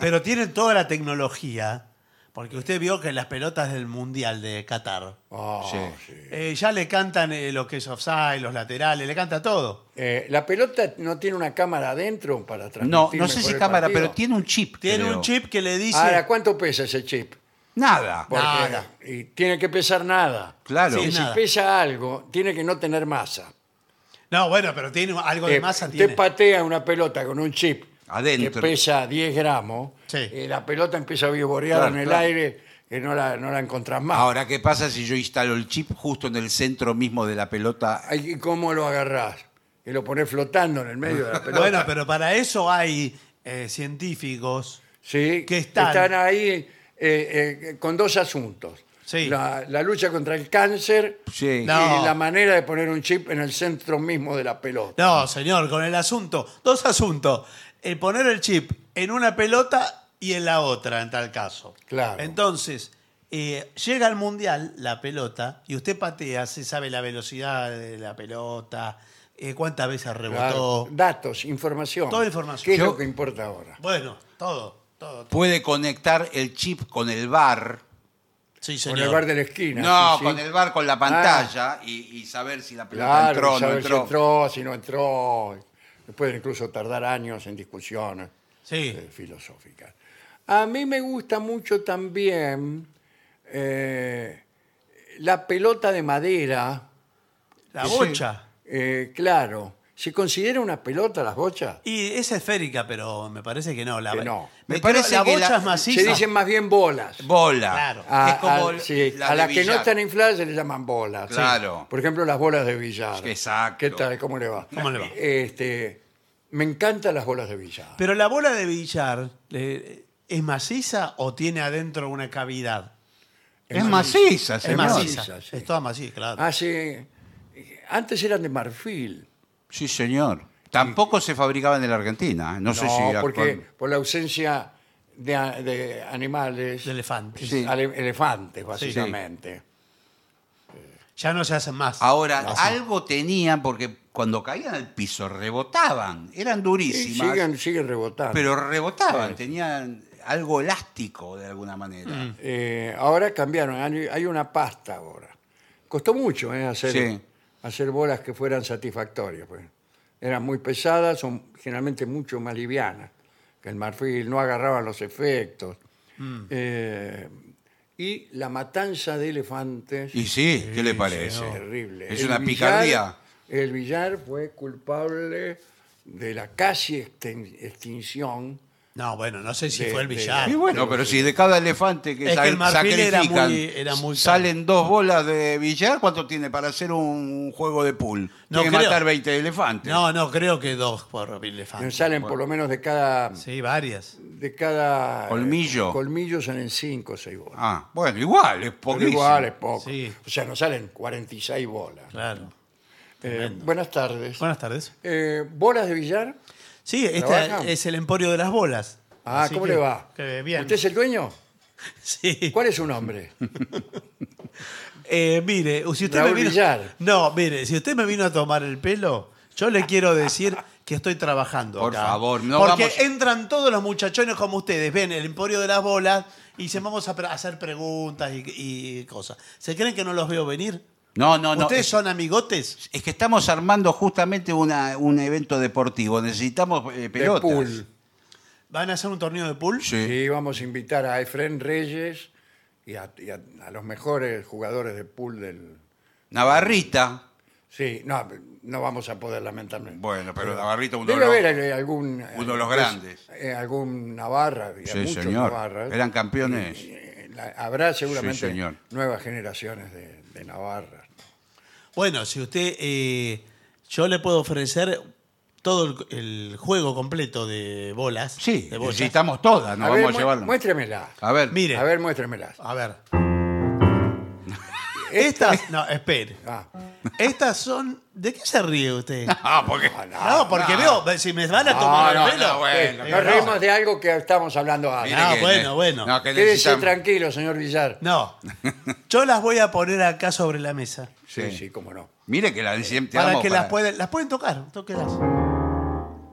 S2: Pero tienen toda la tecnología. Porque usted vio que las pelotas del Mundial de Qatar
S1: Ah,
S3: Sí.
S1: sí.
S2: eh, ya le cantan eh, lo que es offside, los laterales, le canta todo.
S1: Eh, la pelota no tiene una cámara adentro para transmitir.
S3: No, no sé
S1: mejor
S3: si
S1: el
S3: cámara,
S1: partido?
S3: pero tiene un chip.
S2: Tiene
S3: creo.
S2: un chip que le dice.
S1: Ahora, ¿cuánto pesa ese chip?
S3: Nada.
S1: porque-
S2: Nada.
S1: Y tiene que pesar nada.
S3: Claro.
S1: Y
S2: Sí,
S1: si
S2: nada.
S1: pesa algo, tiene que no tener masa.
S2: No, bueno, pero tiene algo
S1: Eh,
S2: de masa.
S1: usted
S2: Tiene.
S1: patea una pelota con un chip
S3: Adentro.
S1: que pesa 10 gramos
S2: Sí.
S1: y la pelota empieza a vivorear
S3: Claro,
S1: en el
S3: claro.
S1: aire que no la, no la encontrás más.
S3: Ahora, ¿qué pasa si yo instalo el chip justo en el centro mismo de la pelota?
S1: Ay, ¿Y cómo lo agarrás? Y lo pones flotando en el medio de
S3: <laughs>
S1: la pelota.
S2: Bueno, pero para eso hay eh, científicos.
S1: Sí,
S2: que están-
S1: ahí eh, eh, con dos asuntos.
S2: Sí.
S1: La, la lucha contra el cáncer
S3: Sí.
S2: No.
S1: y la manera de poner un chip en el centro mismo de la pelota.
S2: No, señor, con el asunto. Dos asuntos. El poner el chip en una pelota y en la otra, en tal caso.
S1: Claro.
S2: Entonces, eh, llega al mundial la pelota y usted patea, se sabe la velocidad de la pelota, eh, cuántas veces rebotó.
S1: Claro, Datos, información.
S2: Toda información.
S1: ¿Qué es
S3: Yo-
S1: lo que importa ahora?
S2: Bueno, todo, todo.
S3: Puede conectar el chip con el bar.
S2: Sí,
S1: Con
S2: señor.
S1: el bar de la esquina.
S3: No,
S1: sí, sí.
S3: con el bar con la pantalla y, y saber si la pelota
S1: Claro,
S3: entró o no
S1: saber
S3: entró.
S1: si entró, si no entró. Pueden incluso tardar años en discusiones
S2: Sí.
S1: eh, filosóficas. A mí me gusta mucho también eh, la pelota de madera.
S2: La bocha.
S1: Eh, claro. ¿Se considera una pelota las bochas?
S2: Y es esférica, pero me parece que no. La,
S1: Que no.
S2: Me
S3: Me
S2: parece
S3: parece
S2: la
S3: que
S2: bocha
S3: la-
S2: es maciza.
S1: Se dicen más bien bolas.
S3: Bola.
S2: Claro.
S1: A,
S3: Es como
S1: a- sí,
S3: la
S1: a
S3: de
S1: las que no
S3: billar.
S1: están infladas se le llaman bolas. sí.
S3: Claro.
S1: Por ejemplo, las bolas de billar.
S3: Exacto.
S1: ¿Qué tal? ¿Cómo le va?
S2: ¿Cómo le va?
S1: Este, me encantan las bolas de billar.
S2: Pero la bola de billar, eh, ¿es maciza o tiene adentro una cavidad?
S3: Es maciza,
S2: Es
S1: Es
S3: señor.
S2: maciza.
S1: maciza, sí. Ah.
S2: Es toda maciza, claro.
S1: Hace, eh, antes eran de marfil.
S3: Sí, señor. Tampoco se fabricaban en la Argentina. ¿eh? No, sé si.
S1: No,
S3: actual-
S1: porque por la ausencia de, a- de animales,
S2: de elefante.
S3: Sí.
S1: ale- elefantes, básicamente.
S2: Ya no se hacen más.
S3: Ahora, algo tenían porque cuando caían al piso rebotaban. Eran
S1: Y
S3: durísimas.
S1: siguen, siguen rebotando.
S3: Pero rebotaban.
S1: Sí.
S3: Tenían algo elástico de alguna manera.
S1: Eh, ahora cambiaron, hay, hay una pasta ahora. Costó mucho eh, hacer,
S3: Sí.
S1: hacer bolas que fueran satisfactorias. pues. Eran muy pesadas, son generalmente mucho más livianas que el marfil, no agarraban los efectos.
S2: Mm.
S1: Eh, y la matanza de elefantes.
S3: Y sí, ¿qué le parece?
S1: Es terrible.
S3: Es
S1: El
S3: una
S1: billar-
S3: picardía.
S1: El billar fue culpable de la casi exten- extinción.
S2: No, bueno, no sé si
S1: De-
S2: fue el
S1: de-
S2: billar.
S3: Y bueno, pero si de cada elefante que,
S2: Es que el
S3: sa-
S2: marfil era
S3: sacrifican
S2: muy- era muy
S3: salen dos bolas de billar, ¿cuánto tiene para hacer un juego de pool?
S2: No
S3: tiene que
S2: creo.
S3: matar 20 elefantes.
S2: No, no, creo que dos por
S3: Ah,
S1: que
S2: elefante.
S1: Salen por lo menos de cada
S2: Sí, varias.
S1: de cada
S3: Colmillo.
S1: eh, colmillo salen 5 o 6 bolas.
S3: Ah, bueno, igual, es
S1: Pero
S3: poquísimo.
S1: igual es poco.
S2: Sí.
S1: O sea, nos salen 46 bolas.
S2: Claro.
S1: Eh, buenas tardes.
S2: Buenas tardes.
S1: Eh, ¿Bolas de billar?
S2: Sí,
S1: ¿Trabajan?
S2: este es el emporio de las bolas.
S1: Ah,
S2: Así
S1: ¿cómo
S2: que-
S1: le va?
S2: que bien.
S1: ¿Usted es el dueño?
S2: Sí.
S1: ¿Cuál es su
S3: <laughs>
S1: nombre?
S2: Eh, mire, si usted
S1: Raúl
S2: me vino,
S1: Villar.
S2: No, mire, si usted me vino a tomar el pelo, yo le quiero decir que estoy trabajando
S3: Por
S2: acá.
S3: favor, no
S2: Porque
S3: vamos-
S2: entran todos los muchachones como ustedes, ven el emporio de las bolas y dicen, vamos a pre- hacer preguntas y, y cosas. ¿Se creen que no los veo venir?
S3: No, no, no.
S2: ¿Ustedes
S3: Es,
S2: son amigotes?
S3: es que estamos armando justamente una- un evento deportivo. Necesitamos eh,
S1: De
S3: pelotas.
S1: pool.
S2: ¿Van a hacer un torneo de pool?
S3: Sí.
S1: Y vamos a invitar a Efren Reyes y a, y a- a los mejores jugadores de pool del...
S3: Navarrita.
S1: Sí, no, no vamos a poder lamentablemente.
S3: Bueno, pero Navarrita uno de
S1: Debe
S3: los-
S1: haber eh, algún... eh,
S3: uno de los
S1: pues,
S3: grandes.
S1: eh, algún Navarra, había
S3: Sí,
S1: muchos
S3: señor.
S1: Navarras.
S3: Eran campeones.
S1: Eh, la- habrá seguramente
S3: Sí, señor.
S1: nuevas generaciones de, de Navarra.
S2: Bueno, si usted. eh, yo le puedo ofrecer todo el, el juego completo de bolas.
S3: Sí,
S2: de bolas.
S3: necesitamos todas. Nos
S1: a ver,
S3: vamos a
S1: mu-
S3: llevarlo.
S1: Muéstremela.
S3: A ver. Ah,
S2: Mire.
S1: A ver, muéstremela.
S2: A ver.
S3: Este-
S2: Estas. No, espere.
S1: Eh, Ah,
S2: Estas son. ¿De qué se ríe usted?
S3: Ah, porque.
S2: No, porque veo, si me van a
S1: Ah,
S2: tomar
S3: no,
S2: el pelo.
S3: no, bueno,
S1: nos
S2: Eh,
S3: no.
S1: reímos de algo que estamos hablando
S3: Mire
S1: ahora.
S2: Ah,
S3: que-
S2: bueno, bueno.
S3: No, que
S1: Quédese
S3: necesitamos-
S1: tranquilo, señor Villar.
S2: No. Yo las voy a poner acá sobre la mesa.
S1: Sí,
S3: Sí.
S1: sí, cómo no.
S3: Mire que la siempre
S2: Para que las puedan. Las pueden tocar, tóquelas.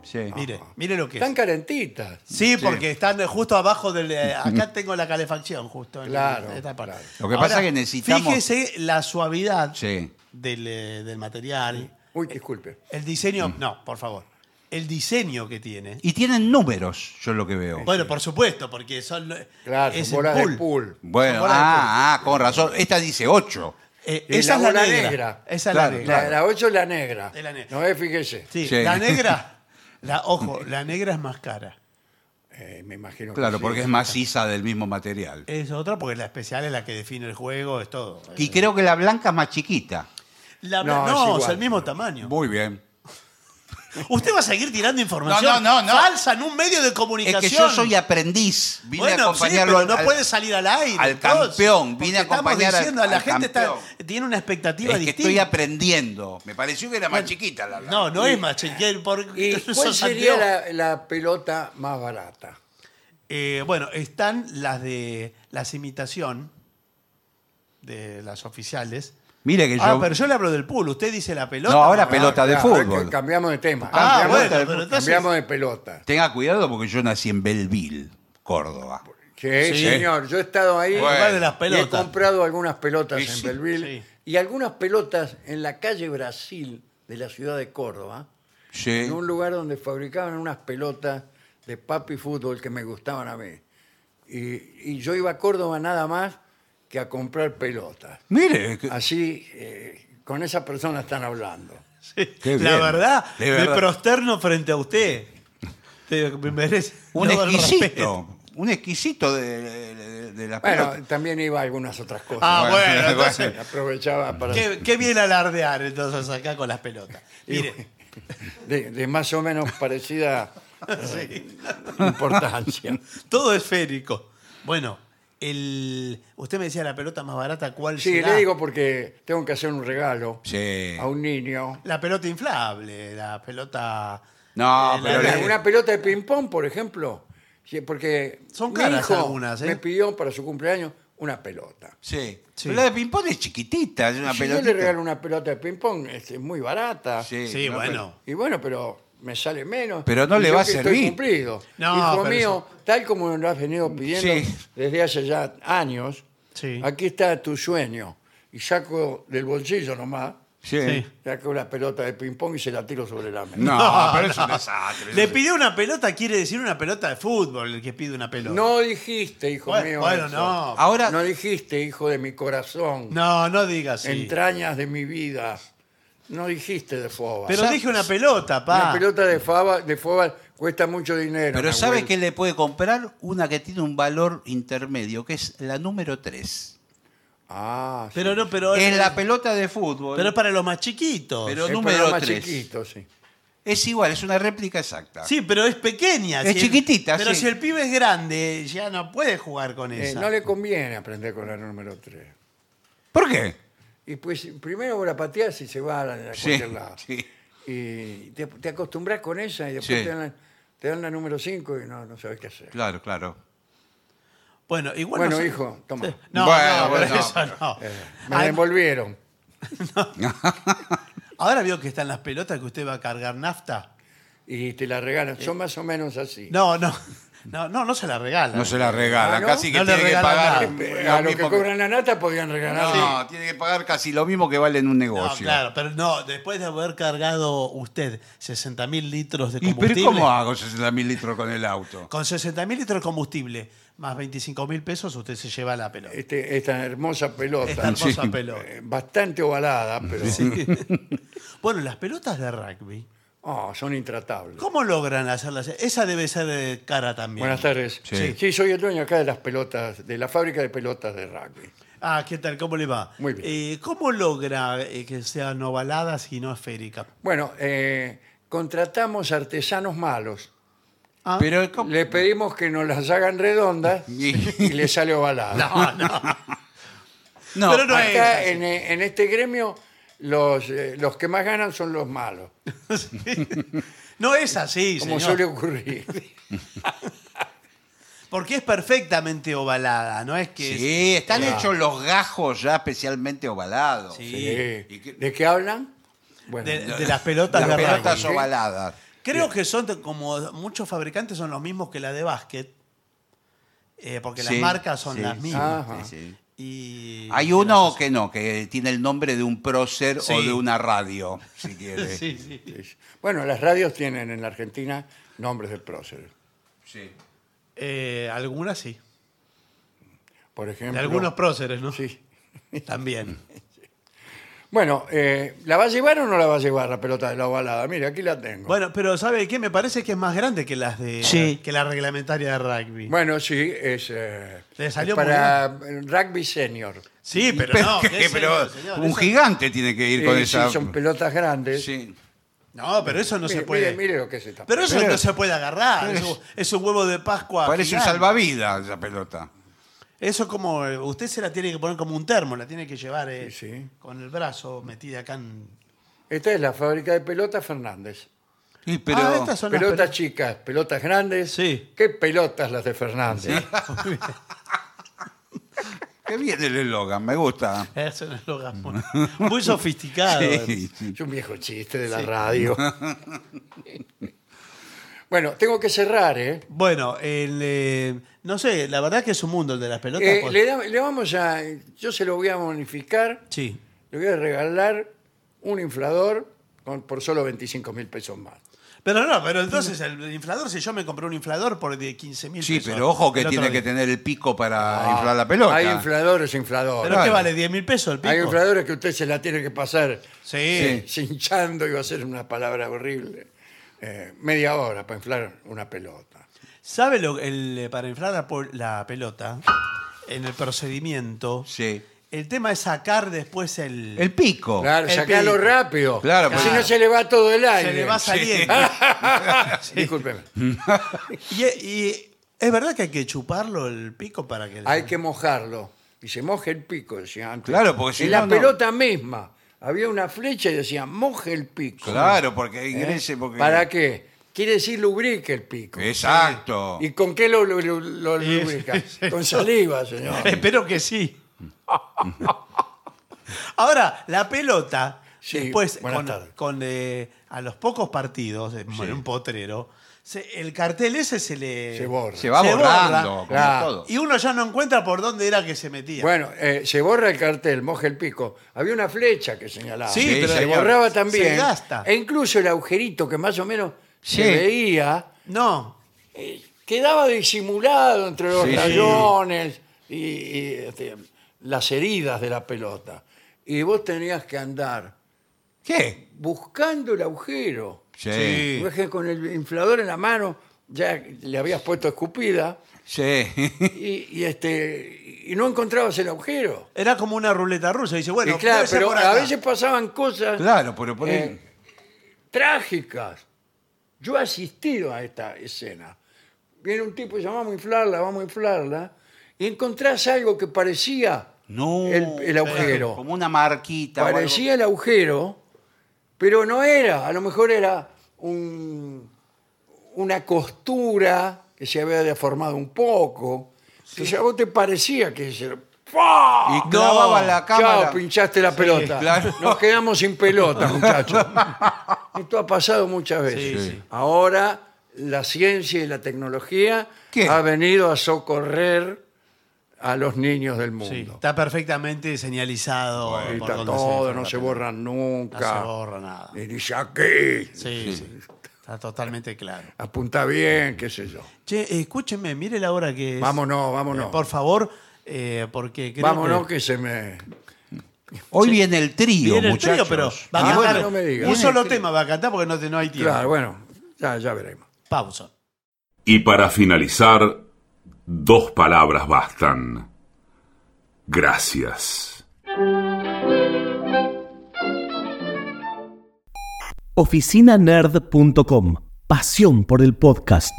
S3: Sí.
S2: Mire, mire lo que
S1: Están
S2: es.
S1: calentitas.
S2: Sí, porque están justo abajo del. eh, Acá tengo la calefacción, justo. en
S1: Claro,
S2: esta parte.
S1: claro.
S3: Lo que pasa es que necesitamos-
S2: Fíjese la suavidad
S3: Sí.
S2: del, eh, del material.
S1: Uy, disculpe.
S3: Mm.
S2: El diseño, no, por favor. el diseño que tiene.
S3: Y tienen números, yo lo que veo.
S2: Bueno, por supuesto, porque son. eh,
S1: Claro,
S2: es
S1: son bolas
S2: el
S1: de pool.
S3: Bueno,
S2: Ahora
S3: ah, ah, con razón. Esta dice 8.
S2: Eh,
S1: Y la
S2: esa es la
S1: bola
S2: negra.
S1: negra.
S2: Esa es
S3: Claro,
S2: la negra.
S1: La, la 8 es la negra.
S2: Es la negra.
S1: No es, fíjese.
S2: Sí,
S3: Sí.
S2: la negra. La, ojo, la negra es más cara.
S1: Eh, me imagino que
S3: Claro,
S1: sí.
S3: porque es maciza del mismo material.
S2: Es otra porque la especial es la que define el juego, es todo.
S3: Y creo que la blanca es más chiquita.
S2: La-
S1: No,
S2: no,
S1: es
S2: es,
S1: igual.
S2: el mismo tamaño.
S3: Muy bien.
S2: Usted va a seguir tirando información
S3: No, no, no, no.
S2: falsa en un medio de
S3: Es
S2: comunicación.
S3: que yo soy aprendiz. Vine
S2: bueno,
S3: a
S2: sí,
S3: acompañarlo
S2: pero
S3: al-
S2: no
S3: al-
S2: puede salir al aire.
S3: al
S2: entonces,
S3: campeón,
S2: porque
S3: vine a
S2: estamos
S3: acompañar al-
S2: diciendo, la
S3: al
S2: gente está-
S3: campeón.
S2: tiene una expectativa
S3: Es que
S2: distinta.
S3: estoy aprendiendo. Me pareció que era más chiquita la blanca.
S2: No, no es más chequear <laughs>
S1: ¿Y
S2: porque
S1: cuál sería la, la pelota más barata?
S2: Eh, bueno, están las de las imitación de las oficiales.
S3: Mire que yo.
S2: Ah, pero yo le hablo del pool. Usted dice la pelota.
S3: No, ahora
S2: ¿no?
S3: pelota de
S1: ya,
S3: fútbol.
S1: Ah, que Cambiamos de tema.
S2: Ah,
S1: cambiamos,
S2: bueno, pero entonces-
S1: cambiamos de pelota.
S3: Tenga cuidado porque yo nací en Belleville, Córdoba.
S1: Sí,
S2: Sí.
S1: señor. Yo he estado ahí.
S2: El lugar de las
S1: y he
S2: pelotas.
S1: comprado algunas pelotas
S3: Sí,
S1: en
S3: sí.
S1: Belville
S2: Sí.
S1: y algunas pelotas en la calle Brasil de la ciudad de Córdoba,
S3: Sí.
S1: en un lugar donde fabricaban unas pelotas de papi fútbol que me gustaban a mí. Y, y yo iba a Córdoba nada más que a comprar pelotas.
S3: Mire,
S2: Ah,
S3: que-
S1: Así, eh, con esa persona están hablando.
S2: <laughs> Sí,
S3: Qué
S2: la
S3: bien.
S2: verdad,
S3: De verdad.
S2: me prosterno frente a usted. Te- Me merece
S3: <laughs> un
S2: todo el respeto.
S3: exquisito. Un exquisito de, de- de las
S1: Bueno,
S2: <laughs>
S3: pelotas.
S1: también iba a algunas otras cosas.
S2: Ah,
S3: Bueno,
S2: bueno, entonces.
S1: Aprovechaba para...
S2: Qué, qué bien alardear entonces acá con las
S3: <laughs>
S2: pelotas. Mire,
S1: De, de más o menos
S2: <laughs>
S1: parecida eh, importancia.
S2: todo esférico. Bueno, el, usted me decía la pelota más barata, ¿cuál
S1: Sí,
S2: será?
S1: le digo porque tengo que hacer un regalo
S3: Sí.
S1: a un niño.
S2: La pelota inflable, la pelota. eh,
S3: No,
S2: la-
S3: pero
S2: la-
S3: le-
S1: Una pelota de ping-pong, por ejemplo. Sí, porque
S2: Son
S1: mi
S2: caras
S1: hijo
S2: algunas, ¿eh?
S1: me pidió para su cumpleaños una pelota.
S3: Sí.
S2: Sí.
S3: Pero la de ping-pong es chiquitita, es una
S1: si
S3: pelotita.
S1: yo le regalo una pelota de ping-pong, es es muy barata.
S2: Sí,
S3: una
S2: bueno.
S1: Y bueno, pero me sale menos.
S3: Pero no
S1: Y
S3: le
S1: yo
S3: va a
S1: que Estoy
S3: servir.
S1: cumplido.
S2: No,
S1: Hijo
S2: pero
S1: mío, tal como lo has venido pidiendo
S3: Sí.
S1: desde hace ya años,
S2: Sí.
S1: aquí está tu sueño. Y saco del bolsillo nomás,
S3: Sí.
S2: Sí.
S1: saco la pelota de ping-pong y se la tiro sobre la mesa.
S3: No,
S2: No,
S3: pero es un
S2: no.
S3: desastre.
S2: ah, Le pidió una pelota, quiere decir una pelota de fútbol, el que pide una pelota.
S1: No dijiste, hijo
S2: bueno,
S1: mío.
S2: bueno,
S1: eso.
S2: no.
S3: Ahora,
S1: No dijiste, hijo de mi corazón,
S2: No, no digas así.
S1: entrañas de mi vida. No dijiste de fobas.
S2: Pero
S3: ¿Sabes?
S2: dije una pelota, pa.
S1: Una pelota de faba, de fobas cuesta mucho dinero.
S3: pero
S1: Nahuel.
S3: ¿sabe que le puede comprar? Una que tiene un valor intermedio, que es la número 3.
S1: Ah, sí.
S2: Pero no, pero
S3: Es la pelota de fútbol.
S2: pero es para los más chiquitos.
S3: Pero-
S1: Es
S3: número
S1: para los más
S3: tres.
S1: chiquito, sí. Eh,
S3: Es igual, es una réplica exacta.
S2: sí, pero es pequeña.
S3: Es
S2: si el-
S3: chiquitita,
S2: Pero
S3: sí.
S2: si el pibe es grande, ya no puede jugar con
S1: Eh,
S2: esa.
S1: no le conviene aprender con la número 3.
S3: ¿Por qué?
S1: Y pues primero vos la pateás y se va a, la- a
S3: Sí,
S1: cualquier lado.
S3: sí.
S1: Y te, te acostumbras con esa y después
S3: Sí.
S1: te, dan la, te dan la número 5 y no, no sabes qué hacer.
S3: Claro, claro.
S2: Bueno, igual.
S1: Bueno,
S2: no sé-
S1: hijo, toma.
S2: Sí. No,
S3: Bueno,
S2: no,
S3: bueno,
S2: pero eso no.
S1: Eh, me la
S2: Ay,
S1: envolvieron.
S2: ahora veo que están las pelotas que usted va a cargar nafta.
S1: y te la regalan. Son más o menos así.
S2: No, no. No, no, no se la regala.
S3: No se la regalan,
S1: Ah, ¿no?
S3: casi que
S2: No le
S3: tiene que
S2: regalan
S3: pagar.
S2: nada.
S1: Eh,
S3: lo
S1: A los que
S3: mismo que-
S1: cobran la nata podían regalar.
S3: No, tiene que pagar casi lo mismo que vale en un
S2: No,
S3: negocio.
S2: claro, pero no, después de haber cargado usted 60.000 litros de
S3: ¿Y
S2: combustible.
S3: pero cómo hago 60 mil litros con el auto?
S2: Con 60.000 litros de combustible más 25.000 pesos, usted se lleva la pelota.
S3: Eh,
S1: Este, esta hermosa pelota.
S2: Esta hermosa
S3: sí.
S2: pelota. <laughs>
S1: Eh, Bastante ovalada, pero
S2: Bueno, las pelotas de rugby,
S1: Oh, son intratables.
S2: ¿cómo logran hacerlas? Esa debe ser eh, cara también.
S1: Buenas tardes.
S3: Sí.
S1: soy el dueño acá de las pelotas, de la fábrica de pelotas de rugby.
S2: Ah, ¿qué tal? ¿Cómo le va?
S1: Muy bien.
S2: Eh, ¿Cómo logra eh, que sean ovaladas y no esféricas?
S1: Bueno, eh, contratamos artesanos malos.
S2: Ah,
S3: Pero ¿cómo?
S1: Le pedimos que nos las hagan redondas y, le sale ovalada.
S2: <laughs> No, no.
S3: no,
S2: pero no es
S1: acá
S2: así.
S1: en, eh, en este gremio los, eh, los que más ganan son los malos,
S2: No es así,
S1: como
S2: señor.
S1: suele ocurrir.
S2: Porque es perfectamente ovalada, no es que...
S3: Sí, están
S1: Claro.
S3: hechos los gajos ya especialmente ovalados.
S2: Sí.
S1: Eh,
S3: ¿Y qué-
S1: ¿De qué hablan? Bueno,
S2: De, de las
S3: Las
S2: pelotas de
S3: pelotas
S2: rugby.
S1: ¿sí?
S3: ovaladas.
S2: Creo que son t- como muchos fabricantes son los mismos que la de básquet, eh, porque las
S3: Sí,
S2: marcas son
S3: sí,
S2: las
S3: sí,
S2: mismas.
S1: Ajá.
S3: sí, sí.
S2: Y
S3: Hay uno que no, que tiene el nombre de un prócer
S2: Sí.
S3: o de una radio, si quiere.
S2: Sí, sí.
S1: Sí. Bueno, las radios tienen en la Argentina nombres de próceres.
S3: Sí.
S2: Eh, algunas sí.
S1: Por ejemplo.
S2: De algunos próceres, ¿no?
S1: Sí.
S2: También.
S3: Mm,
S1: Bueno, eh, ¿la va a llevar o no la va a llevar la pelota de la ovalada? Mire, aquí la tengo.
S2: Bueno, pero ¿sabe qué? Me parece que es más grande que las de
S3: Sí.
S2: que la reglamentaria de rugby.
S1: Bueno, sí, es, eh,
S2: Le
S1: es
S2: salió muy
S1: para rugby senior.
S3: <laughs>
S2: sí, pero, no.
S3: que-
S2: qué sé
S3: pero
S2: yo, señor,
S3: un
S2: eso-
S3: gigante tiene que ir
S1: Sí,
S3: con
S1: sí,
S3: esa.
S1: son pelotas grandes.
S3: Sí.
S2: No, pero eso no
S1: mire,
S2: se puede.
S1: Mire, mire lo que es esta.
S2: Pero eso
S3: Pero-
S2: no se puede agarrar.
S3: Pero
S2: eso- es un huevo de Pascua.
S3: Parece un
S2: Ah, gigante.
S3: salvavidas esa pelota.
S2: Eso como. eh, Usted se la tiene que poner como un termo, la tiene que llevar eh,
S1: Sí, sí.
S2: con el brazo metida acá en. <laughs>
S1: Esta es la fábrica de pelotas Fernández.
S3: Y pero
S2: Ah, estas son las
S1: Pelotas
S2: pelotas.
S1: chicas, pelotas grandes.
S2: Sí.
S1: ¿Qué pelotas las de Fernández?
S3: qué bien el eslogan, me gusta.
S2: Eso no es lo gasmo. <laughs> Muy sofisticado.
S3: Mm.
S2: eh.
S3: Sí, sí.
S1: Es un viejo chiste de la
S2: <laughs>
S1: radio. bueno, tengo que cerrar, ¿eh?
S2: Bueno, el, eh, no sé, la verdad que es un mundo el de las pelotas.
S1: Eh,
S2: pues-
S1: le, da- le vamos a. Yo se lo voy a bonificar.
S2: Sí.
S1: Le voy a regalar un inflador con- por solo 25 mil pesos más.
S2: Pero no, pero entonces el inflador, si yo me compré un inflador por de 15 mil
S3: Sí, pero ojo que tiene que tener el pico para
S2: Ah,
S3: inflar la pelota.
S1: Hay infladores, infladores.
S2: ¿Pero qué
S3: Claro.
S2: vale? ¿10 mil pesos el pico?
S1: Hay infladores que usted se la tiene que pasar
S2: Sí.
S1: hinchando, iba a ser una palabra horrible. eh, media hora para inflar una pelota.
S2: ¿Sabe lo, el, eh, para inflar la, pol- la pelota, en el procedimiento,
S3: Sí.
S2: el tema es sacar después el...
S3: El pico.
S1: Claro,
S2: El
S1: sacalo
S2: pico.
S1: rápido.
S3: Claro,
S1: Así
S2: Oh. claro. pues.
S1: no se le va todo el aire.
S2: se le va
S1: <laughs>
S2: saliendo.
S1: Discúlpeme.
S2: Y, y es verdad que hay que chuparlo el pico para que...
S1: Hay que mojarlo. Y se moja el pico, decía antes.
S3: Claro, porque si
S1: En
S3: no,
S1: la
S3: no.
S1: pelota misma había una flecha y decía, moje el pico.
S3: Claro, porque
S1: ¿Eh?
S3: ingrese. Porque...
S1: ¿Para qué? Quiere decir lubrique el pico.
S3: Exacto.
S1: ¿Y con qué lo, lo- lo- lo lubrica? Con saliva, señor.
S2: Espero que sí. Ahora, la pelota,
S1: Sí,
S2: después,
S1: buenas
S2: con,
S1: tardes.
S2: con, eh, a los pocos partidos, en bueno, un potrero, se- el cartel ese se le...
S1: Se borra.
S3: Se va
S2: Se borra.
S3: borrando, como
S1: Claro.
S3: todo.
S2: Y uno ya no encuentra por dónde era que se metía.
S1: Bueno, eh, se borra el cartel, moja el pico. Había una flecha que señalaba.
S2: Sí,
S3: Sí,
S2: pero
S1: se
S3: señor.
S1: borraba también.
S2: Se gasta.
S1: E incluso el agujerito que más o menos se
S3: Sí.
S1: veía,
S2: No,
S1: eh, quedaba disimulado entre los
S3: Sí, sí.
S1: rayones y, y, este, las heridas de la pelota. Y vos tenías que andar
S3: ¿Qué?
S1: buscando el agujero.
S3: Sí.
S2: Sí.
S1: Vos que con el inflador en la mano ya le habías puesto escupida
S3: Sí. <laughs>
S1: y, y, este, y no encontrabas el agujero.
S2: era como una ruleta rusa. Dice, bueno,
S1: Y claro,
S2: debe ser
S1: pero
S2: por acá.
S1: a veces pasaban cosas
S3: claro, pero por
S1: Eh, trágicas. Yo he asistido a esta escena. Viene un tipo y dice, vamos a inflarla, vamos a inflarla. Y encontrás algo que parecía
S3: No.
S1: el, el agujero.
S3: Como una marquita. o algo.
S1: Parecía el agujero, pero no era. A lo mejor era un- una costura que se había deformado un poco. Entonces a vos te parecía que se... ¡Pah!
S3: Y clavaba la cámara.
S1: Chao, pinchaste la pelota.
S3: claro.
S1: Nos quedamos sin
S3: <laughs>
S1: pelota, muchachos. Esto ha pasado muchas veces.
S2: Sí, sí.
S1: Ahora la ciencia y la tecnología
S3: ¿Qué?
S1: ha venido a socorrer a los niños del
S2: Sí,
S1: mundo.
S2: está perfectamente señalizado.
S1: Ahí
S2: por
S1: está
S2: dónde se
S1: todo,
S2: entra
S1: no
S2: la
S1: se
S2: pelota.
S1: borra nunca.
S2: No se borra nada.
S1: Y dice aquí,
S2: Sí, sí. Está totalmente claro.
S1: apunta bien, qué sé yo.
S2: Che, eh, escúcheme, mire la hora que es.
S1: Vámonos,
S2: Eh,
S1: vámonos.
S2: Por favor, eh, porque creo
S1: vámonos
S2: que...
S1: que se me...
S3: Hoy viene el trío,
S2: Viene el trío,
S3: muchachos.
S2: pero va a
S1: Ah,
S2: cantar
S1: no me digas.
S2: un
S1: Viene
S2: solo tema va a cantar porque no, te- no hay tiempo.
S1: Claro, bueno, ya, ya veremos.
S2: Pausa.
S4: Y para finalizar, dos palabras bastan. Gracias.
S5: oficinanerd.com. Pasión por el podcast.